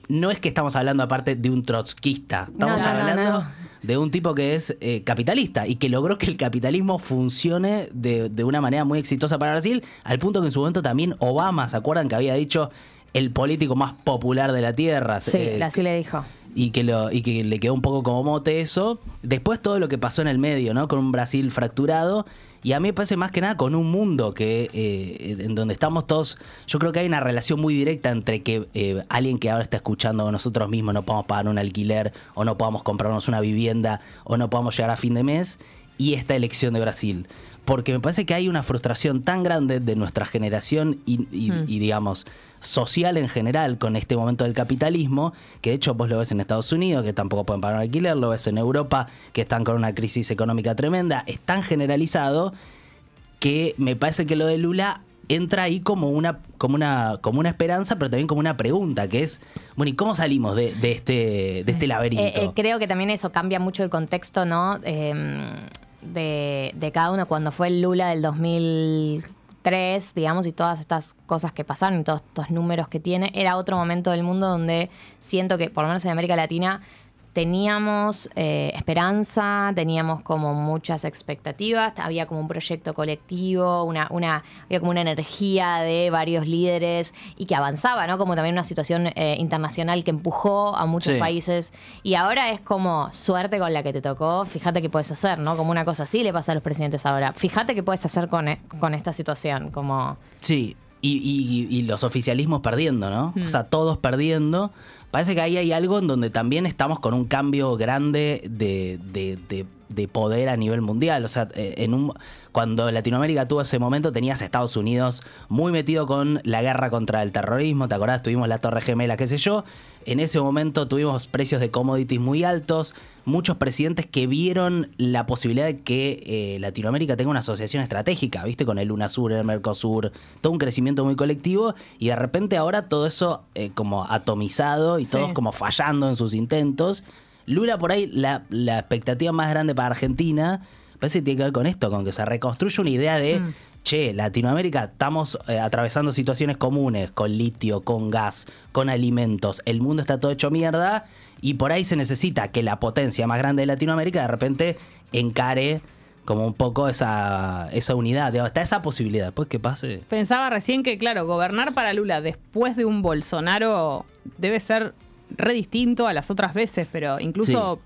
Speaker 9: no es que estamos hablando aparte de un trotskista. Estamos
Speaker 3: No, no, no,
Speaker 9: hablando
Speaker 3: no.
Speaker 9: de un tipo que es eh, capitalista y que logró que el capitalismo funcione de, de una manera muy exitosa para Brasil, al punto que en su momento también Obama, ¿se acuerdan que había dicho el político más popular de la Tierra?
Speaker 3: Sí,
Speaker 9: Eh,
Speaker 3: así le dijo.
Speaker 9: y que, lo, y que le quedó un poco como mote eso. Después todo lo que pasó en el medio, ¿no? Con un Brasil fracturado. Y a mí me parece más que nada con un mundo que eh, en donde estamos todos. Yo creo que hay una relación muy directa entre que eh, alguien que ahora está escuchando o nosotros mismos no podamos pagar un alquiler, o no podamos comprarnos una vivienda, o no podamos llegar a fin de mes, y esta elección de Brasil. Porque me parece que hay una frustración tan grande de nuestra generación y, y- y, digamos, social en general con este momento del capitalismo, que de hecho vos lo ves en Estados Unidos, que tampoco pueden pagar un alquiler, lo ves en Europa, que están con una crisis económica tremenda, es tan generalizado que me parece que lo de Lula entra ahí como una, como una, como una esperanza, pero también como una pregunta, que es, bueno, ¿y cómo salimos de, de este, de este laberinto?
Speaker 3: Eh, eh, creo que también eso cambia mucho el contexto, ¿no? Eh, de, de cada uno. Cuando fue el Lula del 2003, digamos, y todas estas cosas que pasaron, y todos estos números que tiene, era otro momento del mundo donde siento que, por lo menos en América Latina, teníamos eh, esperanza, teníamos como muchas expectativas, había como un proyecto colectivo, una, una, había como una energía de varios líderes y que avanzaba, ¿no? Como también una situación eh, internacional que empujó a muchos
Speaker 9: Sí.
Speaker 3: países países. Y ahora es como suerte con la que te tocó, fíjate qué puedes hacer, ¿no? Como una cosa así le pasa a los presidentes ahora. Fíjate qué puedes hacer con, e- con esta situación, como...
Speaker 9: Sí, y, y- y los oficialismos perdiendo, ¿no? O sea, todos perdiendo. Parece que ahí hay algo en donde también estamos con un cambio grande de, de- de- de poder a nivel mundial. O sea, eh, en un, cuando Latinoamérica tuvo ese momento, tenías a Estados Unidos muy metido con la guerra contra el terrorismo. ¿Te acordás? Tuvimos la Torre Gemela, qué sé yo. En ese momento tuvimos precios de commodities muy altos. Muchos presidentes que vieron la posibilidad de que eh, Latinoamérica tenga una asociación estratégica, ¿viste? Con el UNASUR, el MERCOSUR, todo un crecimiento muy colectivo y de repente ahora todo eso eh, como atomizado y todos como fallando en sus intentos. Lula por ahí, la, la expectativa más grande para Argentina, parece que tiene que ver con esto, con que se reconstruye una idea de, che, Latinoamérica, estamos eh, atravesando situaciones comunes, con litio, con gas, con alimentos, el mundo está todo hecho mierda y por ahí se necesita que la potencia más grande de Latinoamérica de repente encare como un poco esa, esa unidad, digo, está esa posibilidad, pues que pase.
Speaker 4: Pensaba recién que, claro, gobernar para Lula después de un Bolsonaro debe ser re distinto a las otras veces, pero incluso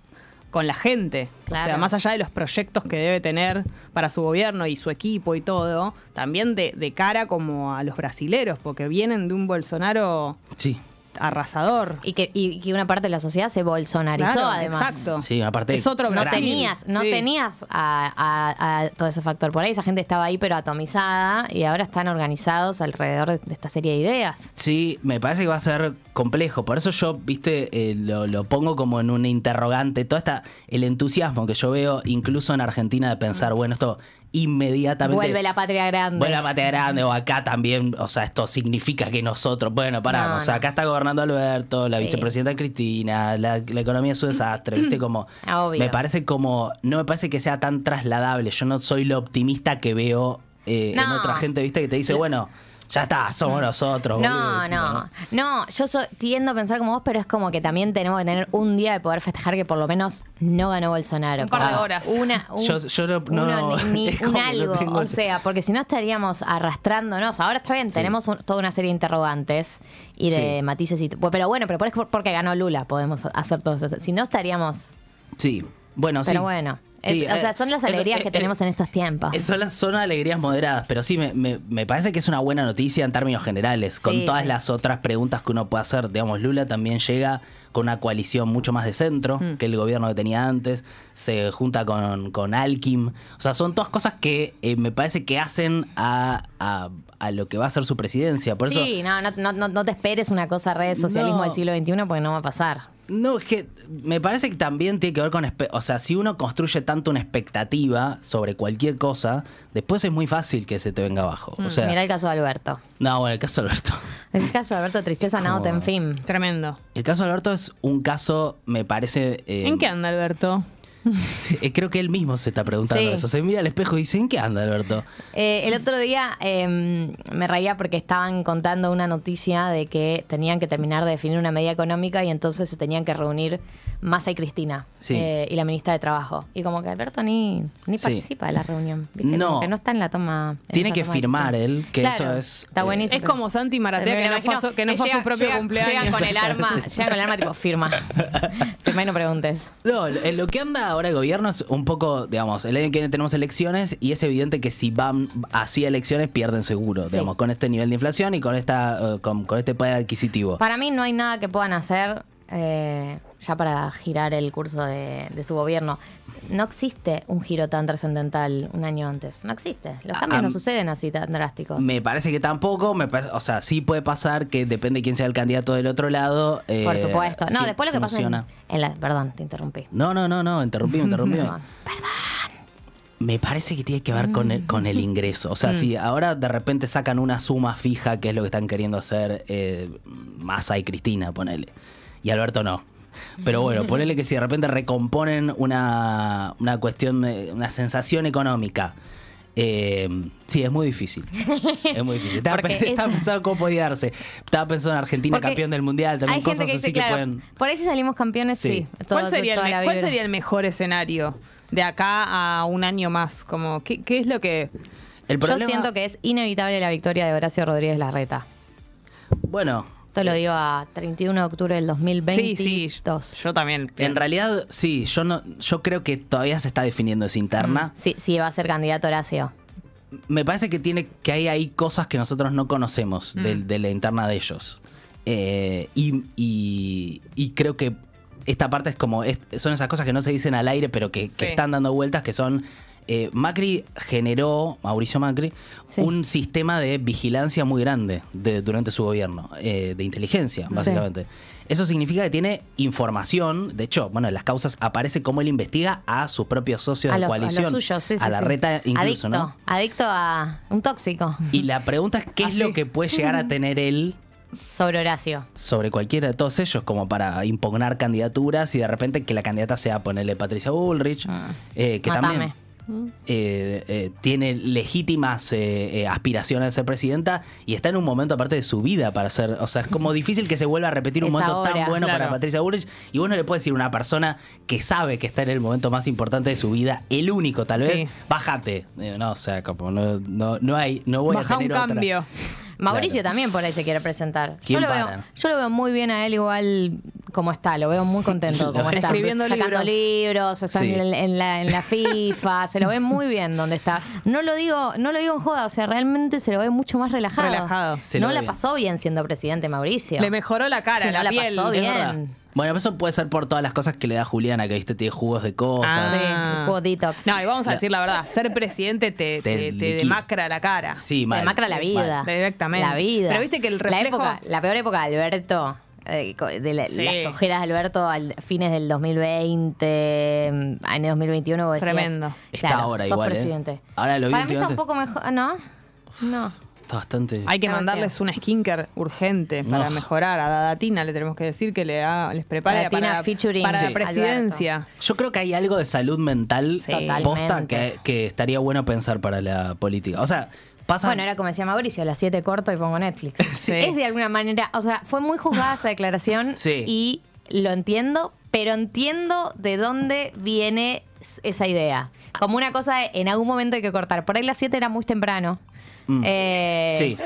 Speaker 4: con la gente. O sea,
Speaker 3: Claro.
Speaker 4: más allá de los proyectos que debe tener para su gobierno y su equipo y todo, también de, de cara como a los brasileros, porque vienen de un Bolsonaro
Speaker 9: Sí.
Speaker 4: arrasador.
Speaker 3: Y que, y que una parte de la sociedad se bolsonarizó
Speaker 4: Claro,
Speaker 3: además.
Speaker 4: Exacto.
Speaker 9: Sí, aparte-
Speaker 4: Es otro
Speaker 3: No
Speaker 4: Brasil.
Speaker 3: tenías, no
Speaker 4: Sí.
Speaker 3: tenías a, a- a todo ese factor por ahí. Esa gente estaba ahí pero atomizada y ahora están organizados alrededor de, de esta serie de ideas.
Speaker 9: Sí, me parece que va a ser complejo. Por eso yo, viste, eh, lo, lo pongo como en un interrogante. Todo esta, el entusiasmo que yo veo incluso en Argentina de pensar, bueno, esto inmediatamente...
Speaker 3: Vuelve la patria grande.
Speaker 9: Vuelve la patria grande o acá también, o sea, esto significa que nosotros, bueno, pará,
Speaker 3: No,
Speaker 9: o sea,
Speaker 3: no.
Speaker 9: acá está gobernando Alberto, la
Speaker 3: Sí. Mm.
Speaker 9: vicepresidenta Cristina, la, la economía es su desastre, viste, como...
Speaker 3: Ah, Obvio.
Speaker 9: Me parece como, no me parece que sea tan trasladable, yo no soy lo optimista que veo eh, en
Speaker 3: No.
Speaker 9: otra gente, viste, que te dice, bueno, ya está, somos nosotros. Ah, boludo,
Speaker 3: No,
Speaker 9: tipo,
Speaker 3: no, no. Yo so- tiendo a pensar como vos, pero es como que también tenemos que tener un día de poder festejar que por lo menos no ganó Bolsonaro.
Speaker 4: Un par de
Speaker 3: Como
Speaker 4: horas.
Speaker 3: Una, un,
Speaker 9: Yo- yo no- <laughs> no,
Speaker 3: uno ni- ni-
Speaker 9: es
Speaker 3: un
Speaker 9: como que no
Speaker 3: algo.
Speaker 9: tengo
Speaker 3: o
Speaker 9: ese-
Speaker 3: sea, porque si no estaríamos arrastrándonos. Ahora está bien, tenemos un- toda una serie de interrogantes y de
Speaker 9: Sí.
Speaker 3: matices. Y, t- pero bueno, pero por- porque ganó Lula podemos hacer todo eso. Si no estaríamos...
Speaker 9: Sí, bueno, sí.
Speaker 3: Pero bueno. Es-
Speaker 9: Sí,
Speaker 3: o
Speaker 9: eh,
Speaker 3: sea, son las
Speaker 9: eso-
Speaker 3: alegrías
Speaker 9: eh,
Speaker 3: que
Speaker 9: eh,
Speaker 3: tenemos en estos tiempos.
Speaker 9: eh, Son, las, son alegrías moderadas, pero sí, me, me- me parece que es una buena noticia en términos generales, con
Speaker 3: Sí,
Speaker 9: todas
Speaker 3: sí.
Speaker 9: las otras preguntas que uno puede hacer. Digamos, Lula también llega con una coalición mucho más de centro
Speaker 4: Mm.
Speaker 9: que el gobierno que tenía antes, se junta con, con Alkim. O sea, son todas cosas que eh, me parece que hacen a, a- a lo que va a ser su presidencia. Por eso,
Speaker 3: sí, no, no, no- no, no te esperes una cosa redes socialismo
Speaker 9: No.
Speaker 3: del siglo XXI porque no va a pasar.
Speaker 9: No, es que me parece que también tiene que ver con... espe- O sea, si uno construye tanto una expectativa sobre cualquier cosa, después es muy fácil que se te venga abajo. O sea,
Speaker 3: Mm, Mira el caso de Alberto.
Speaker 9: no, bueno, el caso de Alberto.
Speaker 3: El caso de Alberto Tristeza
Speaker 9: Como-
Speaker 3: Naut, en fin.
Speaker 4: Tremendo.
Speaker 9: El caso de Alberto es un caso, me parece... eh,
Speaker 4: ¿En qué anda Alberto?
Speaker 9: sí, eh, creo que él mismo se está preguntando
Speaker 3: Sí.
Speaker 9: eso. Se mira al espejo y dice, ¿en qué anda Alberto?
Speaker 3: Eh, el otro día eh, me reía porque estaban contando una noticia de que tenían que terminar de definir una medida económica y entonces se tenían que reunir Massa y Cristina
Speaker 9: Sí.
Speaker 3: eh, y la ministra de Trabajo. Y como que Alberto ni, ni
Speaker 9: Sí.
Speaker 3: participa de la reunión. ¿viste?
Speaker 9: No.
Speaker 3: Como que no está en la toma. en
Speaker 9: Tiene
Speaker 3: esa
Speaker 9: que
Speaker 3: toma de
Speaker 9: firmar
Speaker 3: decisión.
Speaker 9: él, que
Speaker 3: Claro,
Speaker 9: eso es,
Speaker 3: Está
Speaker 9: eh,
Speaker 3: buenísimo.
Speaker 4: Es como Santi Maratea,
Speaker 3: Me
Speaker 4: que
Speaker 3: lo
Speaker 4: no fue a
Speaker 3: imagino
Speaker 4: su- que no fue a
Speaker 3: llega-
Speaker 4: su propio
Speaker 3: llega-
Speaker 4: cumpleaños.
Speaker 3: Llegan con el arma, llegan con el arma tipo
Speaker 9: <laughs>
Speaker 3: firma. firma y no preguntes.
Speaker 9: No, en lo que anda ahora el gobierno es un poco, digamos, el año que viene tenemos elecciones y es evidente que si van así elecciones pierden seguro,
Speaker 3: Sí.
Speaker 9: digamos, con este nivel de inflación y con esta eh, con, con este poder adquisitivo.
Speaker 3: Para mí no hay nada que puedan hacer eh, ya para girar el curso de, de su gobierno. No existe un giro tan trascendental un año antes. No existe. Los
Speaker 9: A-
Speaker 3: cambios
Speaker 9: a-
Speaker 3: no suceden así tan drásticos.
Speaker 9: Ah, Me parece que tampoco, me parece- o sea, sí puede pasar que depende de quién sea el candidato del otro lado. eh,
Speaker 3: Por supuesto. No,
Speaker 9: sí
Speaker 3: después lo que pasa en,
Speaker 9: funciona.
Speaker 3: en la... Perdón, te interrumpí.
Speaker 9: No, no, no, no,
Speaker 3: <laughs>
Speaker 9: interrumpí, interrumpí.
Speaker 3: Perdón.
Speaker 9: Me parece que tiene que ver con
Speaker 3: Mm.
Speaker 9: el, con el ingreso. O sea, si ahora de repente sacan una suma fija, que es lo que están queriendo hacer eh, Massa y Cristina, ponele. Y Alberto no.
Speaker 3: <laughs>
Speaker 9: Pero bueno, ponele que si de repente recomponen una, una cuestión, de- una sensación económica. Eh, sí, es muy difícil. Es muy
Speaker 3: <laughs>
Speaker 9: difícil. Estaba,
Speaker 3: Porque
Speaker 9: pe- estaba
Speaker 3: eso-
Speaker 9: pensando cómo podía darse. Estaba pensando en Argentina
Speaker 3: Porque
Speaker 9: campeón del mundial, también
Speaker 3: Hay gente
Speaker 9: cosas
Speaker 3: que
Speaker 9: así
Speaker 3: dice,
Speaker 9: que
Speaker 3: claro,
Speaker 9: pueden.
Speaker 3: por ahí si salimos campeones, sí.
Speaker 9: Sí.
Speaker 3: todo-
Speaker 4: ¿Cuál, sería el,
Speaker 3: toda la
Speaker 4: me- cuál
Speaker 3: vibra.
Speaker 4: sería el mejor escenario de acá a un año más? Como, ¿qué, qué es lo que...?
Speaker 9: El problema,
Speaker 3: Yo siento que es inevitable la victoria de Horacio Rodríguez Larreta.
Speaker 9: Bueno,
Speaker 3: Esto lo digo a 31 de octubre del 2022.
Speaker 4: Sí, sí, yo también.
Speaker 9: En realidad, sí, yo no, yo creo que todavía se está definiendo esa interna.
Speaker 3: Sí, sí, va a ser candidato Horacio.
Speaker 9: Me parece que tiene, que hay ahí cosas que nosotros no conocemos
Speaker 3: Mm.
Speaker 9: de, de la interna de ellos. Eh, y, y- y creo que esta parte es como, es- son esas cosas que no se dicen al aire, pero que,
Speaker 4: Sí.
Speaker 9: que están dando vueltas, que son. eh, Macri generó, Mauricio Macri,
Speaker 3: Sí.
Speaker 9: un sistema de vigilancia muy grande de- durante su gobierno, eh, de inteligencia, básicamente. Eso significa que tiene información, de hecho, bueno, en las causas aparece cómo él investiga a sus propios socios
Speaker 3: a
Speaker 9: de
Speaker 3: los,
Speaker 9: coalición,
Speaker 3: a los suyos, sí, sí,
Speaker 9: la
Speaker 3: sí.
Speaker 9: reta incluso,
Speaker 3: adicto,
Speaker 9: ¿no?
Speaker 3: Adicto a un tóxico
Speaker 9: Y la pregunta es qué es lo que puede llegar a tener él
Speaker 3: sobre Horacio.
Speaker 9: sobre cualquiera de todos ellos, como para impugnar candidaturas y de repente que la candidata sea ponerle Patricia Bullrich,
Speaker 3: Ah.
Speaker 9: eh, que
Speaker 3: Matame.
Speaker 9: también eh, eh, tiene legítimas eh, eh, aspiraciones de ser presidenta y está en un momento aparte de su vida para ser, o sea, es como difícil que se vuelva a repetir un
Speaker 3: Es
Speaker 9: momento
Speaker 3: ahora,
Speaker 9: tan bueno para
Speaker 4: claro.
Speaker 9: Patricia Bullrich y vos no le puedes decir a una persona que sabe que está en el momento más importante de su vida, el único tal
Speaker 4: Sí.
Speaker 9: vez, bájate, Eh, no, o sea, como no, no, no hay, no voy
Speaker 4: Baja
Speaker 9: a
Speaker 4: un
Speaker 9: tener otra.
Speaker 4: cambio.
Speaker 3: Mauricio
Speaker 9: Claro.
Speaker 3: también por ahí se quiere presentar. Yo
Speaker 9: ¿Quién
Speaker 3: lo, veo,
Speaker 9: para?
Speaker 3: yo lo veo muy bien a él igual como está, lo veo muy
Speaker 9: <laughs>
Speaker 3: contento como está.
Speaker 4: Escribiendo
Speaker 3: Sacando
Speaker 4: libros.
Speaker 3: libros, está
Speaker 9: Sí.
Speaker 3: en, en la, en la FIFA, se lo ve muy bien donde está. No lo digo, no lo digo en joda, o sea, realmente se lo ve mucho más relajado.
Speaker 4: Relajado.
Speaker 9: Se lo
Speaker 3: No
Speaker 9: ve
Speaker 3: la
Speaker 9: bien.
Speaker 3: pasó bien siendo presidente Mauricio.
Speaker 4: Le mejoró la cara,
Speaker 3: Sí, no
Speaker 4: la,
Speaker 3: la
Speaker 4: piel.
Speaker 3: pasó
Speaker 9: Es
Speaker 3: bien.
Speaker 9: verdad. Bueno, eso puede ser por todas las cosas que le da Juliana, que viste, tiene jugos de cosas.
Speaker 3: Sí, el jugo detox.
Speaker 4: No, y vamos a decir la verdad, ser presidente
Speaker 9: <laughs>
Speaker 4: te,
Speaker 9: Te
Speaker 4: te, te
Speaker 9: liquida.
Speaker 4: demacra la cara.
Speaker 9: Sí,
Speaker 3: Te
Speaker 9: mal.
Speaker 3: macra la vida.
Speaker 9: Mal.
Speaker 4: Directamente.
Speaker 3: La vida.
Speaker 4: Pero viste que el reflejo-
Speaker 3: La, época, la peor época de Alberto, eh, co- de la-
Speaker 4: Sí.
Speaker 3: las ojeras de Alberto al fines del 2020, mm, año 2021. vos decías,
Speaker 4: Tremendo.
Speaker 9: Está
Speaker 3: claro,
Speaker 9: ahora
Speaker 3: sos
Speaker 9: igual, ¿eh?
Speaker 3: presidente.
Speaker 9: Ahora lo vi
Speaker 3: Para mí está un
Speaker 9: últimamente.
Speaker 3: poco mejor, ¿no? No.
Speaker 9: Está bastante.
Speaker 4: Hay que
Speaker 3: Claro,
Speaker 4: mandarles un skinker urgente
Speaker 9: No.
Speaker 4: para mejorar. A Dadatina le tenemos que decir que le ha- les prepare
Speaker 3: Dadatina
Speaker 4: para,
Speaker 3: featuring
Speaker 4: para la
Speaker 9: Sí.
Speaker 4: presidencia.
Speaker 9: Yo creo que hay algo de salud mental
Speaker 3: Sí.
Speaker 9: posta
Speaker 3: Totalmente.
Speaker 9: que, que estaría bueno pensar para la política. O sea, pasa.
Speaker 3: Bueno, era como decía Mauricio, a las 7 corto y pongo Netflix.
Speaker 9: <laughs>
Speaker 4: Sí.
Speaker 3: Es de alguna manera, o sea, fue muy juzgada esa declaración
Speaker 9: <laughs> Sí.
Speaker 3: y lo entiendo, pero entiendo de dónde viene s- esa idea. Como una cosa de, en algún momento hay que cortar. Por ahí las 7 era muy temprano.
Speaker 9: Mm.
Speaker 3: Eh,
Speaker 9: Sí,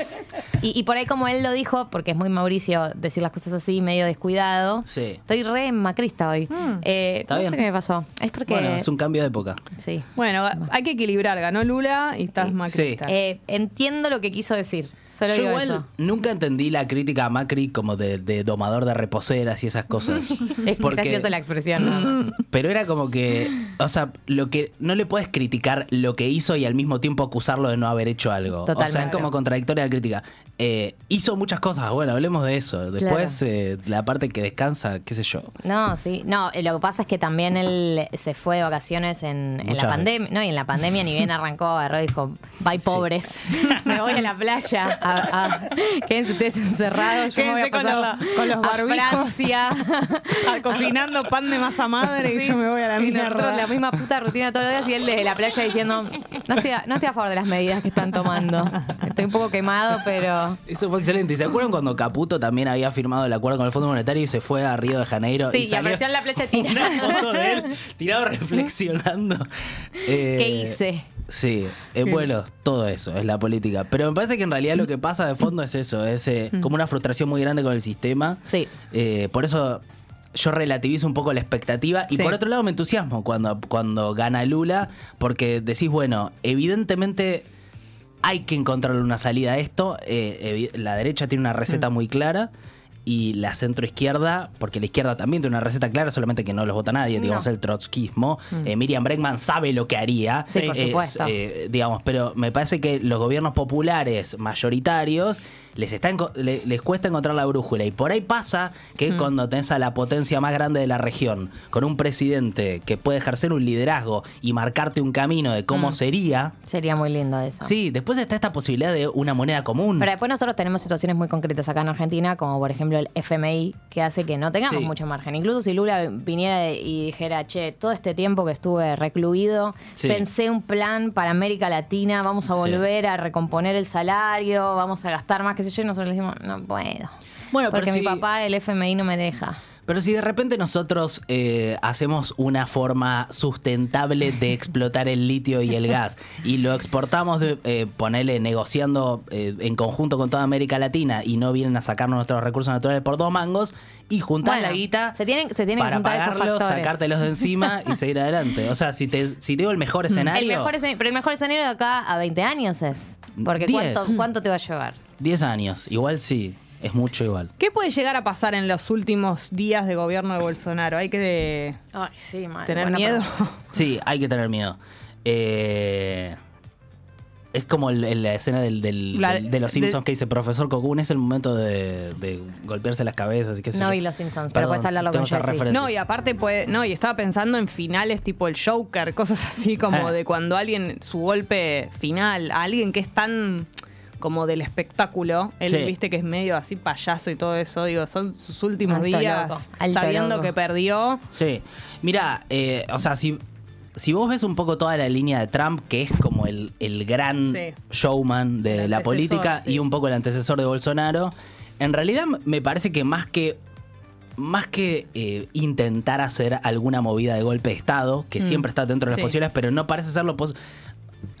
Speaker 3: Y, y por ahí como él lo dijo, porque es muy Mauricio decir las cosas así, medio descuidado.
Speaker 9: sí.
Speaker 3: Estoy re macrista hoy. Eh,
Speaker 9: Está
Speaker 3: no
Speaker 9: bien.
Speaker 3: sé qué me pasó. Es porque...
Speaker 9: Bueno, es un cambio de época.
Speaker 3: Sí.
Speaker 4: Bueno, hay que equilibrar. Ganó Lula y estás macrista.
Speaker 3: Eh, entiendo lo que quiso decir. Solo
Speaker 9: Yo
Speaker 3: digo
Speaker 9: igual
Speaker 3: eso.
Speaker 9: nunca entendí la crítica a Macri como de, de domador de reposeras y esas cosas.
Speaker 3: <laughs> Es graciosa la expresión. ¿no?
Speaker 9: Pero era como que, o sea, lo que no le puedes criticar lo que hizo y al mismo tiempo acusarlo de no haber hecho algo. O sea, es
Speaker 3: Totalmente.
Speaker 9: como contradictoria la crítica. Eh, hizo muchas cosas, bueno, hablemos de eso. Después eh, la parte que descansa, qué sé yo.
Speaker 3: <clears throat> No, sí. No, eh, lo que pasa es que también él se fue de vacaciones en, en
Speaker 9: Muchas
Speaker 3: la pandemia. No, y en la pandemia ni bien arrancó, agarró y dijo, bye pobres, me voy a la playa. A- a- quédense ustedes encerrados, yo me voy a
Speaker 4: Quédense con los-
Speaker 3: pasarla
Speaker 4: con los barbijos.
Speaker 3: a Francia. <laughs>
Speaker 4: Ah, cocinando pan de masa madre y
Speaker 3: Sí.
Speaker 4: yo me voy a la
Speaker 3: Y nosotros la
Speaker 4: mierda.
Speaker 3: misma puta rutina todos los días y él desde la playa diciendo, no estoy a, no estoy a favor de las medidas que están tomando. Estoy un poco quemado, pero...
Speaker 9: Eso fue excelente. ¿Y se acuerdan cuando Caputo también había firmado el acuerdo con el Fondo Monetario y se fue a Río de Janeiro?
Speaker 3: Sí,
Speaker 9: y
Speaker 3: y
Speaker 9: salió
Speaker 3: apareció en la playa
Speaker 9: <laughs> una
Speaker 3: tirado.
Speaker 9: foto de él tirado reflexionando. Eh,
Speaker 3: <laughs> ¿Qué hice?
Speaker 9: Sí, eh, bueno, todo eso es la política. Pero me parece que en realidad lo que pasa de fondo es eso, es eh, como una frustración muy grande con el sistema.
Speaker 3: Sí.
Speaker 9: Eh, por eso yo relativizo un poco la expectativa y
Speaker 4: Sí.
Speaker 9: por otro lado me entusiasmo cuando, cuando gana Lula, porque decís, bueno, evidentemente hay que encontrarle una salida a esto. Eh, evi- la derecha tiene una receta muy clara. Y la centroizquierda, porque la izquierda también tiene una receta clara, solamente que no los vota nadie,
Speaker 3: No.
Speaker 9: digamos el trotskismo. Eh, Miriam Bregman sabe lo que haría.
Speaker 3: Sí, por
Speaker 9: Es,
Speaker 3: supuesto.
Speaker 9: eh, digamos, pero me parece que los gobiernos populares mayoritarios les, está enco- le- les cuesta encontrar la brújula. Y por ahí pasa que cuando tenés a la potencia más grande de la región, con un presidente que puede ejercer un liderazgo y marcarte un camino de cómo
Speaker 3: Mm.
Speaker 9: sería.
Speaker 3: Sería muy lindo eso.
Speaker 9: Sí, después está esta posibilidad de una moneda común.
Speaker 3: Pero después nosotros tenemos situaciones muy concretas acá en Argentina, como por ejemplo el FMI, que hace que no tengamos
Speaker 9: Sí.
Speaker 3: mucho margen. Incluso si Lula viniera y dijera, che, todo este tiempo que estuve recluido,
Speaker 9: Sí.
Speaker 3: pensé un plan para América Latina, vamos a
Speaker 9: Sí.
Speaker 3: volver a recomponer el salario, vamos a gastar más, qué sé yo, y nosotros le decimos, no puedo.
Speaker 9: Bueno, pero
Speaker 3: porque mi
Speaker 9: si-
Speaker 3: papá, el FMI, no me deja.
Speaker 9: Pero si de repente nosotros eh, hacemos una forma sustentable
Speaker 3: <laughs>
Speaker 9: de explotar el litio y el gas y lo exportamos, de, eh, ponele negociando eh, en conjunto con toda América Latina y no vienen a sacarnos nuestros recursos naturales por dos mangos y juntar
Speaker 3: Bueno,
Speaker 9: la guita
Speaker 3: se tienen- se tienen que
Speaker 9: para
Speaker 3: juntar esos
Speaker 9: pagarlos,
Speaker 3: factores.
Speaker 9: sacártelos de encima
Speaker 3: <laughs>
Speaker 9: y seguir adelante. O sea, si te, si te digo el mejor
Speaker 3: El
Speaker 9: escenario,
Speaker 3: mejor, escen- pero el mejor escenario de acá a 20 años es. Porque
Speaker 9: Diez.
Speaker 3: ¿cuánto, ¿cuánto te va a llevar?
Speaker 9: 10 años, igual sí, es mucho igual.
Speaker 4: ¿Qué puede llegar a pasar en los últimos días de gobierno de Bolsonaro? Hay que de-
Speaker 3: Ay, sí, madre.
Speaker 4: tener
Speaker 3: buena
Speaker 4: miedo.
Speaker 3: pregunta.
Speaker 9: Sí, hay que tener miedo. Eh, es como el- el- la escena del, del-
Speaker 4: La-
Speaker 9: del- de los
Speaker 4: de-
Speaker 9: Simpsons que dice Profesor Cocoon, es el momento de, de golpearse las cabezas y qué sé
Speaker 3: No
Speaker 9: yo.
Speaker 3: vi los Simpsons, pero puedes hablarlo
Speaker 9: tengo
Speaker 3: con
Speaker 9: otras
Speaker 3: Jessy.
Speaker 4: <laughs>
Speaker 9: referencias.
Speaker 4: No, y aparte puede, no, y estaba pensando en finales tipo el Joker, cosas así como
Speaker 9: Ah.
Speaker 4: de cuando alguien su golpe final, a alguien que es tan como del espectáculo, él
Speaker 9: Sí.
Speaker 4: viste que es medio así payaso y todo eso, digo, son sus últimos
Speaker 3: Alto
Speaker 4: días
Speaker 3: loco, alto
Speaker 4: sabiendo
Speaker 3: loco.
Speaker 4: que perdió.
Speaker 9: Sí. Mira, eh, o sea, si, si vos ves un poco toda la línea de Trump, que es como el, el gran
Speaker 4: Sí.
Speaker 9: showman de
Speaker 4: El
Speaker 9: la
Speaker 4: antecesor,
Speaker 9: política
Speaker 4: sí.
Speaker 9: y un poco el antecesor de Bolsonaro, en realidad m- me parece que más que. Más que eh, intentar hacer alguna movida de golpe de Estado, que siempre está dentro de las
Speaker 4: Mm. Sí.
Speaker 9: posibilidades, pero no parece pues, ser lo posible.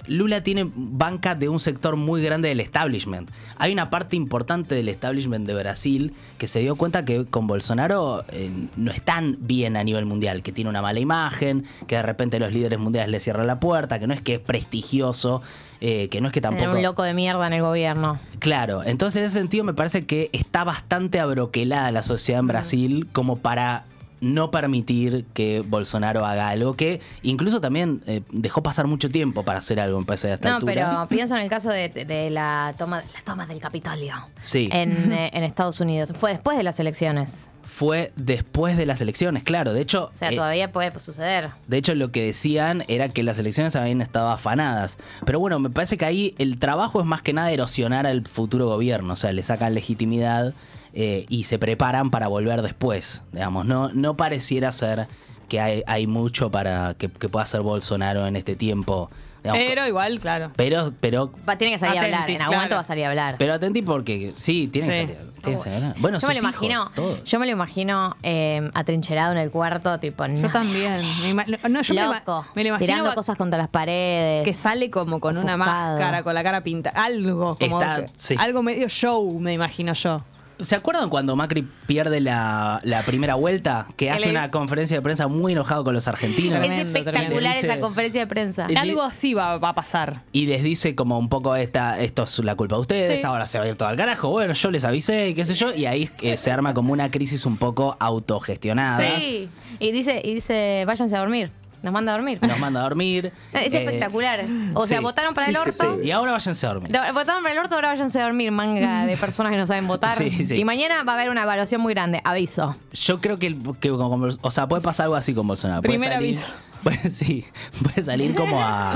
Speaker 9: Lula tiene banca de un sector muy grande del establishment. Hay una parte importante del establishment de Brasil que se dio cuenta que con Bolsonaro eh, no están bien a nivel mundial, que tiene una mala imagen, que de repente los líderes mundiales le cierran la puerta, que no es que es prestigioso, eh, que no es que
Speaker 3: Tener
Speaker 9: <laughs> tampoco...
Speaker 3: un loco de mierda en el gobierno.
Speaker 9: Claro, entonces en ese sentido me parece que está bastante abroquelada la sociedad en Brasil como para no permitir que Bolsonaro haga algo que incluso también eh, dejó pasar mucho tiempo para hacer algo en países de esta
Speaker 3: No,
Speaker 9: altura.
Speaker 3: pero pienso en el caso de, de la toma la toma del Capitolio
Speaker 9: Sí. <laughs>
Speaker 3: en, eh, en Estados Unidos. Fue después de las elecciones.
Speaker 9: Fue después de las elecciones, claro. De hecho,
Speaker 3: O sea,
Speaker 9: eh,
Speaker 3: todavía puede suceder.
Speaker 9: De hecho, lo que decían era que las elecciones habían estado afanadas. Pero bueno, me parece que ahí el trabajo es más que nada erosionar al futuro gobierno. O sea, le sacan legitimidad eh, y se preparan para volver después. Digamos, no, no pareciera ser que hay, hay mucho para que, que pueda hacer Bolsonaro en este tiempo. Digamos,
Speaker 4: Pero igual, claro.
Speaker 9: pero, pero,
Speaker 3: Va, tiene que salir
Speaker 4: Atenti,
Speaker 3: a hablar. En algún
Speaker 4: claro.
Speaker 3: momento va a salir a hablar.
Speaker 9: pero atentí porque sí, tiene que
Speaker 4: Sí.
Speaker 9: salir. tiene que salir. Bueno,
Speaker 3: yo me lo
Speaker 9: sus hijos,
Speaker 3: imagino,
Speaker 9: todos.
Speaker 3: yo me lo imagino eh, atrincherado en el cuarto, tipo, no,
Speaker 4: Yo también. me ima- no, yo me lo ima-
Speaker 3: loco,
Speaker 4: me lo imagino
Speaker 3: tirando cosas contra las paredes.
Speaker 4: que sale como con una
Speaker 3: ofuscado.
Speaker 4: máscara, con la cara pinta, algo como
Speaker 9: Está-
Speaker 4: que-
Speaker 9: sí.
Speaker 4: algo medio show, me imagino yo.
Speaker 9: ¿Se acuerdan cuando Macri pierde la, la primera vuelta? Que hace
Speaker 3: le-
Speaker 9: una conferencia de prensa muy enojado con los argentinos.
Speaker 3: Es
Speaker 4: Tremendo, tremendo.
Speaker 3: espectacular esa
Speaker 9: Dice-
Speaker 3: conferencia de prensa.
Speaker 9: Y-
Speaker 4: Algo así va, va a pasar.
Speaker 9: Y les dice como un poco esta, esto es la culpa de ustedes,
Speaker 3: Sí.
Speaker 9: ahora se va a ir todo al carajo, bueno, yo les avisé, qué sé yo, y ahí eh, se arma como una crisis un poco autogestionada.
Speaker 3: Sí. Y dice, y dice, váyanse a dormir. Nos manda a dormir.
Speaker 9: Nos manda a dormir.
Speaker 3: Es
Speaker 9: eh,
Speaker 3: espectacular. O sea,
Speaker 9: sí.
Speaker 3: votaron para el
Speaker 9: Sí, sí,
Speaker 3: orto.
Speaker 9: sí. Y ahora váyanse a dormir.
Speaker 3: Do- Votaron para pues, el orto, ahora váyanse a dormir, manga de personas que no saben votar.
Speaker 9: <laughs> Sí, sí.
Speaker 3: Y mañana va a haber una evaluación muy grande, aviso.
Speaker 9: Yo creo que, el- que como- como- o sea, puede pasar algo así con Bolsonaro. Puede
Speaker 4: Primer
Speaker 9: salir-
Speaker 4: aviso.
Speaker 9: <laughs> puede- sí, puede salir como a,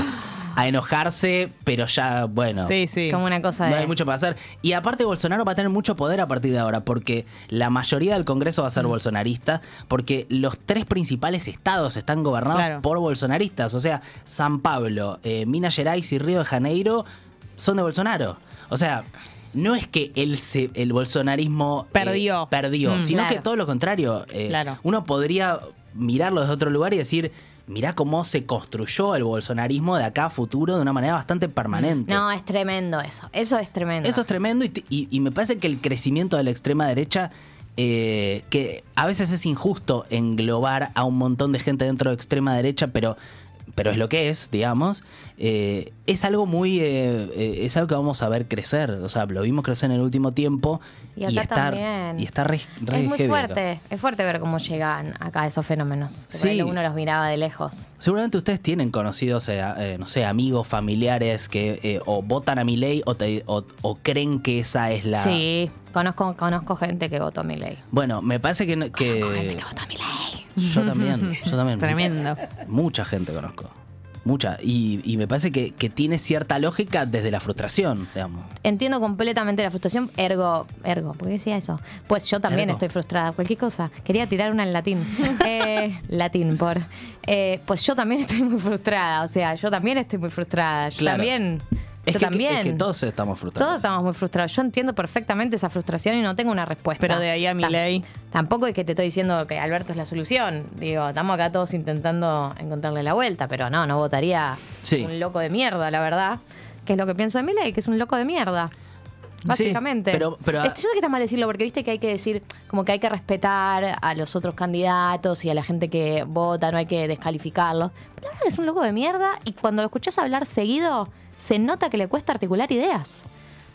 Speaker 9: a enojarse, pero ya, bueno.
Speaker 4: Sí, sí.
Speaker 3: Como una cosa de...
Speaker 9: No hay mucho para hacer. Y aparte Bolsonaro va a tener mucho poder a partir de ahora, porque la mayoría del Congreso va a ser
Speaker 3: Mm.
Speaker 9: bolsonarista, porque los tres principales estados están gobernados
Speaker 4: Claro.
Speaker 9: por bolsonaristas. O sea, San Pablo, eh, Minas Gerais y Río de Janeiro son de Bolsonaro. O sea, no es que el, se- el bolsonarismo eh,
Speaker 4: Perdió.
Speaker 9: perdió,
Speaker 4: Mm.
Speaker 9: sino
Speaker 3: Claro.
Speaker 9: que todo lo contrario. eh,
Speaker 4: Claro.
Speaker 9: Uno podría mirarlo desde otro lugar y decir... Mirá cómo se construyó el bolsonarismo de acá a futuro de una manera bastante permanente.
Speaker 3: No, es tremendo eso. Eso es tremendo.
Speaker 9: Eso es tremendo y, te- y- y me parece que el crecimiento de la extrema derecha, eh, que a veces es injusto englobar a un montón de gente dentro de extrema derecha, pero, pero es lo que es, digamos, eh, es algo muy, eh, eh, es algo que vamos a ver crecer, o sea, lo vimos crecer en el último tiempo
Speaker 3: Y acá
Speaker 9: está,
Speaker 3: también.
Speaker 9: y está re, re
Speaker 3: es muy
Speaker 9: heavy acá.
Speaker 3: fuerte. Es fuerte ver cómo llegan acá esos fenómenos. Que por
Speaker 9: Sí.
Speaker 3: ahí Uno los miraba de lejos.
Speaker 9: Seguramente ustedes tienen conocidos, eh, eh, no sé, amigos, familiares que eh, o votan a mi ley o, te- o- o creen que esa es la...
Speaker 3: Sí, conozco, conozco gente que votó a mi ley.
Speaker 9: Bueno, me parece que... no- que...
Speaker 3: Conozco gente que votó a mi ley.
Speaker 9: Yo también, yo también.
Speaker 4: Tremendo.
Speaker 9: Mucha gente conozco. Mucha. Y, y me parece que, que tiene cierta lógica desde la frustración, digamos.
Speaker 3: Entiendo completamente la frustración, ergo, ergo, ¿por qué decía eso? Pues yo también
Speaker 9: Ergo.
Speaker 3: estoy frustrada, cualquier cosa. Quería tirar una en
Speaker 9: <laughs>
Speaker 3: latín. Eh, latín, por. Eh, pues yo también estoy muy frustrada, o sea, yo también estoy muy frustrada. Yo
Speaker 9: Claro.
Speaker 3: también.
Speaker 9: Es
Speaker 3: yo
Speaker 9: que,
Speaker 3: también.
Speaker 9: es que todos estamos frustrados.
Speaker 3: Todos estamos muy frustrados. Yo entiendo perfectamente esa frustración y no tengo una respuesta.
Speaker 4: Pero de ahí a mi
Speaker 3: Tam-
Speaker 4: ley.
Speaker 3: Tampoco es que te estoy diciendo que Alberto es la solución. Digo, estamos acá todos intentando encontrarle la vuelta, pero no, no votaría
Speaker 9: Sí.
Speaker 3: un loco de mierda, la verdad. Que es lo que pienso de Milei, que es un loco de mierda. Básicamente.
Speaker 9: pero- pero-
Speaker 3: Este- yo sé que está mal decirlo porque viste que hay que decir, como que hay que respetar a los otros candidatos y a la gente que vota, no hay que descalificarlos. Pero la verdad que es un loco de mierda y cuando lo escuchás hablar seguido, se nota que le cuesta articular ideas.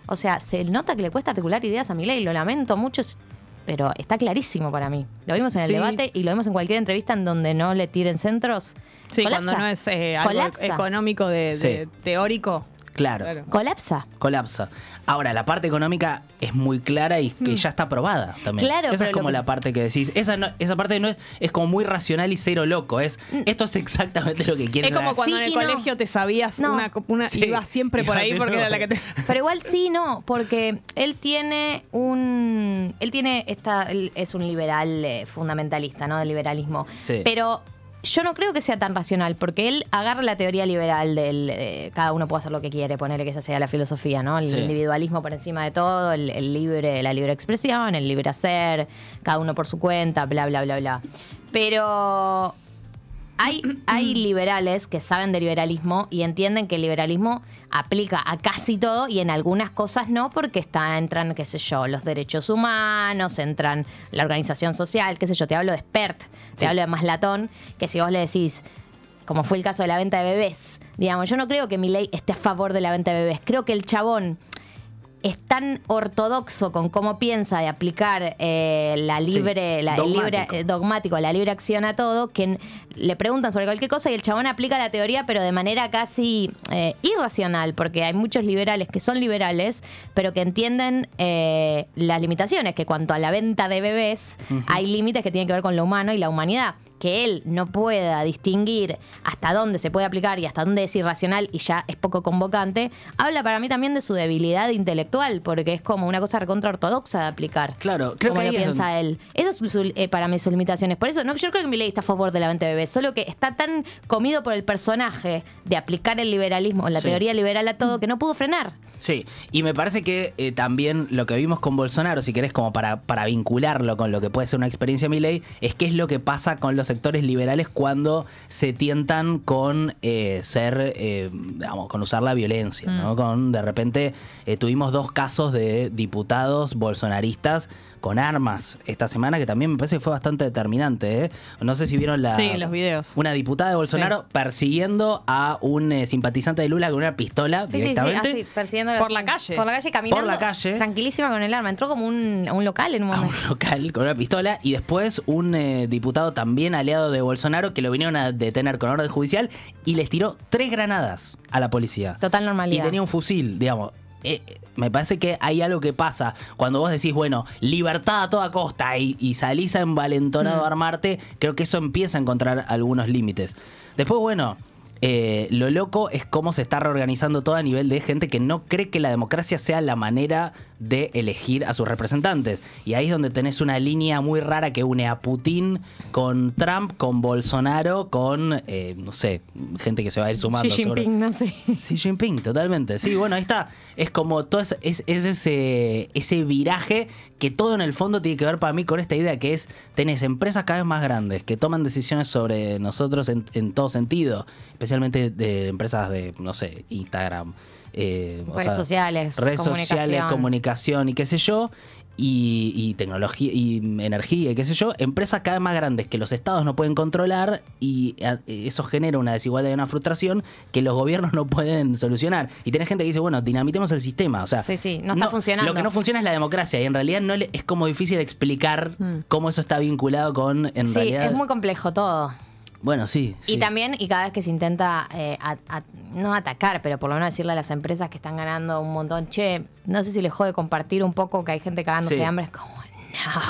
Speaker 3: O sea, se nota que le cuesta articular ideas a Milei, lo lamento mucho, s- pero está clarísimo para mí. Lo vimos en el
Speaker 9: Sí.
Speaker 3: debate y lo vimos en cualquier entrevista en donde no le tiren centros.
Speaker 4: Sí,
Speaker 3: Colapsa.
Speaker 4: cuando no es eh, algo
Speaker 3: Colapsa.
Speaker 4: económico de, de-
Speaker 9: Sí.
Speaker 4: teórico.
Speaker 9: Claro,
Speaker 4: Claro.
Speaker 3: Colapsa.
Speaker 9: colapsa. Ahora, la parte económica es muy clara y que ya está aprobada también.
Speaker 3: Mm. Claro,
Speaker 9: esa
Speaker 3: pero
Speaker 9: es
Speaker 3: lo
Speaker 9: como
Speaker 3: que-
Speaker 9: la parte que decís. Esa, no- esa parte no es, es como muy racional y cero loco. Es,
Speaker 3: Mm.
Speaker 9: esto es exactamente lo que quieren
Speaker 4: Es como
Speaker 9: hacer.
Speaker 4: cuando
Speaker 3: Sí
Speaker 4: en el
Speaker 3: y no.
Speaker 4: colegio te sabías
Speaker 3: No.
Speaker 4: una, co- una
Speaker 9: Sí.
Speaker 4: ibas siempre por
Speaker 9: Ibas
Speaker 4: ahí
Speaker 9: siempre
Speaker 4: porque era la que te
Speaker 3: Pero igual sí, no, porque él tiene un. Él tiene esta. él es un liberal eh, fundamentalista, ¿no? Del liberalismo.
Speaker 9: Sí.
Speaker 3: Pero yo no creo que sea tan racional, porque él agarra la teoría liberal del. eh, cada uno puede hacer lo que quiere, ponerle que esa sea la filosofía, ¿no? El
Speaker 9: Sí.
Speaker 3: individualismo por encima de todo, el, el libre, la libre expresión, el libre hacer, cada uno por su cuenta, bla, bla, bla, bla. Pero hay,
Speaker 9: <clears throat>
Speaker 3: hay liberales que saben de liberalismo y entienden que el liberalismo aplica a casi todo y en algunas cosas no, porque está, entran, qué sé yo, los derechos humanos, entran la organización social, qué sé yo, te hablo de expert, te
Speaker 9: Sí.
Speaker 3: hablo de Maslatón, que si vos le decís, como fue el caso de la venta de bebés, digamos, yo no creo que mi ley esté a favor de la venta de bebés, creo que el chabón es tan ortodoxo con cómo piensa de aplicar eh, la libre, la, el libre
Speaker 9: dogmático.
Speaker 3: eh, dogmático, la libre acción a todo, que n- le preguntan sobre cualquier cosa y el chabón aplica la teoría, pero de manera casi eh, irracional, porque hay muchos liberales que son liberales, pero que entienden eh, las limitaciones, que cuanto a la venta de bebés, hay límites que tienen que ver con lo humano y la humanidad. Que él no pueda distinguir hasta dónde se puede aplicar y hasta dónde es irracional y ya es poco convocante, habla para mí también de su debilidad intelectual, porque es como una cosa recontra ortodoxa de aplicar.
Speaker 9: Claro, creo
Speaker 3: como
Speaker 9: que
Speaker 3: lo
Speaker 9: ahí es
Speaker 3: piensa
Speaker 9: donde-
Speaker 3: él. Esas son su- eh, para mí sus limitaciones. Por eso, no, yo creo que Milei está a favor de la venta de bebés, solo que está tan comido por el personaje de aplicar el liberalismo, la
Speaker 9: Sí. Mm.
Speaker 3: teoría liberal a todo, que no pudo frenar.
Speaker 9: Sí, y me parece que eh, también lo que vimos con Bolsonaro, si querés, como para, para vincularlo con lo que puede ser una experiencia Milley, es qué es lo que pasa con los sectores liberales cuando se tientan con eh, ser, eh, digamos, con usar la violencia, ¿no? Con, de repente, eh, tuvimos dos casos de diputados bolsonaristas con armas esta semana, que también me parece que fue bastante determinante, ¿eh? No sé si vieron la...
Speaker 4: Sí, los videos.
Speaker 9: Una diputada de Bolsonaro
Speaker 4: Sí.
Speaker 9: persiguiendo a un eh, simpatizante de Lula con una pistola
Speaker 3: Sí, sí, sí,
Speaker 9: directamente.
Speaker 3: así, persiguiendo
Speaker 4: Por la calle.
Speaker 3: Por la calle, caminando.
Speaker 9: Por la calle. Ah,
Speaker 3: Tranquilísima con el arma. Entró como un, a un local en un
Speaker 9: a un
Speaker 3: momento.
Speaker 9: local con una pistola y después un eh, diputado también aliado de Bolsonaro que lo vinieron a detener con orden judicial y les tiró tres granadas a la policía.
Speaker 3: Total normalidad.
Speaker 9: Y tenía un fusil, digamos. Eh, eh, me parece que hay algo que pasa cuando vos decís, bueno, libertad a toda costa y, y salís envalentonado
Speaker 3: Mm.
Speaker 9: a armarte, creo que eso empieza a encontrar algunos límites. Después, bueno, eh, lo loco es cómo se está reorganizando todo a nivel de gente que no cree que la democracia sea la manera de elegir a sus representantes. Y ahí es donde tenés una línea muy rara que une a Putin con Trump, con Bolsonaro, con, eh, no sé, gente que se va a ir sumando.
Speaker 3: Xi
Speaker 9: seguro.
Speaker 3: Jinping, no sé.
Speaker 9: Xi Jinping, totalmente. Sí, bueno, ahí está. Es como todo es, es- es ese, ese viraje que todo en el fondo tiene que ver para mí con esta idea que es, tenés empresas cada vez más grandes que toman decisiones sobre nosotros en, en todo sentido, especialmente de empresas de, no sé, Instagram. eh, o
Speaker 3: Redes sociales,
Speaker 9: Redes sociales,
Speaker 3: comunicación.
Speaker 9: comunicación y qué sé yo. Y, y tecnología y energía y qué sé yo, empresas cada vez más grandes que los estados no pueden controlar y a- eso genera una desigualdad y una frustración que los gobiernos <laughs> no pueden solucionar. Y tenés gente que dice, bueno, dinamitemos el sistema. O sea,
Speaker 3: Sí, sí, no está funcionando.
Speaker 9: Lo que no funciona es la democracia y en realidad no le- es como difícil explicar cómo eso está vinculado con, en
Speaker 3: Mm. Sí,
Speaker 9: realidad.
Speaker 3: es muy complejo todo.
Speaker 9: Bueno, sí. sí.
Speaker 3: Y también, y cada vez que se intenta, eh, a- a- no atacar, pero por lo menos decirle a las empresas que están ganando un montón, che, no sé si les jode compartir un poco que hay gente cagándose
Speaker 9: Sí.
Speaker 3: de hambre, es como, no.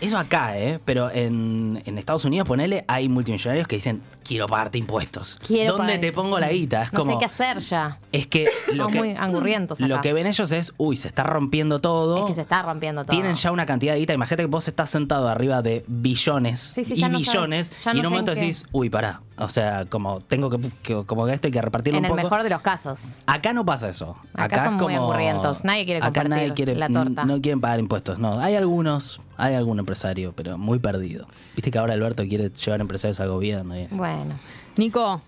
Speaker 9: Eso acá, ¿eh? Pero en, en Estados Unidos, ponele, hay multimillonarios que dicen, quiero pagarte impuestos.
Speaker 3: Quiero
Speaker 9: ¿Dónde
Speaker 3: pagar-
Speaker 9: te pongo la guita? Es
Speaker 3: no
Speaker 9: como...
Speaker 3: sé qué hacer ya.
Speaker 9: Es que lo
Speaker 3: Estamos
Speaker 9: que,
Speaker 3: muy angurrientos
Speaker 9: lo
Speaker 3: acá.
Speaker 9: que ven ellos es, uy, se está rompiendo todo.
Speaker 3: Es que se está rompiendo todo.
Speaker 9: Tienen ya una cantidad de guita. Imagínate que vos estás sentado arriba de billones
Speaker 3: Sí, sí,
Speaker 9: y
Speaker 3: ya no sabes-
Speaker 9: billones.
Speaker 3: ya no
Speaker 9: y en un
Speaker 3: sé en
Speaker 9: momento
Speaker 3: qué.
Speaker 9: decís, uy, pará. O sea, como tengo que, que- como que esto hay que repartirlo
Speaker 3: En
Speaker 9: un
Speaker 3: el
Speaker 9: poco.
Speaker 3: mejor de los casos.
Speaker 9: Acá no pasa eso.
Speaker 3: Acá son
Speaker 9: es
Speaker 3: muy
Speaker 9: como-
Speaker 3: aburrientos. Nadie quiere
Speaker 9: acá nadie
Speaker 3: compartir
Speaker 9: quiere-
Speaker 3: la torta.
Speaker 9: No quieren pagar impuestos. No, hay algunos, hay algún empresario, pero muy perdido. Viste que ahora Alberto quiere llevar empresarios al gobierno y eso.
Speaker 3: Bueno.
Speaker 4: Nico,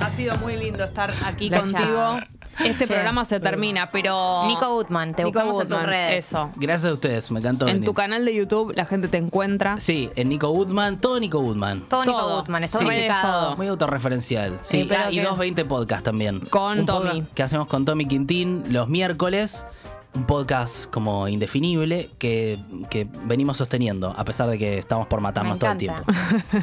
Speaker 4: ha sido muy lindo estar aquí
Speaker 3: La
Speaker 4: contigo.
Speaker 3: chava.
Speaker 4: Este
Speaker 3: Che.
Speaker 4: programa se termina, pero.
Speaker 3: Nico Gutman, te buscamos en tus redes.
Speaker 4: Eso.
Speaker 9: Gracias a ustedes, me encantó.
Speaker 4: En
Speaker 9: venir.
Speaker 4: tu canal de YouTube la gente te encuentra.
Speaker 9: Sí, en Nico Woodman, todo Nico Woodman.
Speaker 3: Todo, Nico
Speaker 4: Todo.
Speaker 3: Gutman, está
Speaker 9: Sí.
Speaker 3: unificado.
Speaker 9: Muy autorreferencial. Sí,
Speaker 3: Eh, pero
Speaker 9: ah, y
Speaker 3: que-
Speaker 9: 220 podcast también.
Speaker 4: Con
Speaker 9: Un podcast
Speaker 4: Tommy.
Speaker 9: Que hacemos con Tommy Quintín los miércoles. Un podcast como indefinible que, que venimos sosteniendo, a pesar de que estamos por matarnos todo el tiempo.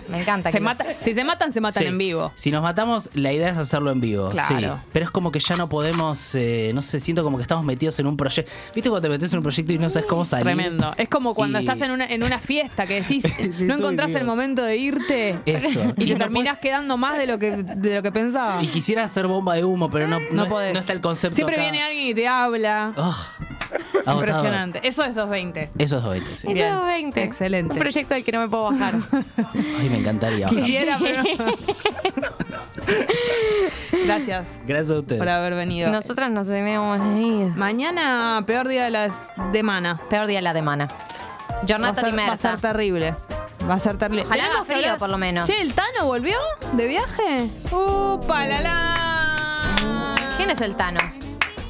Speaker 3: Me encanta.
Speaker 4: Se
Speaker 3: que-
Speaker 4: mata- si se matan, se <laughs> matan
Speaker 9: Sí.
Speaker 4: en vivo.
Speaker 9: Si nos matamos, la idea es hacerlo en vivo.
Speaker 4: Claro.
Speaker 9: Sí. Pero es como que ya no podemos, eh, no sé, siento como que estamos metidos en un proyecto. ¿Viste cuando te metes en un proyecto y no sabes cómo salir?
Speaker 4: Tremendo. Es como cuando
Speaker 9: Y-
Speaker 4: estás en una, en una fiesta que decís,
Speaker 9: <laughs> Sí,
Speaker 4: no
Speaker 9: soy
Speaker 4: encontrás
Speaker 9: Dios. Eh,
Speaker 4: el momento de irte. <laughs>
Speaker 9: Eso.
Speaker 4: Y,
Speaker 9: Y
Speaker 4: te
Speaker 9: no
Speaker 4: terminás quedando más de lo que, de lo que pensabas.
Speaker 9: Y quisiera hacer bomba de humo, pero no,
Speaker 4: No
Speaker 9: no,
Speaker 4: podés.
Speaker 9: no está el concepto.
Speaker 4: Siempre
Speaker 9: acá.
Speaker 4: viene alguien y te habla.
Speaker 9: Oh, agotador.
Speaker 4: Impresionante. Eso es 220.
Speaker 9: Eso es 20, sí.
Speaker 4: Bien.
Speaker 3: Eso, 20.
Speaker 4: Excelente.
Speaker 3: Un proyecto del que no me puedo bajar.
Speaker 9: <laughs> Ay, me encantaría. ahora.
Speaker 4: Quisiera, pero.
Speaker 9: <laughs>
Speaker 4: Gracias
Speaker 9: Gracias a ustedes.
Speaker 4: por haber venido.
Speaker 3: Nosotras nos debemos de ir.
Speaker 4: Mañana, peor día de las de mana.
Speaker 3: Peor día de la semana.
Speaker 4: Va a,
Speaker 3: Jornata
Speaker 4: ser, va a
Speaker 3: inmersa.
Speaker 4: ser terrible. Va a ser terrible.
Speaker 3: Ojalá haga
Speaker 4: Tenemos que
Speaker 3: frío,
Speaker 4: hablar-
Speaker 3: por lo menos.
Speaker 4: Che, ¿el Tano volvió de viaje? ¡Upa, la la!
Speaker 3: ¿Quién es el Tano?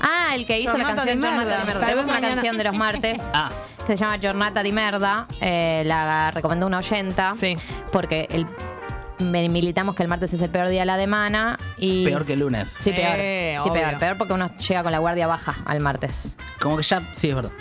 Speaker 3: Ah, el que hizo
Speaker 4: Jornata
Speaker 3: la canción
Speaker 4: de
Speaker 3: Jornata
Speaker 4: Merda.
Speaker 3: de Merda.
Speaker 4: Tal
Speaker 3: Tenemos
Speaker 4: vez
Speaker 3: una
Speaker 4: mañana-
Speaker 3: canción de los
Speaker 4: <laughs>
Speaker 3: martes.
Speaker 9: Ah,
Speaker 3: que Se llama Jornata di Merda. Eh, la recomendó una oyenta.
Speaker 4: Sí.
Speaker 3: Porque el, me- militamos que el martes es el peor día de la semana. Y
Speaker 9: peor que el lunes.
Speaker 3: Sí, peor.
Speaker 4: Eh,
Speaker 3: sí,
Speaker 4: obvio.
Speaker 3: peor. Peor porque uno llega con la guardia baja al martes.
Speaker 9: Como que ya, sí, es verdad.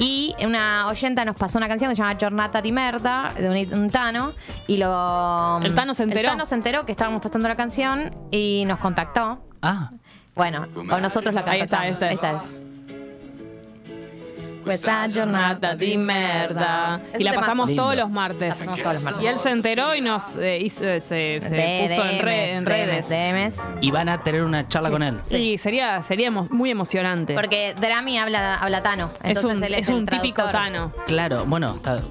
Speaker 3: Y una oyenta nos pasó una canción que se llama Jornata di Merda, de un, un Tano, y lo...
Speaker 4: El Tano se enteró.
Speaker 3: El Tano se enteró que estábamos pasando la canción y nos contactó.
Speaker 9: Ah,
Speaker 3: Bueno, o nosotros la
Speaker 4: Ahí está,
Speaker 3: contactamos.
Speaker 4: esta es.
Speaker 3: es. Questa jornata di merda.
Speaker 4: Y la
Speaker 3: Es un
Speaker 4: pasamos
Speaker 9: temazo.
Speaker 4: todos
Speaker 9: Lindo.
Speaker 4: los
Speaker 3: La
Speaker 4: martes.
Speaker 3: pasamos todos los martes.
Speaker 4: Y él se enteró y nos eh, hizo, eh, se, se puso en, re- en redes.
Speaker 3: DMs, DMs.
Speaker 9: y van a tener una charla con él.
Speaker 4: Sí, sería, sería emo- muy emocionante.
Speaker 3: Porque Drami habla, habla Tano.
Speaker 4: es
Speaker 3: Entonces
Speaker 4: un,
Speaker 3: él es,
Speaker 4: es un
Speaker 3: el
Speaker 4: típico
Speaker 3: traductor.
Speaker 4: Tano.
Speaker 9: Claro, bueno, está-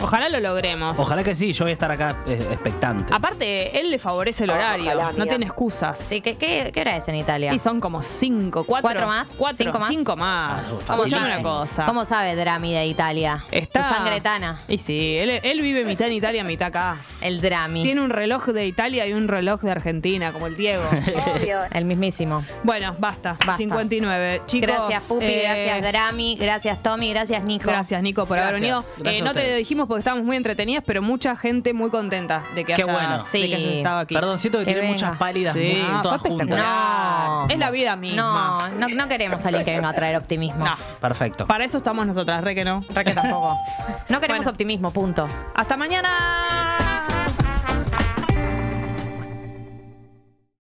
Speaker 4: Ojalá lo logremos.
Speaker 9: Ojalá que sí, yo voy a estar acá eh, expectante.
Speaker 4: Aparte, él le favorece el horario.
Speaker 7: Ah, Ojalá,
Speaker 4: no
Speaker 7: amiga.
Speaker 4: tiene excusas.
Speaker 3: Sí, ¿qué, qué, qué hora es en Italia?
Speaker 4: Y son como cinco, cuatro.
Speaker 3: ¿Cuatro más?
Speaker 4: Cuatro,
Speaker 3: ¿Cinco más?
Speaker 4: Cinco más.
Speaker 9: Ah, fácil.
Speaker 4: Escuchame
Speaker 3: sabe?
Speaker 4: una cosa.
Speaker 3: ¿Cómo sabe Drami de Italia?
Speaker 4: Está...
Speaker 3: Su sangre tana,
Speaker 4: Y sí, él, él vive mitad en Italia, mitad acá.
Speaker 3: el Drami.
Speaker 4: Tiene un reloj de Italia y un reloj de Argentina, como el
Speaker 7: <laughs>
Speaker 4: Diego.
Speaker 1: Obvio.
Speaker 3: El mismísimo.
Speaker 4: bueno, basta.
Speaker 3: Basta.
Speaker 4: 59. Chicos,
Speaker 3: gracias, Pupi,
Speaker 4: eh,
Speaker 3: gracias, Drami, gracias, Tommy, gracias, Nico.
Speaker 4: Gracias, Nico, por haber venido.
Speaker 9: Gracias, gracias
Speaker 4: Eh,
Speaker 9: a
Speaker 4: no te
Speaker 9: ustedes.
Speaker 4: dijimos porque estábamos muy entretenidas, pero mucha gente muy contenta de que,
Speaker 9: Qué
Speaker 4: hayas,
Speaker 9: bueno.
Speaker 4: de
Speaker 3: Sí.
Speaker 4: que hayas estado aquí.
Speaker 9: Perdón, siento que,
Speaker 3: Que
Speaker 9: tiene
Speaker 3: venga.
Speaker 9: muchas pálidas
Speaker 4: Sí, Ah,
Speaker 9: muy-
Speaker 4: fue
Speaker 9: todas juntas.
Speaker 4: espectacular.
Speaker 3: No.
Speaker 4: Es la vida misma.
Speaker 3: No, no, no queremos a alguien que venga a traer optimismo.
Speaker 4: No.
Speaker 9: Perfecto.
Speaker 4: Para eso estamos nosotras, re que no.
Speaker 3: Re que tampoco. No queremos
Speaker 4: Bueno.
Speaker 3: optimismo, punto.
Speaker 4: Hasta mañana.